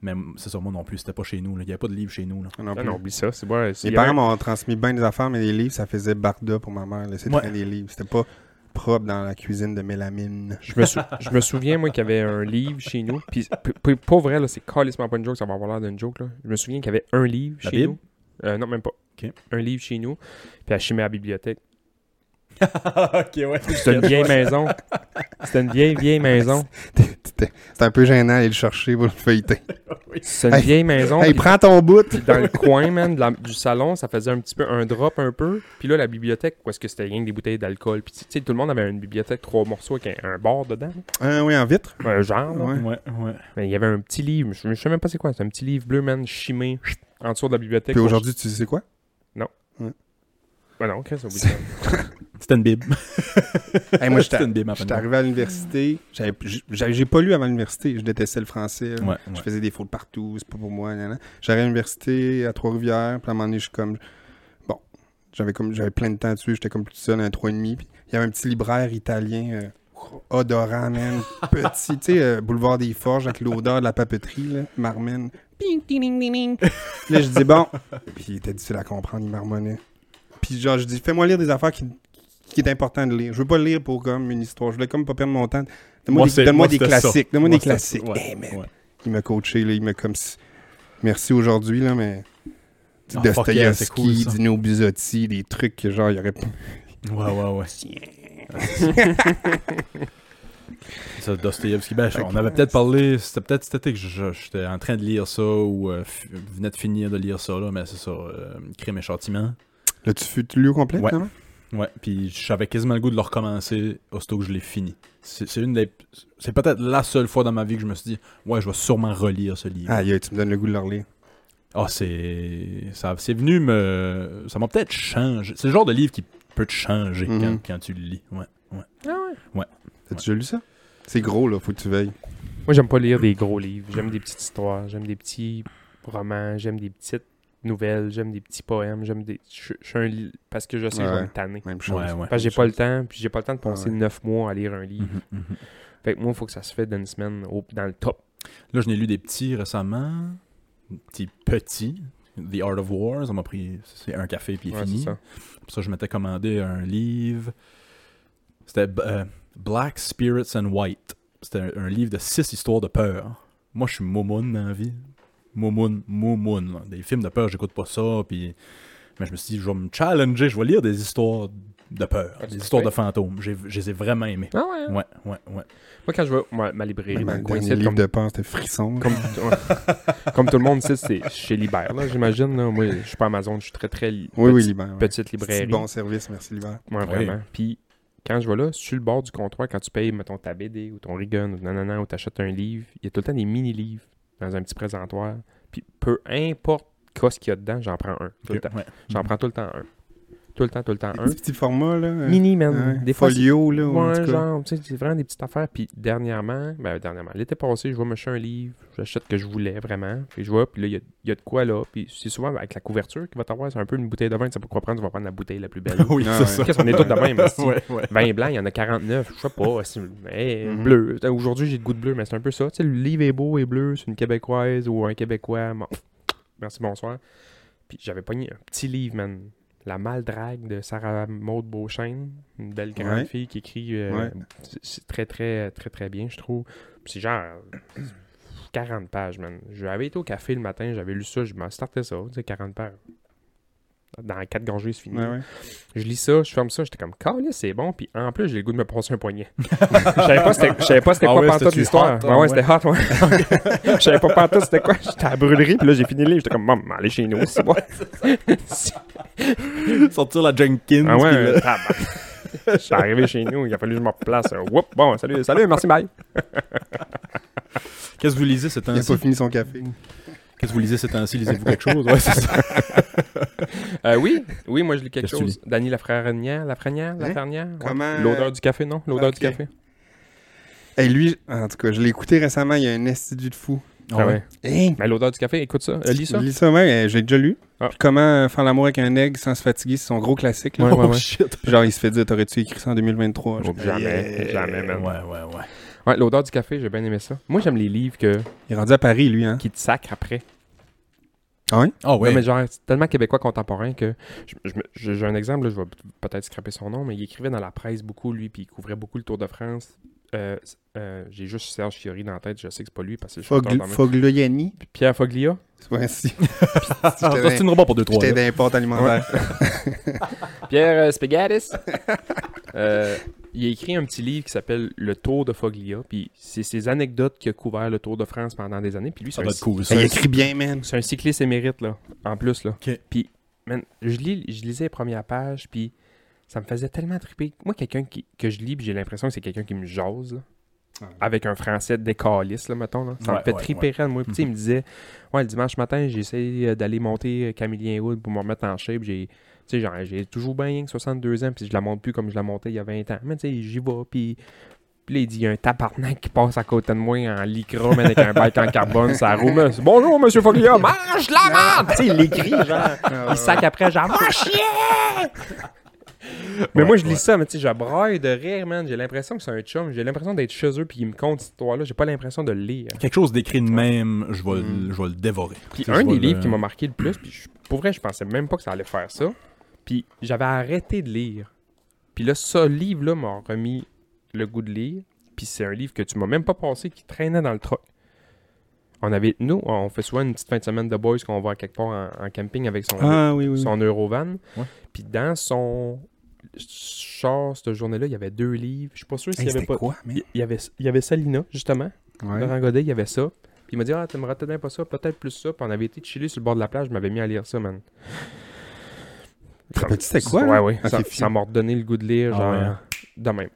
Speaker 3: Mais m- c'est ça, moi non plus, c'était pas chez nous, là. il n'y avait pas de livre chez nous. Là.
Speaker 4: Non,
Speaker 2: Ah
Speaker 4: plus.
Speaker 2: non, oublie ça. C'est bon.
Speaker 4: Mes parents m'ont transmis bien des affaires, mais les livres, ça faisait barda pour ma mère. Laisser
Speaker 3: Ouais.
Speaker 4: traîner des livres. C'était pas propre dans la cuisine de mélamine.
Speaker 2: Je me, sou- je me souviens, moi, qu'il y avait un livre chez nous. Puis, puis- puis pour vrai, là, c'est calissement pas une joke, ça va avoir l'air d'une joke, là. Je me souviens qu'il y avait un livre
Speaker 3: La
Speaker 2: chez
Speaker 3: Bible?
Speaker 2: nous. Euh, non, même pas.
Speaker 3: Ok.
Speaker 2: Un livre chez nous. Puis, à chimer à la bibliothèque.
Speaker 3: ok, ouais.
Speaker 2: C'était une vieille maison. C'était une vieille, vieille maison.
Speaker 4: c'était c'était un peu gênant d'aller le chercher pour le feuilleter.
Speaker 2: C'est une
Speaker 4: Hey.
Speaker 2: vieille maison.
Speaker 4: Hey,
Speaker 2: puis
Speaker 4: prends ton bout!
Speaker 2: Dans le coin, man, de la- du salon, ça faisait un petit peu un drop un peu. Puis là, la bibliothèque, où est-ce que c'était rien que des bouteilles d'alcool. Puis tu sais, tout le monde avait une bibliothèque, trois morceaux avec un, un bar dedans.
Speaker 4: Ah oui, en vitre.
Speaker 2: là. Un genre, là.
Speaker 4: Ouais.
Speaker 3: Ouais, ouais.
Speaker 2: Mais il y avait un petit livre, je, je sais même pas c'est quoi, c'est un petit livre bleu, man, chimé, chut, en dessous de la bibliothèque.
Speaker 4: Puis aujourd'hui, tu sais quoi?
Speaker 2: Ben non, Chris, oublie ça.
Speaker 3: C'était une bible.
Speaker 4: Hey, moi, j'étais
Speaker 3: C'était une bible,
Speaker 4: j'étais arrivé à l'université. J'avais- J'ai j'ai pas lu avant l'université. Je détestais le français.
Speaker 3: Ouais, ouais.
Speaker 4: Je faisais des fautes partout, c'est pas pour moi. nan, nan. J'arrive à l'université à Trois-Rivières, puis à un moment donné, je suis comme. Bon, j'avais comme j'avais plein de temps dessus, j'étais comme plus seul à trois et demi. Puis il y avait un petit libraire italien euh, odorant, man. Petit, tu sais, euh, boulevard des Forges avec l'odeur de la papeterie, là, marmène. Ping, ding, ding, ding, ding. Là, je dis bon. Puis il était difficile à comprendre, il marmonnait. Puis genre, je dis fais-moi lire des affaires qui, qui est important de lire. Je veux pas lire pour comme une histoire. Je voulais comme pas perdre mon temps. Donne-moi
Speaker 3: c'est-
Speaker 4: des, donne-moi des
Speaker 3: c'était ça.
Speaker 4: classiques. Donne-moi
Speaker 3: Moi,
Speaker 4: des
Speaker 3: c'était ça.
Speaker 4: classiques.
Speaker 3: Ouais,
Speaker 4: Hey, man.
Speaker 3: ouais.
Speaker 4: Il m'a coaché, là, il m'a comme si- merci aujourd'hui, là, mais.
Speaker 3: Ah, fuck yeah, c'est
Speaker 4: Dostoyevsky,
Speaker 3: cool, ça.
Speaker 4: Dino Bizotti, des trucs que genre, il y aurait pas.
Speaker 3: Ouais, ouais, ouais. ça, Dostoyevsky. Ben, je- on avait peut-être parlé, c'était peut-être cet été que je- je- j'étais en train de lire ça ou euh, fi- venais de finir de lire ça, là, mais c'est ça, euh, Crime et Châtiment.
Speaker 4: L'as-tu fu- lu au complet,
Speaker 3: Ouais.
Speaker 4: finalement?
Speaker 3: Ouais, puis j'avais quasiment le goût de le recommencer aussitôt que je l'ai fini. C'est c'est une des. C'est peut-être la seule fois dans ma vie que je me suis dit, ouais, je vais sûrement relire ce livre.
Speaker 4: Ah, yeah, tu me donnes le goût de le relire.
Speaker 3: Ah, c'est. Ça, c'est venu me. Ça m'a peut-être changé. C'est le genre de livre qui peut te changer
Speaker 4: Mhm.
Speaker 3: quand, quand tu le lis. Ouais.
Speaker 4: T'as-tu déjà lu ça? C'est gros, là, faut que tu veilles.
Speaker 2: Moi, j'aime pas lire des gros livres, j'aime des petites histoires, j'aime des petits romans, j'aime des petites nouvelles, j'aime des petits poèmes, j'aime des. Je je suis un. li- Parce que je sais que je vais
Speaker 4: Ouais.
Speaker 2: me tanner.
Speaker 4: Même chose.
Speaker 3: Ouais, ouais.
Speaker 2: Parce que j'ai pas le temps, puis j'ai pas le temps de passer
Speaker 4: Ouais.
Speaker 2: neuf mois à lire un livre.
Speaker 3: Mhm, mhm.
Speaker 2: Fait que moi, il faut que ça se fait d'une semaine au- dans le top.
Speaker 3: Là, je n'ai lu des petits récemment. Des petits petits. The Art of War, ça m'a pris. C'est un café puis il est
Speaker 2: Ouais,
Speaker 3: fini.
Speaker 2: c'est ça.
Speaker 3: Pour ça, je m'étais commandé un livre. C'était euh, Black Spirits and White. C'était un, un livre de six histoires de peur. Moi, je suis momoun dans la vie. Momoun, momoun. là. Des films de peur, j'écoute pas ça. Puis... Mais je me suis dit, je vais me challenger, je vais lire des histoires de peur,
Speaker 2: Ah,
Speaker 3: des
Speaker 2: tu
Speaker 3: histoires de
Speaker 2: fais?
Speaker 3: fantômes. J'ai- Je les ai vraiment aimés.
Speaker 2: Ah ouais?
Speaker 3: Ouais, ouais, ouais.
Speaker 2: Moi, quand je vais moi, ma librairie,
Speaker 4: Même
Speaker 2: dans
Speaker 4: un
Speaker 2: le coin,
Speaker 4: dernier
Speaker 2: c'est
Speaker 4: livre
Speaker 2: comme
Speaker 4: de peur, c'était frisson.
Speaker 2: Comme, ouais. Comme tout le monde sait, c'est chez Libère, là, j'imagine. Là. Moi, je suis pas Amazon, je suis très, très li-
Speaker 4: Oui, oui,
Speaker 2: petite,
Speaker 4: Liban. ouais.
Speaker 2: petite
Speaker 4: Petit
Speaker 2: librairie.
Speaker 4: bon service, merci, Liban.
Speaker 2: Ouais, vraiment. Puis, quand je vais là, sur le bord du comptoir, quand tu payes, mettons, ta BD ou ton Regan ou nanana, ou t'achètes un livre, il y a tout le temps des mini-livres dans un petit présentoir. Puis, peu importe quoi ce qu'il y a dedans, j'en prends un. Tout le
Speaker 3: Ok,
Speaker 2: temps.
Speaker 3: ouais.
Speaker 2: J'en prends tout le temps un. Tout le temps, tout le temps
Speaker 4: Des
Speaker 2: un.
Speaker 4: petits, petits formats, là. euh,
Speaker 2: Mini, man.
Speaker 4: hein,
Speaker 2: Des fois, c'est-
Speaker 4: folio, là, ou en
Speaker 2: Ouais,
Speaker 4: tout cas.
Speaker 2: genre, tu sais, c'est vraiment des petites affaires. Puis dernièrement, ben dernièrement, l'été passé, je vois me chercher un livre, j'achète ce que je voulais vraiment. Puis je vois, puis là, il y a, il y a de quoi là. Puis c'est souvent avec la couverture qui va t'avoir, c'est un peu une bouteille de vin, tu sais pas quoi prendre, tu vas prendre la bouteille la plus belle.
Speaker 3: oui,
Speaker 4: Ah,
Speaker 3: c'est
Speaker 4: ouais.
Speaker 3: ça.
Speaker 2: Qu'est-ce qu'on est tous de même, esti?
Speaker 3: Ouais, ouais.
Speaker 2: Vin blanc, il y en a 49, je sais pas. c'est- hey,
Speaker 4: Mhm.
Speaker 2: Bleu. Aujourd'hui, j'ai le goût de bleu, mais c'est un peu ça. Tu sais, le livre est beau et bleu, c'est une Québécoise ou un Québécois. Bon, Merci, bonsoir. Puis j'avais pogné un petit livre, man. La Maldrague de Sarah Maud Beauchesne, une belle grande
Speaker 4: Ouais.
Speaker 2: fille qui écrit. euh,
Speaker 4: Ouais.
Speaker 2: c'est- C'est très, très, très, très bien, je trouve. Puis c'est genre 40 pages, man. J'avais été au café le matin, j'avais lu ça, je m'en startais ça, tu sais, 40 pages. Dans quatre gorgées, c'est fini.
Speaker 4: Ah Ouais, ouais.
Speaker 2: Je lis ça, je ferme ça, j'étais comme, calé, c'est bon, puis en plus, j'ai le goût de me passer un poignet. Je savais pas c'était je savais pas c'était
Speaker 3: Ah
Speaker 2: quoi
Speaker 3: ouais,
Speaker 2: pantoute
Speaker 3: c'était-tu
Speaker 2: l'histoire.
Speaker 3: hot,
Speaker 2: Ouais,
Speaker 3: hein,
Speaker 2: ouais, c'était hot, ouais. Je savais pas pantoute c'était quoi. J'étais à la brûlerie, puis là, j'ai fini le livre, j'étais comme, maman, allez chez nous, c'est bon.
Speaker 3: Sortir la Jenkins.
Speaker 2: ah ouais,
Speaker 3: puis le-
Speaker 2: euh, tabarnak. Je suis arrivé chez nous, il a fallu que je me replace. euh, Whoop, bon, salut, salut, merci, bye.
Speaker 3: Qu'est-ce que vous lisez ces
Speaker 4: Il a
Speaker 3: temps-ci?
Speaker 4: pas fini son café.
Speaker 3: Qu'est-ce que vous lisez ces temps-ci? Lisez-vous quelque chose? Ouais, c'est ça.
Speaker 2: Euh, oui, oui, moi, je lis quelque
Speaker 3: Qu'est-ce que tu
Speaker 2: chose. Dany Lafrenière, Lafrenière,
Speaker 4: Hein?
Speaker 2: Lafrenière. ouais.
Speaker 4: Comment-
Speaker 2: L'odeur du café, non? L'odeur
Speaker 4: Ok.
Speaker 2: du café.
Speaker 4: Hey, lui, je- en tout cas, je l'ai écouté récemment, il y a un institut de fou.
Speaker 2: Ah ouais.
Speaker 4: Hey,
Speaker 2: Mais l'odeur du café, écoute ça, euh, lis ça.
Speaker 4: Lis ça, ouais, euh, j'ai déjà lu.
Speaker 2: Ah.
Speaker 4: Puis Comment euh, faire l'amour avec un aigle sans se fatiguer, c'est son gros classique. là.
Speaker 2: Ouais, ouais,
Speaker 3: Oh
Speaker 2: ouais.
Speaker 3: shit.
Speaker 4: Puis genre, il se fait dire, t'aurais-tu écrit ça en 2023? Je-
Speaker 2: Oh, Jamais,
Speaker 4: Yeah.
Speaker 2: jamais, man.
Speaker 3: Ouais, ouais, ouais.
Speaker 2: Ouais, l'odeur du café, j'ai bien aimé ça. Moi, j'aime les livres que,
Speaker 4: Il est rendu à Paris, lui, hein?
Speaker 2: qui te sacrent après.
Speaker 3: Ah ouais.
Speaker 2: Non, mais genre, c'est tellement québécois contemporain que. je- je me- J'ai j'ai un exemple, là, je vais peut-être scraper son nom, mais il écrivait dans la presse beaucoup, lui, puis il couvrait beaucoup le Tour de France. Euh, euh, J'ai juste Serge Fiori dans la tête, je sais que c'est pas lui parce que je
Speaker 4: Fogl- Fogliani.
Speaker 2: Pierre Foglia.
Speaker 4: Ouais, si.
Speaker 3: Ah,
Speaker 4: J'étais
Speaker 3: Rostine
Speaker 4: dans-
Speaker 3: Robert pour 2-3.
Speaker 4: J'étais d'import alimentaire.
Speaker 2: Pierre euh, Spaghettis. Euh, il a écrit un petit livre qui s'appelle Le Tour de Foglia. Puis c'est ses anecdotes qui a couvert le Tour de France pendant des années. Puis lui, c'est
Speaker 3: Ça
Speaker 2: un,
Speaker 3: doit être cool, ça.
Speaker 4: Il écrit bien, man.
Speaker 2: c'est un cycliste émérite, là, en plus. Là.
Speaker 3: Ok.
Speaker 2: Puis, man, je, lis, je lisais les premières pages, puis ça me faisait tellement triper. Moi, quelqu'un qui- que je lis, puis j'ai l'impression que c'est quelqu'un qui me jase, là.
Speaker 4: Ouais.
Speaker 2: avec un français décaliste, là, mettons. Là. Ça
Speaker 3: Ah. Ouais,
Speaker 2: me fait
Speaker 3: ouais,
Speaker 2: triper raide, moi. Puis, tu sais, il me disait, ouais, le dimanche matin, j'ai essayé euh, d'aller monter euh, Camillien Wood pour me remettre en shape. J'ai, tu sais, genre, j'ai toujours bien rien que 62 ans, puis je la monte plus comme je la montais il y a 20 ans. Mais, tu sais, j'y vais, puis... Puis là, il dit, il y a un tabarnak qui passe à côté de moi en lycra, mais avec un bike en carbone, ça roule. mais c'est, Bonjour, monsieur Foglia, mange la merde! Tu sais, il l'écrit, genre.
Speaker 3: Ah,
Speaker 2: Il sac après, genre, va chier! mais moi, je lis ça, mais tu sais, je braille de rire, man. J'ai l'impression que c'est un chum. J'ai l'impression d'être chez eux, puis il me compte cette histoire-là. J'ai pas l'impression de le lire.
Speaker 3: Quelque chose d'écrit de même, je vais, le- je vais le dévorer.
Speaker 2: Puis
Speaker 3: Tu sais,
Speaker 2: un
Speaker 3: je
Speaker 2: des
Speaker 3: vais le-
Speaker 2: livres qui m'a marqué le plus, puis je- pour vrai, je pensais même pas que ça allait faire ça. Puis j'avais arrêté de lire. Puis là, ce livre-là m'a remis le goût de lire. Puis c'est un livre que tu m'as même pas passé, qui traînait dans le truck. On avait, nous, on fait souvent une petite fin de semaine de boys qu'on va quelque part en, en camping avec son,
Speaker 5: Ah oui, oui.
Speaker 2: son Eurovan.
Speaker 3: Ouais.
Speaker 2: Puis dans son char, cette journée-là, il y avait deux livres. Je suis pas sûr s'il
Speaker 4: Hey,
Speaker 2: y avait
Speaker 4: C'était
Speaker 2: pas.
Speaker 4: quoi, man?
Speaker 2: Il il y avait, il y avait Salina, justement.
Speaker 4: Ouais.
Speaker 2: Laurent Godet, il y avait ça. Puis il m'a dit Ah, t'aimerais peut-être pas ça, peut-être plus ça. Puis on avait été chiller sur le bord de la plage, je m'avais mis à lire ça, man.
Speaker 4: Te rappelles-tu c'était quoi,
Speaker 2: Ouais,
Speaker 4: là?
Speaker 2: ouais.
Speaker 4: Ok,
Speaker 2: ça,
Speaker 4: fini.
Speaker 2: ça m'a redonné le goût de lire,
Speaker 3: Ah
Speaker 2: genre,
Speaker 3: ouais, hein?
Speaker 2: de même.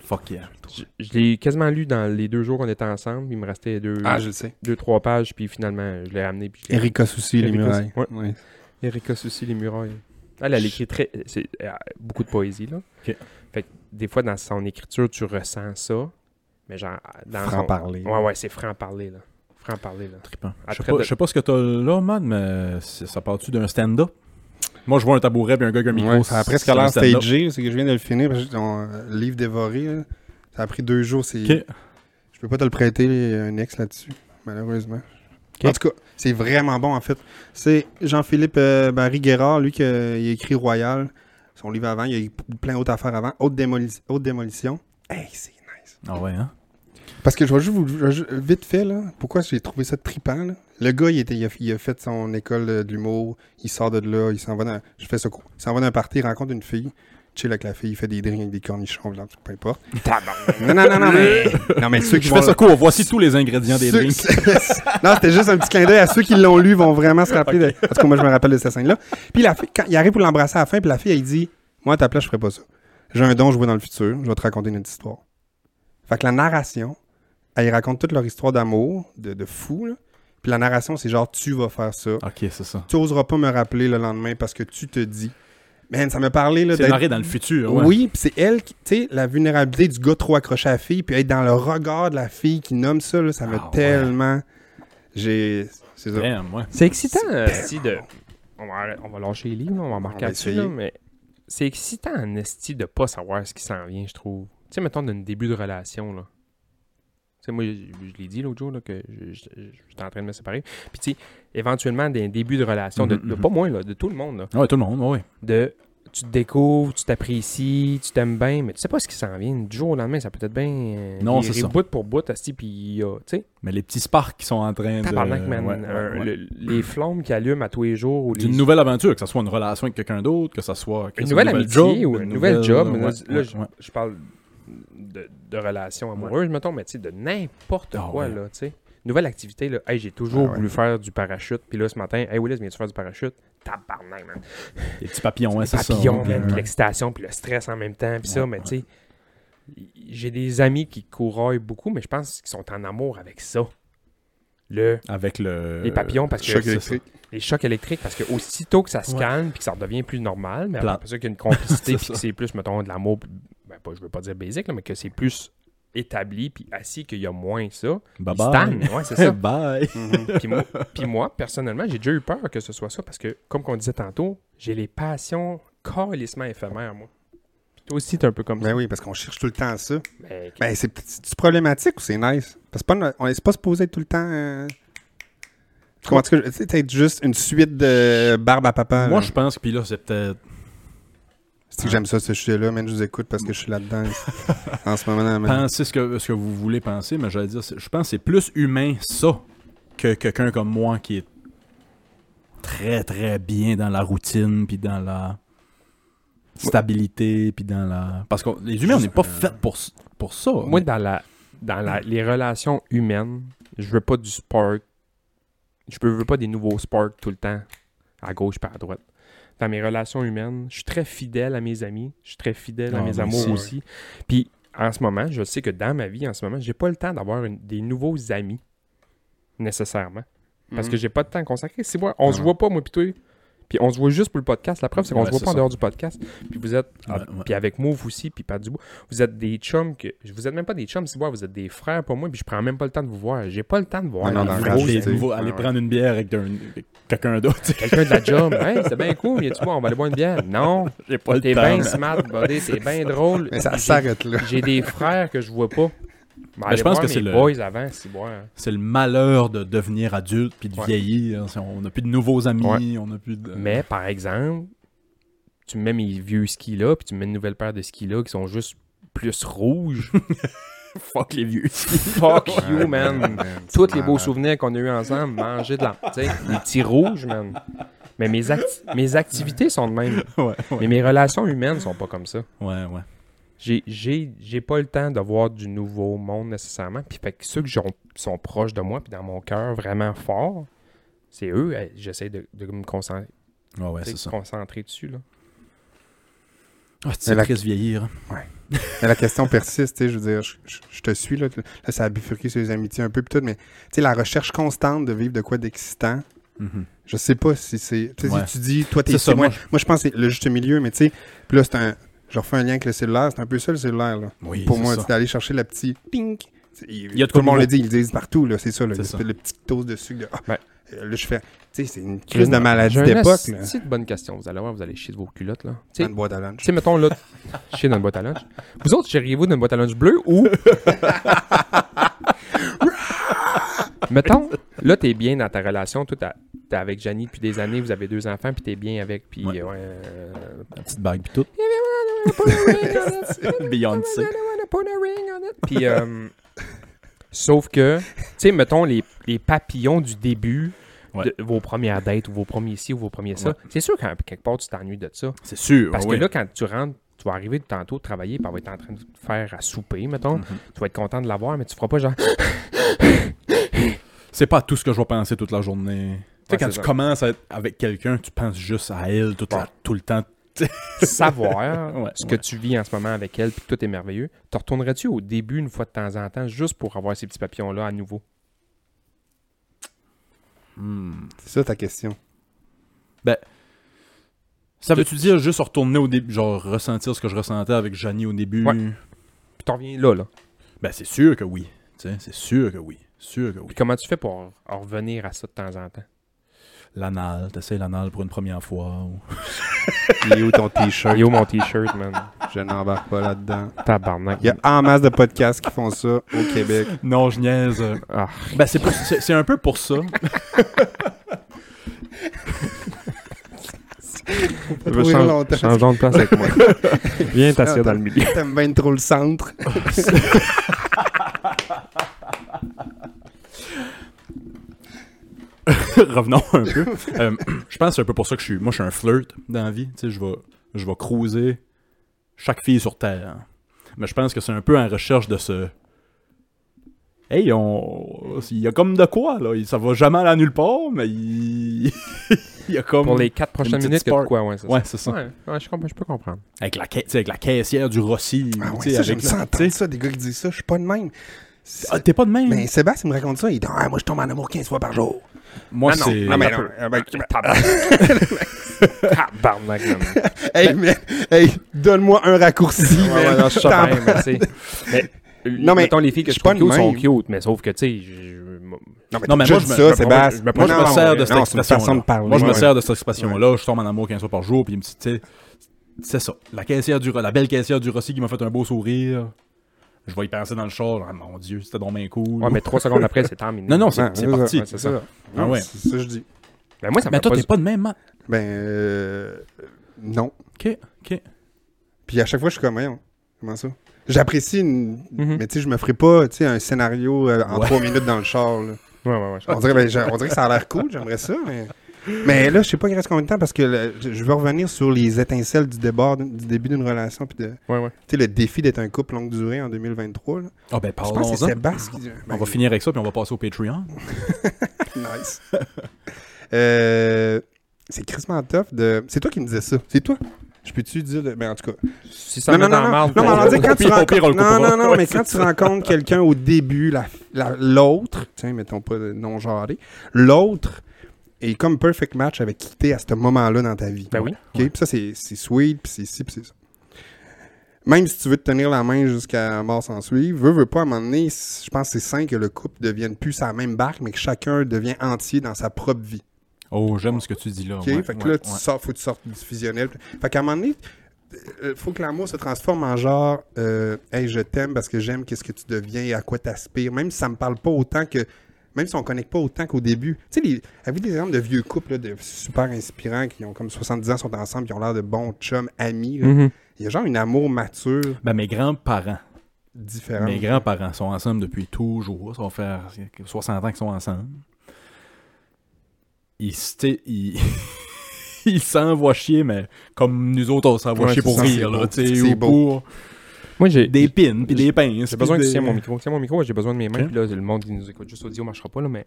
Speaker 3: Fuck yeah.
Speaker 2: Je, je l'ai quasiment lu dans les deux jours qu'on était ensemble. Il me restait deux,
Speaker 4: Ah, je le sais.
Speaker 2: deux trois pages, puis finalement, je l'ai ramené. Puis je l'ai-
Speaker 4: Erika Soucy, les
Speaker 2: Erika
Speaker 4: murailles.
Speaker 2: Soucy,
Speaker 4: Ouais.
Speaker 2: Erika Soucy, Les Murailles. Elle, elle écrit très, c'est, euh, beaucoup de poésie, là.
Speaker 3: Ok.
Speaker 2: Fait que des fois, dans son écriture, tu ressens ça, mais genre, dans son-
Speaker 4: Franc-parler.
Speaker 2: Ouais, ouais, c'est franc-parler, là. Franc-parler, là.
Speaker 3: Trippant. Je sais
Speaker 2: Après
Speaker 3: pas,
Speaker 2: de-
Speaker 3: je sais pas ce que t'as là, man, mais c'est- ça part-tu d'un stand-up? Moi, je vois un tabouret puis un gars avec un micro.
Speaker 4: Ouais, ça a presque
Speaker 3: c'est un
Speaker 4: l'air
Speaker 3: stand-up.
Speaker 4: stagé, c'est que je viens de le finir, parce que ton euh, livre dévoré, là, ça a pris deux jours. c'est-
Speaker 3: Ok.
Speaker 4: Je peux pas te le prêter, un ex là-dessus, malheureusement.
Speaker 2: Ok.
Speaker 4: En tout cas, c'est vraiment bon, en fait. C'est Jean-Philippe euh, Barry Guérard, lui, qui a il a écrit Royal, son livre avant, il a eu plein d'autres affaires avant, Haute, démoli- Haute Démolition. Hey, c'est nice.
Speaker 3: Ah ouais, hein?
Speaker 4: Parce que je vais juste vous, je vais juste- vite fait, là, pourquoi j'ai trouvé ça tripant, là. Le gars, il, était, il, a, il a fait son école de de l'humour, il sort de là, il s'en va dans, je fais ce cours, il s'en va d'un party, il rencontre une fille, chill avec la fille, il fait des drinks avec des cornichons, blancs, peu importe. non, non, non, non, mais, non, mais ceux qui
Speaker 3: Je
Speaker 4: vont
Speaker 3: fais ça court. Voici tous les ingrédients des
Speaker 4: ceux-
Speaker 3: drinks.
Speaker 4: non, c'était juste un petit clin d'œil à ceux qui l'ont lu vont vraiment se rappeler. de- Parce que moi, je me rappelle de cette scène-là. Puis la fille, quand il arrive pour l'embrasser à la fin, puis la fille, elle dit Moi, à ta place, je ferais pas ça. J'ai un don, je vois dans le futur, je vais te raconter une autre histoire. Fait que la narration, elle raconte toute leur histoire d'amour, de, de fou, là. Puis la narration, c'est genre Tu vas faire ça.
Speaker 3: Ok, c'est ça.
Speaker 4: Tu oseras pas me rappeler le lendemain parce que tu te dis. Man, ça me parlait, là,
Speaker 3: C'est
Speaker 4: d'être-
Speaker 3: narré dans le futur. ouais.
Speaker 4: oui, puis c'est elle qui, tu sais, la vulnérabilité du gars trop accroché à la fille, puis être dans le regard de la fille qui nomme ça, là, ça m'a
Speaker 3: Ah ouais.
Speaker 4: tellement. J'ai. C'est ça.
Speaker 3: Damn, ouais.
Speaker 2: C'est excitant esti, de. On va, arrêter- on va lâcher les livres, là, on va embarquer
Speaker 4: va
Speaker 2: là-dessus,
Speaker 4: essayer.
Speaker 2: là, mais c'est excitant en esti de pas savoir ce qui s'en vient, je trouve. Tu sais, mettons, d'un début de relation, là. Tu sais, moi, je, je l'ai dit l'autre jour, là, que je- je- je- j'étais en train de me séparer. Puis, tu sais, éventuellement, d'un début de relation, de,
Speaker 3: Mhm,
Speaker 2: de
Speaker 3: mhm.
Speaker 2: pas moi, là, de tout le monde, là,
Speaker 3: Ouais, tout le monde, ouais.
Speaker 2: de tu te découvres, tu t'apprécies, tu t'aimes bien, mais tu sais pas ce qui s'en vient. Du jour au lendemain, ça peut être bien. euh,
Speaker 3: Non,
Speaker 2: virer
Speaker 3: c'est ça.
Speaker 2: bout pour bout, esti, puis il y a, tu sais.
Speaker 3: Mais les petits sparks qui sont en train de.
Speaker 2: Tabarnak, man,
Speaker 3: ouais, ouais,
Speaker 2: un-
Speaker 3: ouais.
Speaker 2: le- les flammes qui allument à tous les jours. Ou
Speaker 3: D'une
Speaker 2: les-
Speaker 3: nouvelle aventure, que ce soit une relation avec quelqu'un d'autre, que ce soit. que
Speaker 2: une
Speaker 3: ce
Speaker 2: nouvelle
Speaker 3: soit un
Speaker 2: amitié
Speaker 3: job,
Speaker 2: ou un
Speaker 3: une
Speaker 2: nouvel job.
Speaker 3: ouais,
Speaker 2: là, là,
Speaker 3: ouais,
Speaker 2: je,
Speaker 3: ouais.
Speaker 2: je parle de, de relations amoureuses, mettons, mais tu sais, de n'importe
Speaker 3: Ah
Speaker 2: quoi,
Speaker 3: ouais.
Speaker 2: là, tu sais. Nouvelle activité, là. Hey, j'ai toujours
Speaker 4: Ah ouais.
Speaker 2: voulu faire du parachute. Puis là, ce matin, hey, Willis, viens-tu faire du parachute? Tabarnak, man.
Speaker 3: Les petits papillons, ouais,
Speaker 2: Les
Speaker 3: c'est ça.
Speaker 2: papillons,
Speaker 3: ouais.
Speaker 2: man, puis l'excitation, puis le stress en même temps, puis ça,
Speaker 3: Ouais,
Speaker 2: mais
Speaker 3: ouais.
Speaker 2: tu sais, j'ai des amis qui couraillent beaucoup, mais je pense qu'ils sont en amour avec ça. Le,
Speaker 3: Avec le.
Speaker 2: les papillons, parce que
Speaker 4: Choc
Speaker 2: c'est-
Speaker 4: électrique.
Speaker 2: les chocs électriques parce que aussitôt que ça se
Speaker 3: Ouais.
Speaker 2: calme puis que ça redevient plus normal, mais
Speaker 3: Plate.
Speaker 2: après ça qu'il y a une complicité
Speaker 3: C'est
Speaker 2: puis que
Speaker 3: ça.
Speaker 2: c'est plus mettons de l'amour, ben pas je veux pas dire basic là, mais que c'est plus établi puis assis qu'il y a moins ça.
Speaker 3: Bye
Speaker 2: Ils
Speaker 3: bye.
Speaker 2: stagnent, ouais, c'est ça. Mm-hmm.
Speaker 3: Bye.
Speaker 2: puis, moi, puis moi, personnellement, j'ai déjà eu peur que ce soit ça parce que comme qu'on disait tantôt, j'ai les passions carrément éphémères moi. Puis toi aussi t'es un peu comme ça.
Speaker 4: Ben oui, parce qu'on cherche tout le temps ça.
Speaker 2: Mais-
Speaker 4: Ben, c'est c'est-tu problématique ou c'est nice? Parce que c'est pas, on est pas supposé être tout le temps. euh, Tu comprends ce que je- Tu sais, t'es juste une suite de barbe à papa.
Speaker 3: Moi,
Speaker 4: là.
Speaker 3: je pense que puis là, c'est peut-être.
Speaker 4: C'est que j'aime ça, ce sujet-là, man. Je vous écoute parce que je suis là-dedans en ce moment. man.
Speaker 3: Pensez ce que, ce que vous voulez penser, mais j'allais dire, c'est- je pense que c'est plus humain ça que quelqu'un comme moi qui est très très bien dans la routine puis dans la stabilité, puis dans la... Parce que les humains, on n'est pas faits pour, s- pour ça.
Speaker 2: Moi, dans, la, dans la- les relations humaines, je veux pas du spark. Je veux, veux pas des nouveaux sparks tout le temps, à gauche pas à droite. Dans mes relations humaines, je suis très fidèle à mes amis, je suis très fidèle à
Speaker 3: Ah,
Speaker 2: mes
Speaker 3: moi
Speaker 2: amours
Speaker 3: aussi,
Speaker 2: aussi. Puis en ce moment, je sais que dans ma vie, en ce moment, j'ai pas le temps d'avoir une- des nouveaux amis, nécessairement. Parce que j'ai pas de temps consacré. Si moi, on se
Speaker 3: Mm. Ah Ouais.
Speaker 2: voit pas, moi, pis toi. Puis on se voit juste pour le podcast. La preuve, c'est qu'on
Speaker 3: Ouais,
Speaker 2: se voit
Speaker 3: c'est
Speaker 2: pas en
Speaker 3: ça.
Speaker 2: dehors du podcast. Puis vous êtes.
Speaker 3: Ouais,
Speaker 2: ah,
Speaker 3: ouais.
Speaker 2: Puis avec Mauve aussi, puis Pat Dubois. Vous êtes des chums que. Vous êtes même pas des chums, si moi, vous êtes des frères pour moi, puis je prends même pas le temps de vous voir. J'ai pas le temps de voir.
Speaker 4: Non, non,
Speaker 2: les
Speaker 4: dans
Speaker 3: Aller
Speaker 4: le
Speaker 2: gros
Speaker 4: rage,
Speaker 3: les
Speaker 2: amis.
Speaker 4: tu sais.
Speaker 3: nouveaux- aller
Speaker 2: Ouais, ouais.
Speaker 3: prendre une bière avec, d'un- avec quelqu'un d'autre, tu sais,
Speaker 2: Quelqu'un de la job. Hey, c'est bien cool, mais tu vois, on va aller boire une bière. Non,
Speaker 3: j'ai pas le
Speaker 2: t'es
Speaker 3: temps.
Speaker 2: bien smart, buddy, t'es bien drôle.
Speaker 4: Mais Ben, ça
Speaker 2: J'ai-
Speaker 4: s'arrête là.
Speaker 2: J'ai des frères que je vois pas.
Speaker 3: Mais je pense que c'est
Speaker 2: les
Speaker 3: le-
Speaker 2: boys avant, c'est boire.
Speaker 3: C'est le malheur de devenir adulte puis de
Speaker 2: Ouais.
Speaker 3: vieillir. C'est- On n'a plus de nouveaux amis,
Speaker 2: Ouais.
Speaker 3: on n'a plus de...
Speaker 2: Mais par exemple, tu me mets mes vieux skis là, puis tu me mets une nouvelle paire de skis là qui sont juste plus rouges.
Speaker 3: Fuck les vieux.
Speaker 2: Fuck you, man.
Speaker 4: c'est
Speaker 2: Tous les beaux
Speaker 4: malade.
Speaker 2: souvenirs qu'on a eu ensemble, manger de la. Tu sais, les petits rouges, man. Mais mes, acti- mes activités sont de même.
Speaker 3: ouais, ouais.
Speaker 2: Mais mes relations humaines sont pas comme ça.
Speaker 3: ouais, ouais.
Speaker 2: J'ai- J'ai j'ai pas le temps de voir du nouveau monde nécessairement. Puis fait que ceux qui sont- sont proches de moi, puis dans mon cœur vraiment fort, c'est eux. hey, J'essaie de, de me concentrer,
Speaker 3: Ouais, ouais,
Speaker 2: tu
Speaker 3: Ben, c'est
Speaker 2: sais,
Speaker 3: ça.
Speaker 2: concentrer dessus. Là.
Speaker 3: Ah,
Speaker 4: Mais
Speaker 3: c'est
Speaker 4: la-
Speaker 3: triste vieillir.
Speaker 4: Mais la question persiste, tu sais, je veux dire, je, je- je te suis, là, là, ça a bifurqué sur les amitiés un peu, pis tout, mais tu sais, la recherche constante de vivre de quoi d'excitant,
Speaker 3: Mhm.
Speaker 4: je sais pas si c'est. Tu sais,
Speaker 3: Ouais.
Speaker 4: si tu dis, toi, t'es.
Speaker 3: C'est ça,
Speaker 4: c'est- moi,
Speaker 3: moi,
Speaker 4: moi, je pense que c'est le juste milieu, mais tu sais, puis là, c'est un. Je refais un lien avec le cellulaire, c'est un peu ça le cellulaire, là.
Speaker 3: Oui,
Speaker 4: Pour
Speaker 3: c'est
Speaker 4: moi,
Speaker 3: ça.
Speaker 4: c'est d'aller chercher la petite pink. Il
Speaker 3: y a de
Speaker 4: tout
Speaker 3: quoi
Speaker 4: le monde
Speaker 3: nouveau.
Speaker 4: le dit, ils le disent partout, là, c'est ça, là,
Speaker 3: C'est ça. Ben.
Speaker 4: le, le petit dose de sucre. de, ah,
Speaker 2: Ouais.
Speaker 4: euh, Là, je fais. Tu sais, c'est une crise de maladie d'époque, là.
Speaker 2: C'est une bonne question. Vous allez voir, vous allez chier de vos culottes. là. Tu sais,
Speaker 4: Dans une boîte à lunch.
Speaker 2: Tu sais, mettons, là, chier dans une boîte à lunch. Vous autres, chériez-vous dans une boîte à lunch bleue ou. mettons, là, t'es bien dans ta relation. Toi, t'as- t'es avec Janie depuis des années, vous avez deux enfants, puis t'es bien avec, puis.
Speaker 3: Ouais.
Speaker 2: euh, ouais, euh,
Speaker 3: La petite bague puis tout. Beyoncé.
Speaker 2: Puis, euh, sauf que, tu sais, mettons, les, les papillons du début.
Speaker 3: Ouais.
Speaker 2: De vos premières dates ou vos premiers ci ou vos premiers ça.
Speaker 3: Ouais.
Speaker 2: C'est sûr qu'à quelque part, tu t'ennuies de ça.
Speaker 3: C'est sûr.
Speaker 2: Parce
Speaker 3: ouais.
Speaker 2: que là, quand tu rentres, tu vas arriver tantôt de travailler, puis elle va être en train de te faire à souper,
Speaker 3: Mhm.
Speaker 2: mettons. Tu vas être content de l'avoir, mais tu feras pas genre.
Speaker 3: c'est pas tout ce que je vais penser toute la journée. Tu sais,
Speaker 2: Ouais,
Speaker 3: quand
Speaker 2: c'est
Speaker 3: tu
Speaker 2: ça.
Speaker 3: commences à être avec quelqu'un, tu penses juste à elle toute la-
Speaker 2: Ouais.
Speaker 3: tout le temps.
Speaker 2: savoir
Speaker 3: Ouais,
Speaker 2: ce
Speaker 3: ouais.
Speaker 2: que tu vis en ce moment avec elle, puis que tout est merveilleux. Te retournerais-tu au début, une fois de temps en temps, juste pour avoir ces petits papillons-là à nouveau? Hmm.
Speaker 4: C'est ça ta question.
Speaker 3: Ça veut-tu dire juste retourner au début, genre ressentir ce que je ressentais avec Janie au début?
Speaker 2: Ouais. Puis t'en reviens là, là.
Speaker 3: Ben, c'est sûr que oui. Tu sais, c'est sûr que oui. Sûr que oui.
Speaker 2: Puis comment tu fais pour en revenir à ça de temps en temps?
Speaker 3: L'anal, t'essayes l'anal pour une première fois. ou-
Speaker 4: Il est où ton t-shirt?
Speaker 2: Yo, mon t-shirt, man.
Speaker 4: Je n'embarque pas là-dedans.
Speaker 2: Tabarnak.
Speaker 4: Il y a en masse de podcasts qui font ça au Québec.
Speaker 3: Non, je niaise.
Speaker 2: Ah.
Speaker 3: Ben, c'est, pour- c'est- c'est un peu pour ça.
Speaker 4: Pas trop rire longtemps.
Speaker 2: Changeons de place avec moi. Viens t'asseoir dans le milieu.
Speaker 4: T'aimes bien trop le centre.
Speaker 3: Revenons un peu. Euh, je pense que c'est un peu pour ça que je suis. Moi, je suis un flirt dans la vie. Tu sais, je vais, je vais cruiser chaque fille sur Terre. hein. Mais je pense que c'est un peu en recherche de ce. Hey, on. Il y a comme de quoi, là. Il- Ça va jamais aller à nulle part, mais il. il y a comme.
Speaker 2: Pour les quatre prochaines
Speaker 3: petite
Speaker 2: minutes, que
Speaker 3: spark.
Speaker 2: quoi, ouais, c'est ça.
Speaker 3: Ouais, c'est ça.
Speaker 2: Ouais, ouais, je, comprends- je peux comprendre.
Speaker 3: Avec, la ca- tu sais, avec la caissière du Rossi.
Speaker 4: Ah
Speaker 3: tu
Speaker 4: ouais,
Speaker 3: sais,
Speaker 4: ça, j'aime
Speaker 3: avec
Speaker 4: ça
Speaker 3: la- tu
Speaker 4: entendre
Speaker 3: sais.
Speaker 4: ça, des gars qui disent ça, je suis pas de même. C'est-
Speaker 3: Ah, t'es pas de même.
Speaker 4: Mais Sébastien me raconte ça, il dit ah, moi je tombe en amour 15 fois par jour.
Speaker 3: Moi,
Speaker 2: non,
Speaker 3: c'est.
Speaker 2: Et-
Speaker 4: Non mais
Speaker 2: Un
Speaker 4: non.
Speaker 2: peu.
Speaker 4: Ah, ben,
Speaker 2: Tabarnak. Tabarnak, man.
Speaker 4: hey, mais, hey, donne-moi un raccourci. man.
Speaker 2: Ouais, ouais, non, je sais
Speaker 4: T'en-
Speaker 2: bien, mais tu sais. Mais, euh,
Speaker 4: Non, mais
Speaker 2: mettons, les filles que
Speaker 4: je
Speaker 2: je
Speaker 4: suis pas
Speaker 2: trouve
Speaker 4: de
Speaker 2: cute sont
Speaker 4: même.
Speaker 2: cute, mais sauf que, tu sais, je- je-
Speaker 4: Non mais,
Speaker 3: Non, mais
Speaker 4: je
Speaker 3: moi,
Speaker 4: dis
Speaker 3: je me-
Speaker 4: ça,
Speaker 2: je-
Speaker 4: Sébastien.
Speaker 2: je-
Speaker 3: Moi,
Speaker 2: Non,
Speaker 3: je me
Speaker 2: non,
Speaker 3: sers
Speaker 2: ouais.
Speaker 3: de cette
Speaker 4: Non, c'est une façon de
Speaker 3: expression.
Speaker 4: parler.
Speaker 3: Moi, je me
Speaker 4: Ouais,
Speaker 3: sers de cette expression-là. Je tombe en amour 15 fois par jour, puis une petite, tu sais, c'est ça. La caissière du, la belle caissière du Rossi qui m'a fait un beau sourire. Je vais y penser dans le char. Ah, mon Dieu, c'était donc bien cool.
Speaker 2: ouais, mais trois secondes après, c'est terminé.
Speaker 3: Non, non, c'est
Speaker 4: Ouais,
Speaker 3: c'est
Speaker 4: c'est
Speaker 3: parti.
Speaker 2: Ouais, c'est ça.
Speaker 3: Ah ouais.
Speaker 4: C'est ça que je dis.
Speaker 2: Ben, moi, ça
Speaker 3: Mais
Speaker 2: me
Speaker 3: toi, t'es
Speaker 2: fait pas...
Speaker 3: pas de même. man.
Speaker 4: Ben euh, non.
Speaker 3: Ok, ok.
Speaker 4: Puis à chaque fois je suis comme Voyons, comment ça J'apprécie une...
Speaker 2: Mhm.
Speaker 4: mais tu sais je me ferai pas, tu sais un scénario euh, en
Speaker 3: Mm-hmm. Ouais.
Speaker 4: trois minutes dans le char. là.
Speaker 2: Ouais, ouais, ouais. je-
Speaker 4: On dirait, ben, j'ai- on dirait que ça a l'air cool, j'aimerais ça, mais Mais là, je sais pas, il reste combien de temps parce que le- je je veux revenir sur les étincelles du, débord, du début d'une relation. Puis de, tu
Speaker 6: Ouais, ouais.
Speaker 4: sais, le défi d'être un couple longue durée en 2023. là.
Speaker 3: Ah ben
Speaker 4: Je pense que c'est
Speaker 3: parlons-en.
Speaker 4: Sébastien qui dit.
Speaker 3: On
Speaker 4: Ben,
Speaker 3: va finir avec ça, puis on va passer au Patreon.
Speaker 4: Nice. Euh, c'est crissement tough de. C'est toi qui me disais ça. C'est toi. Je peux-tu dire. de- Ben, en tout cas.
Speaker 2: Si ça met dans la marde, ben,
Speaker 4: non, mais on va dire quand
Speaker 3: Au
Speaker 4: tu
Speaker 3: pire, au pire, on
Speaker 4: rencontres.
Speaker 3: le
Speaker 4: Non,
Speaker 3: coupera.
Speaker 4: non, non,
Speaker 3: Ouais,
Speaker 4: mais quand tu rencontres quelqu'un au début, la- la- l'autre, tiens, mettons pas de non genré, l'autre est comme perfect match avec qui t'es à ce moment-là dans ta vie.
Speaker 2: Ben oui.
Speaker 4: OK? Puis ça, c'est c'est sweet, puis c'est ci, puis c'est ça. Même si tu veux te tenir la main jusqu'à mort sans suivre, veux, veux pas, à un moment donné, c- je pense que c'est sain que le couple devienne plus sa même barque, mais que chacun devient entier dans sa propre vie.
Speaker 3: Oh, j'aime ce que tu dis là.
Speaker 4: OK?
Speaker 3: ouais,
Speaker 4: fait que
Speaker 3: ouais,
Speaker 4: là, tu
Speaker 3: ouais.
Speaker 4: sors, faut que tu sortes du fusionnel. Fait qu'à un moment donné, il faut que l'amour se transforme en genre euh, Hey, je t'aime parce que j'aime qu'est-ce que tu deviens et à quoi t'aspires. Même si ça me parle pas autant que. Même si on connecte pas autant qu'au début. Tu sais, les- avez-vous des exemples de vieux couples là, de super inspirants qui ont comme 70 ans, sont ensemble, qui ont l'air de bons chums, amis. là?
Speaker 2: Mhm.
Speaker 4: Il y a genre une amour mature
Speaker 3: Ben, mes grands-parents.
Speaker 4: différente.
Speaker 3: Mes grands-parents sont ensemble depuis toujours. Ça va faire 60 ans qu'ils sont ensemble. Ils se- t'sais, ils ils s'envoient chier, mais comme nous autres, on s'envoie
Speaker 6: Ouais,
Speaker 3: chier
Speaker 6: c'est
Speaker 3: pour
Speaker 4: ça, c'est
Speaker 3: rire,
Speaker 4: beau.
Speaker 3: là, t'sais,
Speaker 4: C'est
Speaker 3: ou
Speaker 4: beau.
Speaker 3: pour
Speaker 6: Moi, j'ai
Speaker 3: des pins, puis des pinces.
Speaker 6: j'ai besoin que
Speaker 3: puis
Speaker 6: tu
Speaker 3: des-
Speaker 6: tiens mon micro. Tiens mon micro, j'ai besoin de mes mains.
Speaker 3: Ok.
Speaker 6: Puis là, le monde qui nous écoute juste audio marchera pas, là, mais...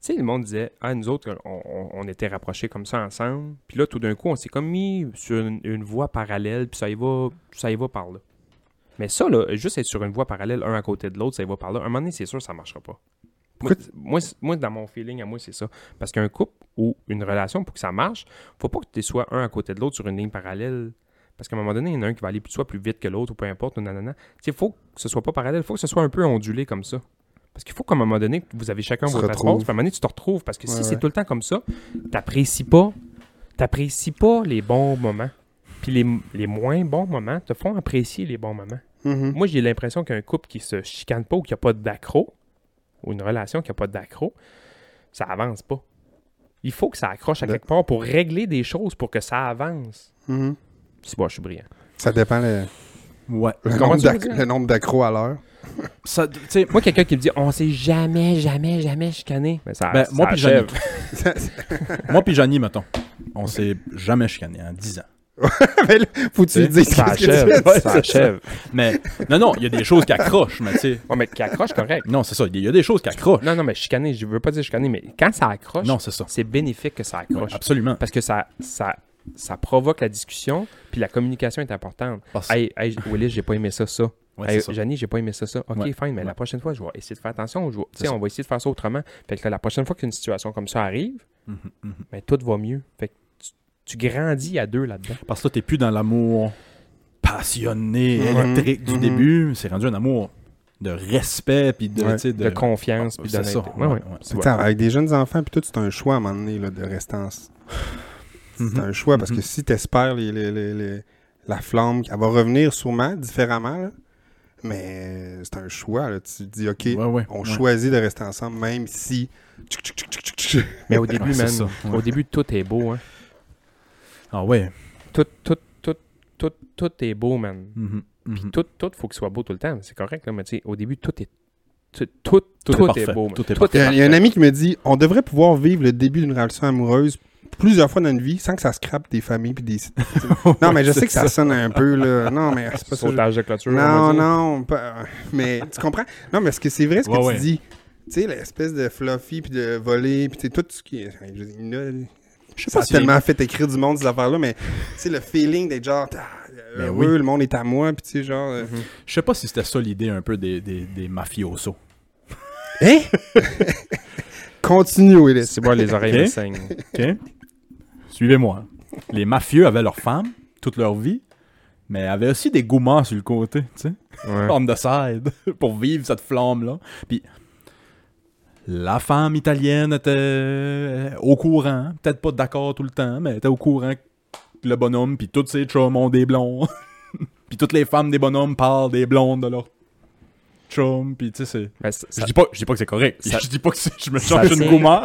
Speaker 2: Tu sais, le monde disait, ah, nous autres, on, on- on était rapprochés comme ça ensemble. Puis là, tout d'un coup, on s'est comme mis sur une, une voie parallèle, puis ça y va, ça y va par là. Mais ça, là, juste être sur une voie parallèle, un à côté de l'autre, ça y va par là. un moment donné, c'est sûr, ça marchera pas. Moi,
Speaker 4: Pourquoi
Speaker 2: moi, c'est- moi, dans mon feeling, à moi, c'est ça. Parce qu'un couple ou une relation, pour que ça marche, faut pas que tu sois un à côté de l'autre sur une ligne parallèle. Parce qu'à un moment donné, il y en a un qui va aller plus- soit plus vite que l'autre, ou peu importe, ou nanana. Tu sais, faut que ce soit pas parallèle, faut que ce soit un peu ondulé comme ça. Parce qu'il faut qu'à un moment donné, vous avez chacun
Speaker 4: Tu te
Speaker 2: votre espace, puis à un
Speaker 4: retrouves.
Speaker 2: moment donné, tu te retrouves. Parce que si
Speaker 4: Ouais,
Speaker 2: c'est
Speaker 4: ouais.
Speaker 2: tout le temps comme ça, t'apprécies pas, t'apprécies pas les bons moments. Puis les, les moins bons moments te font apprécier les bons moments.
Speaker 4: Mhm.
Speaker 2: Moi, j'ai l'impression qu'un couple qui se chicane pas ou qui a pas d'accro, ou une relation qui a pas d'accro, ça avance pas. Il faut que ça accroche à
Speaker 4: Ben-
Speaker 2: quelque part pour régler des choses pour que ça avance.
Speaker 3: Mm-hmm.
Speaker 4: Mhm.
Speaker 2: C'est bon, je suis brillant.
Speaker 4: Ça dépend le,
Speaker 3: Ouais.
Speaker 4: le
Speaker 2: Comment
Speaker 4: nombre
Speaker 2: tu veux
Speaker 4: d'acc-
Speaker 2: dire?
Speaker 4: le nombre d'accros à l'heure.
Speaker 3: Ça, t'sais,
Speaker 2: Moi, quelqu'un qui me dit on s'est jamais, jamais, jamais chicané. Ben, ça,
Speaker 3: Ben,
Speaker 2: ça
Speaker 3: moi, puis
Speaker 2: achève.
Speaker 3: moi puis Johnny, mettons, on s'est jamais chicané en 10 ans.
Speaker 4: Mais là, faut-tu lui dire
Speaker 2: Ça
Speaker 4: qu'est-ce que tu
Speaker 2: achève.
Speaker 4: fais?
Speaker 3: Ouais,
Speaker 2: Ça
Speaker 3: c'est
Speaker 2: achève.
Speaker 3: Mais non, non, il y a des choses qui accrochent, mais tu sais.
Speaker 2: Ouais, mais qui accroche, correct.
Speaker 3: Non, c'est ça, il y a des choses qui accrochent.
Speaker 2: Non, non, mais chicaner, je veux pas dire chicaner, mais quand ça accroche,
Speaker 3: Non, c'est ça.
Speaker 2: c'est bénéfique que ça
Speaker 3: Ouais,
Speaker 2: accroche.
Speaker 3: absolument.
Speaker 2: parce que ça, ça, ça provoque la discussion, puis la communication est importante.
Speaker 3: Parce-
Speaker 2: Hey, hey, Willis, j'ai pas aimé ça, ça.
Speaker 3: Ouais,
Speaker 2: hey,
Speaker 3: c'est ça.
Speaker 2: Janie, j'ai pas aimé ça, ça. Ok,
Speaker 3: Ouais.
Speaker 2: fine, mais
Speaker 3: Ouais.
Speaker 2: la prochaine fois, je vais essayer de faire attention. Je vais- tu
Speaker 3: C'est
Speaker 2: sais,
Speaker 3: ça.
Speaker 2: on va essayer de faire ça autrement. Fait que là, la prochaine fois qu'une situation comme ça arrive,
Speaker 3: Mhm, mhm.
Speaker 2: ben, tout va mieux. Fait que tu, tu grandis à deux là-dedans.
Speaker 3: Parce que là, t'es plus dans l'amour passionné,
Speaker 4: Mhm.
Speaker 3: électrique du
Speaker 4: Mhm.
Speaker 3: début. C'est rendu un amour de respect puis de,
Speaker 4: Ouais.
Speaker 3: tu sais,
Speaker 2: De,
Speaker 3: de-
Speaker 2: confiance,
Speaker 3: Ah,
Speaker 2: puis
Speaker 3: c'est
Speaker 2: d'honnêteté.
Speaker 3: ça.
Speaker 2: Ouais,
Speaker 3: Ouais,
Speaker 2: ouais.
Speaker 3: ouais.
Speaker 2: Tu vois.
Speaker 4: T'sais, avec des jeunes enfants, puis tout, c'est un choix à un moment donné là, de rester en- C'est
Speaker 3: Mhm.
Speaker 4: un choix parce
Speaker 3: Mhm.
Speaker 4: que si t'espères les, les- les- les- la flamme, elle va revenir sûrement différemment, là. mais c'est un choix. là. Tu te dis, OK,
Speaker 3: Ouais, ouais,
Speaker 4: on
Speaker 3: ouais.
Speaker 4: choisit de rester ensemble, même si. tchou, tchou, tchou, tchou, tchou, tchou.
Speaker 2: Mais au début,
Speaker 3: Ouais, c'est
Speaker 2: man,
Speaker 3: ça, ouais.
Speaker 2: au début, tout est beau. Hein.
Speaker 3: Ah ouais.
Speaker 2: Tout, tout, tout, tout, tout est beau, man.
Speaker 3: Mhm, mhm.
Speaker 2: Tout, tout, faut qu'il soit beau tout le temps. C'est correct, là, mais tu sais, au début, tout est. Tout, tout,
Speaker 3: Tout est
Speaker 2: tout est,
Speaker 3: parfait.
Speaker 2: beau. man.
Speaker 3: Tout est
Speaker 4: Il y, a, il y a un ami qui me dit, on devrait pouvoir vivre le début d'une relation amoureuse plusieurs fois dans une vie sans que ça scrape des familles. Puis des... non, mais je sais que ça, sonne un peu. Là. Non, mais c'est pas ça. que je-
Speaker 2: Sautage de clôture. on va
Speaker 4: Non,
Speaker 2: dire.
Speaker 4: non, pas- mais tu comprends? Non, mais est-ce que c'est vrai ce que
Speaker 3: Ouais,
Speaker 4: tu
Speaker 3: ouais.
Speaker 4: dis? Tu sais, l'espèce de fluffy, puis de voler, puis tu sais, tout ce qui est... Je veux dire, il y en a-
Speaker 3: Je sais
Speaker 4: ça
Speaker 3: pas
Speaker 4: a
Speaker 3: si
Speaker 4: tellement fait écrire du monde, ces affaires-là, mais tu sais, le feeling d'être genre, ah,
Speaker 3: Ben
Speaker 4: heureux,
Speaker 3: oui.
Speaker 4: le monde est à moi, puis tu sais, genre... euh,
Speaker 3: je sais pas si c'était ça l'idée un peu des, des, des mafiosos.
Speaker 4: Hein? Continue, Willis.
Speaker 2: C'est bon, les oreilles
Speaker 3: Ok.
Speaker 2: me saignent.
Speaker 3: OK? Suivez-moi. Les mafieux avaient leurs femmes toute leur vie, mais avaient aussi des gourmands sur le côté, tu sais.
Speaker 2: Ouais.
Speaker 3: on the side pour vivre cette flamme-là. Puis la femme italienne était au courant, peut-être pas d'accord tout le temps, mais était au courant que le bonhomme, puis tous ses chums ont des blonds. puis toutes les femmes des bonhommes parlent des blondes de leurs chums, puis tu sais, c'est...
Speaker 2: Mais Ben, ça,
Speaker 3: Je
Speaker 2: ça-
Speaker 3: dis, pas, je dis pas que c'est correct.
Speaker 2: Ça-
Speaker 3: je dis pas que c'est- je me
Speaker 2: ça
Speaker 3: cherche une
Speaker 2: tient.
Speaker 3: gourmand.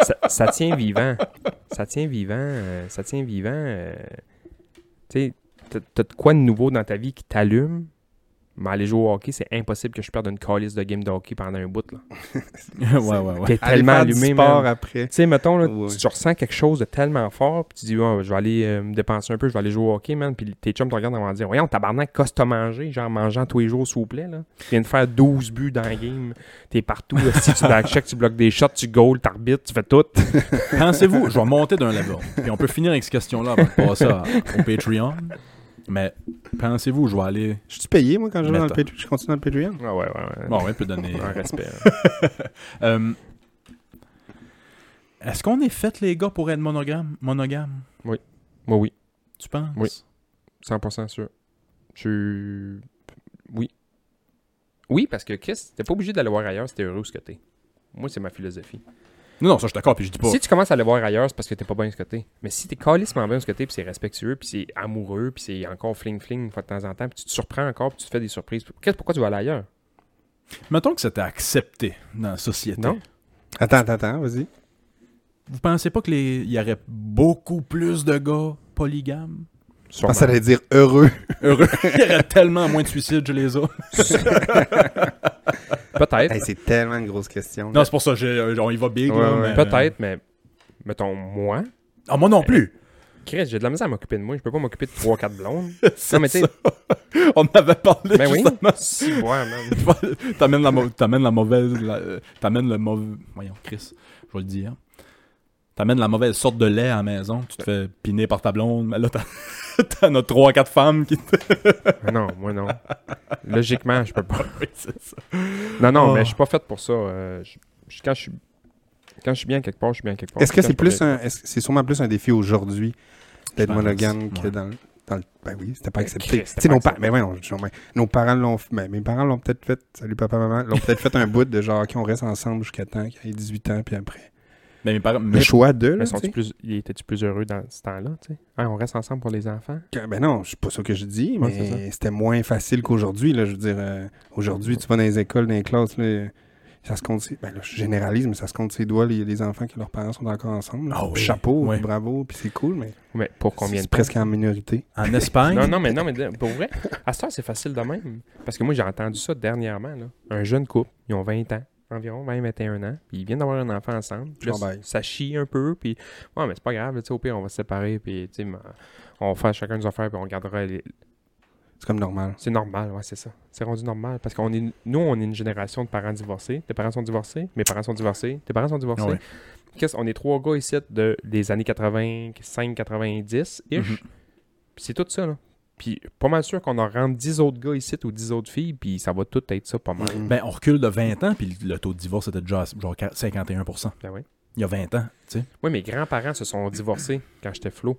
Speaker 2: ça- ça tient vivant. Ça tient vivant. euh, ça tient vivant. euh, tu sais, t'as- t'as de quoi de nouveau dans ta vie qui t'allume, Mais aller jouer au hockey, c'est impossible que je perde une calice de game de hockey pendant un bout. Là.
Speaker 3: ouais, ouais, ouais.
Speaker 2: T'es
Speaker 4: Aller
Speaker 2: tellement
Speaker 4: faire du
Speaker 2: allumé,
Speaker 4: sport
Speaker 2: man.
Speaker 4: après.
Speaker 2: Tu sais, mettons, là,
Speaker 4: Ouais.
Speaker 2: tu tu ressens quelque chose de tellement fort, puis tu dis, Ouais, je vais aller euh, me dépenser un peu, je vais aller jouer au hockey, man. Puis tes chums te regardent en disant, voyons, tabarnak, qu'est-ce que t'as mangé, genre en mangeant tous les jours, s'il vous plaît, là. Tu viens de faire 12 buts dans la game, t'es partout, là, si tu backcheck, tu bloques des shots, tu goals, t'arbitres, tu fais tout.
Speaker 3: Pensez-vous, je vais monter d'un level. Puis on peut finir avec cette question-là avant de passer à- au Patreon. Mais pensez-vous, je vais aller.
Speaker 4: Je suis payé, moi, quand je joue dans le
Speaker 3: Mettons.
Speaker 4: Patreon. Je continue dans le Patreon.
Speaker 2: Ah ouais, ouais, ouais.
Speaker 3: Bon, ouais, peut donner.
Speaker 2: Un respect. hein. là.
Speaker 3: Euh, Est-ce qu'on est fait, les gars, pour être monogame, monogame
Speaker 2: Moi, oui.
Speaker 3: tu penses?
Speaker 2: Oui. 100% sûr. Tu. Oui. Oui, parce que Chris, t'es pas obligé d'aller voir ailleurs si t'es heureux où ce que t'es. Moi, c'est ma philosophie.
Speaker 3: Non, non, ça, je suis d'accord, puis je dis pas.
Speaker 2: Si tu commences à aller voir ailleurs, c'est parce que t'es pas bien où ce que t'es. Mais si t'es calissement bien où ce que t'es, puis c'est respectueux, puis c'est amoureux, puis c'est encore fling-fling une fois de temps en temps, puis tu te surprends encore, puis tu te fais des surprises. Chris, pourquoi tu vas aller ailleurs?
Speaker 3: Mettons que c'était accepté dans la société.
Speaker 2: Non.
Speaker 4: Attends, attends, attends, vas-y.
Speaker 3: Vous pensez pas qu'il y aurait beaucoup plus de gars polygames?
Speaker 4: Je
Speaker 2: Sûrement.
Speaker 4: pensais allait dire heureux.
Speaker 3: Heureux. Il y aurait tellement moins de suicides chez les autres.
Speaker 2: Peut-être.
Speaker 4: Hey, c'est tellement une grosse question. là.
Speaker 3: Non, c'est pour ça, j'ai- euh, on y va big.
Speaker 4: Ouais,
Speaker 3: là,
Speaker 4: ouais.
Speaker 3: mais-
Speaker 2: Peut-être, mais. Mettons, moi,
Speaker 3: Ah, moi non plus.
Speaker 2: Chris, j'ai de la misère à m'occuper de moi. Je peux pas m'occuper de 3-4 blondes.
Speaker 3: C'est
Speaker 2: Non, mais tu sais,
Speaker 3: ça. On en avait parlé.
Speaker 2: ben oui.
Speaker 3: juste avant.
Speaker 2: Si, ouais, man.
Speaker 3: t'amènes, la mau- t'amènes la mauvaise. la- euh, t'amènes le mauvais. Voyons, Chris, je vais le dire. T'amènes la mauvaise sorte de lait à la maison. Tu te fais piner par ta blonde. Mais là, t'as, t'en as trois, quatre femmes qui te.
Speaker 2: Ah Non, moi non. Logiquement, je peux pas.
Speaker 3: Oui, c'est ça.
Speaker 2: Non, non,
Speaker 3: Oh.
Speaker 2: mais je suis pas fait pour ça. Euh, je- je- quand, je suis, quand je suis bien quelque part, je suis bien quelque part.
Speaker 4: Est-ce que
Speaker 2: Quand
Speaker 4: c'est
Speaker 2: je suis
Speaker 4: plus un. est-ce que C'est sûrement plus un défi aujourd'hui d'être
Speaker 3: Je pense,
Speaker 4: monogame que
Speaker 3: ouais.
Speaker 4: dans, le- dans le. Ben oui, c'était pas
Speaker 2: Ben,
Speaker 4: accepté.
Speaker 2: Christ,
Speaker 4: Tu sais,
Speaker 2: c'était
Speaker 4: nos,
Speaker 2: pas
Speaker 4: pa- ben ouais, on- je- ben, nos parents l'ont. f- ben, mes parents l'ont peut-être fait. Salut papa, maman. L'ont peut-être fait un bout de genre, qu'on reste ensemble jusqu'à temps qu'il ait 18 ans, puis après.
Speaker 3: Mais mes parents.
Speaker 4: Le
Speaker 3: mes-
Speaker 4: choix de.
Speaker 2: bien.
Speaker 4: Là,
Speaker 2: Mais
Speaker 4: Mm, tu
Speaker 2: sont-tu
Speaker 4: sais.
Speaker 2: plus, y étais-tu plus heureux dans ce temps-là? tu sais? Hein, on reste ensemble pour les enfants?
Speaker 4: Que- Ben non, c'est pas ça que je dis,
Speaker 2: Ouais,
Speaker 4: mais
Speaker 2: c'est ça.
Speaker 4: c'était moins facile qu'aujourd'hui. là. Je veux dire, euh, aujourd'hui, tu vas dans les écoles, dans les classes, là, ça se compte. ses- Ben là, je généralise, mais ça se compte ses doigts, les, les enfants que leurs parents sont encore ensemble. là.
Speaker 3: Ah oui,
Speaker 4: Chapeau,
Speaker 3: ouais.
Speaker 4: bravo, puis c'est cool, mais
Speaker 2: Mais pour combien de
Speaker 4: c'est
Speaker 2: temps?
Speaker 4: presque en minorité.
Speaker 3: En Espagne.
Speaker 2: Non, non, mais non, mais de- pour vrai, à ce temps, c'est facile de même. Parce que moi, j'ai entendu ça dernièrement. Là. Un jeune couple, ils ont 20 ans, environ 20, 21 ans, puis ils viennent d'avoir un enfant ensemble. Puis là,
Speaker 4: Oh, bye.
Speaker 2: ça chie un peu, puis ouais, mais c'est pas grave, là, tu sais, au pire, on va se séparer, puis tu sais, mais on va faire chacun nos affaires, puis on gardera les,
Speaker 4: C'est comme normal.
Speaker 2: C'est normal, ouais, c'est ça. C'est rendu normal parce qu'on est, nous, on est une génération de parents divorcés. Tes parents sont divorcés, mes parents sont divorcés, tes parents sont divorcés.
Speaker 3: Ouais.
Speaker 2: Qu'est-ce- on est trois gars ici de, des années 85, 90 ish.
Speaker 3: Mhm.
Speaker 2: Puis c'est tout ça, là. Puis pas mal sûr qu'on en rentre 10 autres gars ici ou 10 autres filles, puis ça va tout être ça pas mal.
Speaker 3: Ben, on recule de 20 ans, puis le taux de divorce était déjà à genre 4- 51
Speaker 2: Ben oui.
Speaker 3: Il y a 20 ans, tu sais.
Speaker 2: Ouais, mes grands-parents se sont divorcés quand j'étais flou.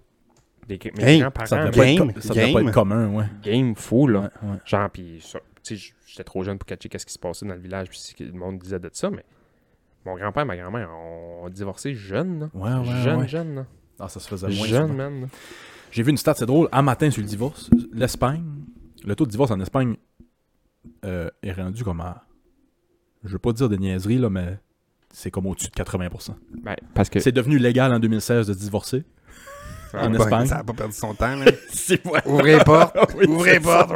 Speaker 2: Des- mes
Speaker 4: Hey,
Speaker 3: Ça
Speaker 2: grands-parents,
Speaker 3: devait, pas
Speaker 4: game,
Speaker 3: être, co- ça devait pas
Speaker 4: game.
Speaker 3: être commun, ouais.
Speaker 2: game fou, là.
Speaker 3: Ouais, ouais.
Speaker 2: Genre, puis ça, tu sais, j- j'étais trop jeune pour catcher qu'est-ce qui se passait dans le village, puis ce que le monde disait de ça, mais mon grand-père, ma grand-mère, on, on divorcé jeune, là.
Speaker 3: Ouais, ouais,
Speaker 2: jeune,
Speaker 3: ouais.
Speaker 2: jeune, là.
Speaker 3: Ah, ça se faisait moins.
Speaker 2: jeune,
Speaker 3: souvent.
Speaker 2: man. là.
Speaker 3: J'ai vu une stat, c'est drôle, un matin sur le divorce. L'Espagne, le taux de divorce en Espagne euh, est rendu comme à. Je veux pas dire des niaiseries, là, mais c'est comme au-dessus de 80%.
Speaker 2: Ben, parce que.
Speaker 3: C'est devenu légal en 2016 de se divorcer.
Speaker 2: Ah,
Speaker 3: en
Speaker 4: Ben,
Speaker 3: Espagne.
Speaker 4: Ça a pas perdu son temps, là.
Speaker 3: C'est ouais,
Speaker 4: Ouvrez les portes,
Speaker 3: oui,
Speaker 4: ouvrez les
Speaker 3: c'est
Speaker 4: portes.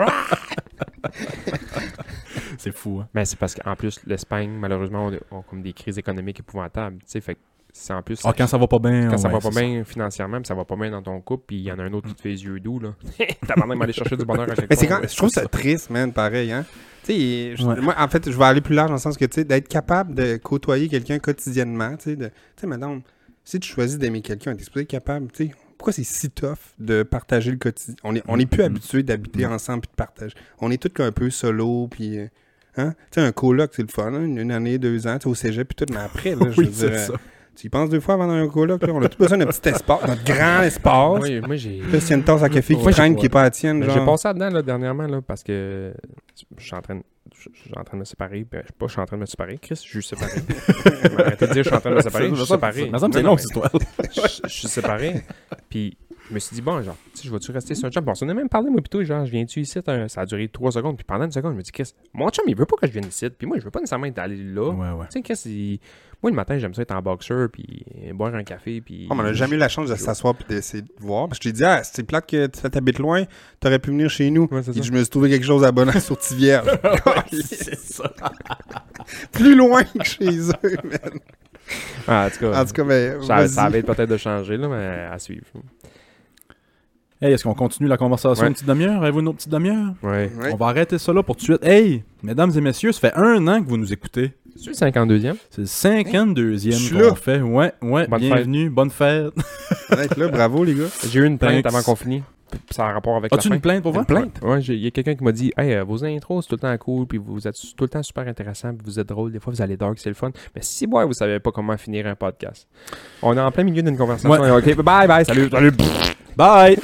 Speaker 3: c'est fou, hein.
Speaker 2: Ben, c'est parce qu'en plus, l'Espagne, malheureusement, on a comme des crises économiques épouvantables, tu sais, fait que c'est en plus.
Speaker 3: Ah, quand ça va pas bien.
Speaker 2: quand ça
Speaker 3: ouais,
Speaker 2: va pas
Speaker 3: c'est
Speaker 2: bien financièrement, puis ça va pas bien dans ton couple, puis il y en a un autre qui te fait les yeux doux, là. T'as pas d'aller chercher du bonheur à quelque
Speaker 4: Mais c'est
Speaker 2: part,
Speaker 4: quand, je trouve ça triste, man, pareil, hein. Tu sais, je-
Speaker 3: Ouais.
Speaker 4: moi, en fait, je vais aller plus large dans le sens que, tu sais, d'être capable de côtoyer quelqu'un quotidiennement, tu sais, de, tu sais, madame, si tu choisis d'aimer quelqu'un, t'es supposé être capable, tu sais, pourquoi c'est si tough de partager le quotidien? On est, on est plus
Speaker 3: Mm.
Speaker 4: habitué d'habiter ensemble puis de partager. On est tous un peu solo, puis, euh, hein, tu sais, un coloc, c'est le fun, hein, une, une année, deux ans, tu sais, au cégep, puis tout, mais après, là, je
Speaker 3: Oui,
Speaker 4: veux
Speaker 3: c'est
Speaker 4: dire,
Speaker 3: ça.
Speaker 4: euh, tu y penses deux fois avant d'aller à un coloc, là, on a tout besoin d'un petit espace, notre grand
Speaker 2: là.
Speaker 4: espace.
Speaker 2: Moi, moi, j'ai.
Speaker 4: Là, s'il y a une tasse à café qui
Speaker 2: Moi, j'ai-
Speaker 4: traîne qui est pas à la tienne,
Speaker 2: Mais
Speaker 4: genre...
Speaker 2: J'ai passé là-dedans là, dernièrement là, parce que je suis en train de. Je je suis en train de me séparer. Ben, je suis pas, je suis en train de me séparer. Chris, je suis séparé. Je vais arrêter de dire je suis en train de me séparer. Je suis séparé.
Speaker 3: Mais ça me semble que c'est
Speaker 2: Non, non,
Speaker 3: long, cette histoire.
Speaker 2: mais je, je suis séparé. Puis je me suis dit, bon, genre, tu sais, je vais-tu rester sur un chum? Bon, on a même parlé, moi, plutôt, genre, je viens-tu ici? T'as- Ça a duré trois secondes. Puis pendant une seconde, je me dis, Chris, mon chum, il veut pas que je vienne ici. Puis moi, je veux pas nécessairement être allé là.
Speaker 3: Ouais, ouais.
Speaker 2: Tu sais, Chris, il- moi, le matin, j'aime ça être en boxeur, puis boire un café, puis.
Speaker 4: Ah, mais on n'a jamais eu la chance de s'asseoir et d'essayer de voir. Parce que je t'ai dit, ah, c'est plate que tu t'habites loin, t'aurais pu venir chez nous.
Speaker 2: Ouais, c'est
Speaker 4: Et
Speaker 2: ça.
Speaker 4: je me suis trouvé quelque chose à bonheur sur Tivière.
Speaker 3: C'est ça.
Speaker 4: Plus loin que chez eux, man.
Speaker 2: Ah, en tout cas,
Speaker 4: En tout cas, ben,
Speaker 2: ça,
Speaker 4: vas-y.
Speaker 2: ça va être peut-être de changer, là, mais à suivre.
Speaker 3: Hey, est-ce qu'on continue la conversation
Speaker 2: Ouais.
Speaker 3: une petite demi-heure? Avez-vous une autre petite demi-heure?
Speaker 2: Ouais.
Speaker 4: Ouais.
Speaker 3: On va arrêter ça là pour tout de suite. Hey, mesdames et messieurs, ça fait un an que vous nous écoutez.
Speaker 2: C'est le 52e.
Speaker 3: C'est le 52e
Speaker 4: Je suis
Speaker 3: qu'on
Speaker 4: là.
Speaker 3: fait. Ouais, ouais,
Speaker 2: Bonne
Speaker 3: bienvenue, bonne fête.
Speaker 4: Honnête, là, bravo, les gars.
Speaker 2: J'ai eu une plainte
Speaker 3: Thanks.
Speaker 2: avant qu'on finisse. puis Ça a rapport avec la
Speaker 3: As-tu
Speaker 2: fin.
Speaker 3: une plainte pour
Speaker 2: Une
Speaker 3: voir?
Speaker 2: plainte? Ouais, j'ai- il y a quelqu'un qui m'a dit Hey, euh, vos intros, c'est tout le temps cool, puis vous êtes tout le temps super intéressant, puis vous êtes drôle, des fois vous allez dark, c'est le fun. Mais si, ouais, vous savez pas comment finir un podcast. On est en plein milieu d'une conversation.
Speaker 3: Ouais.
Speaker 2: et Ok, bye bye, salut, salut.
Speaker 3: Bye!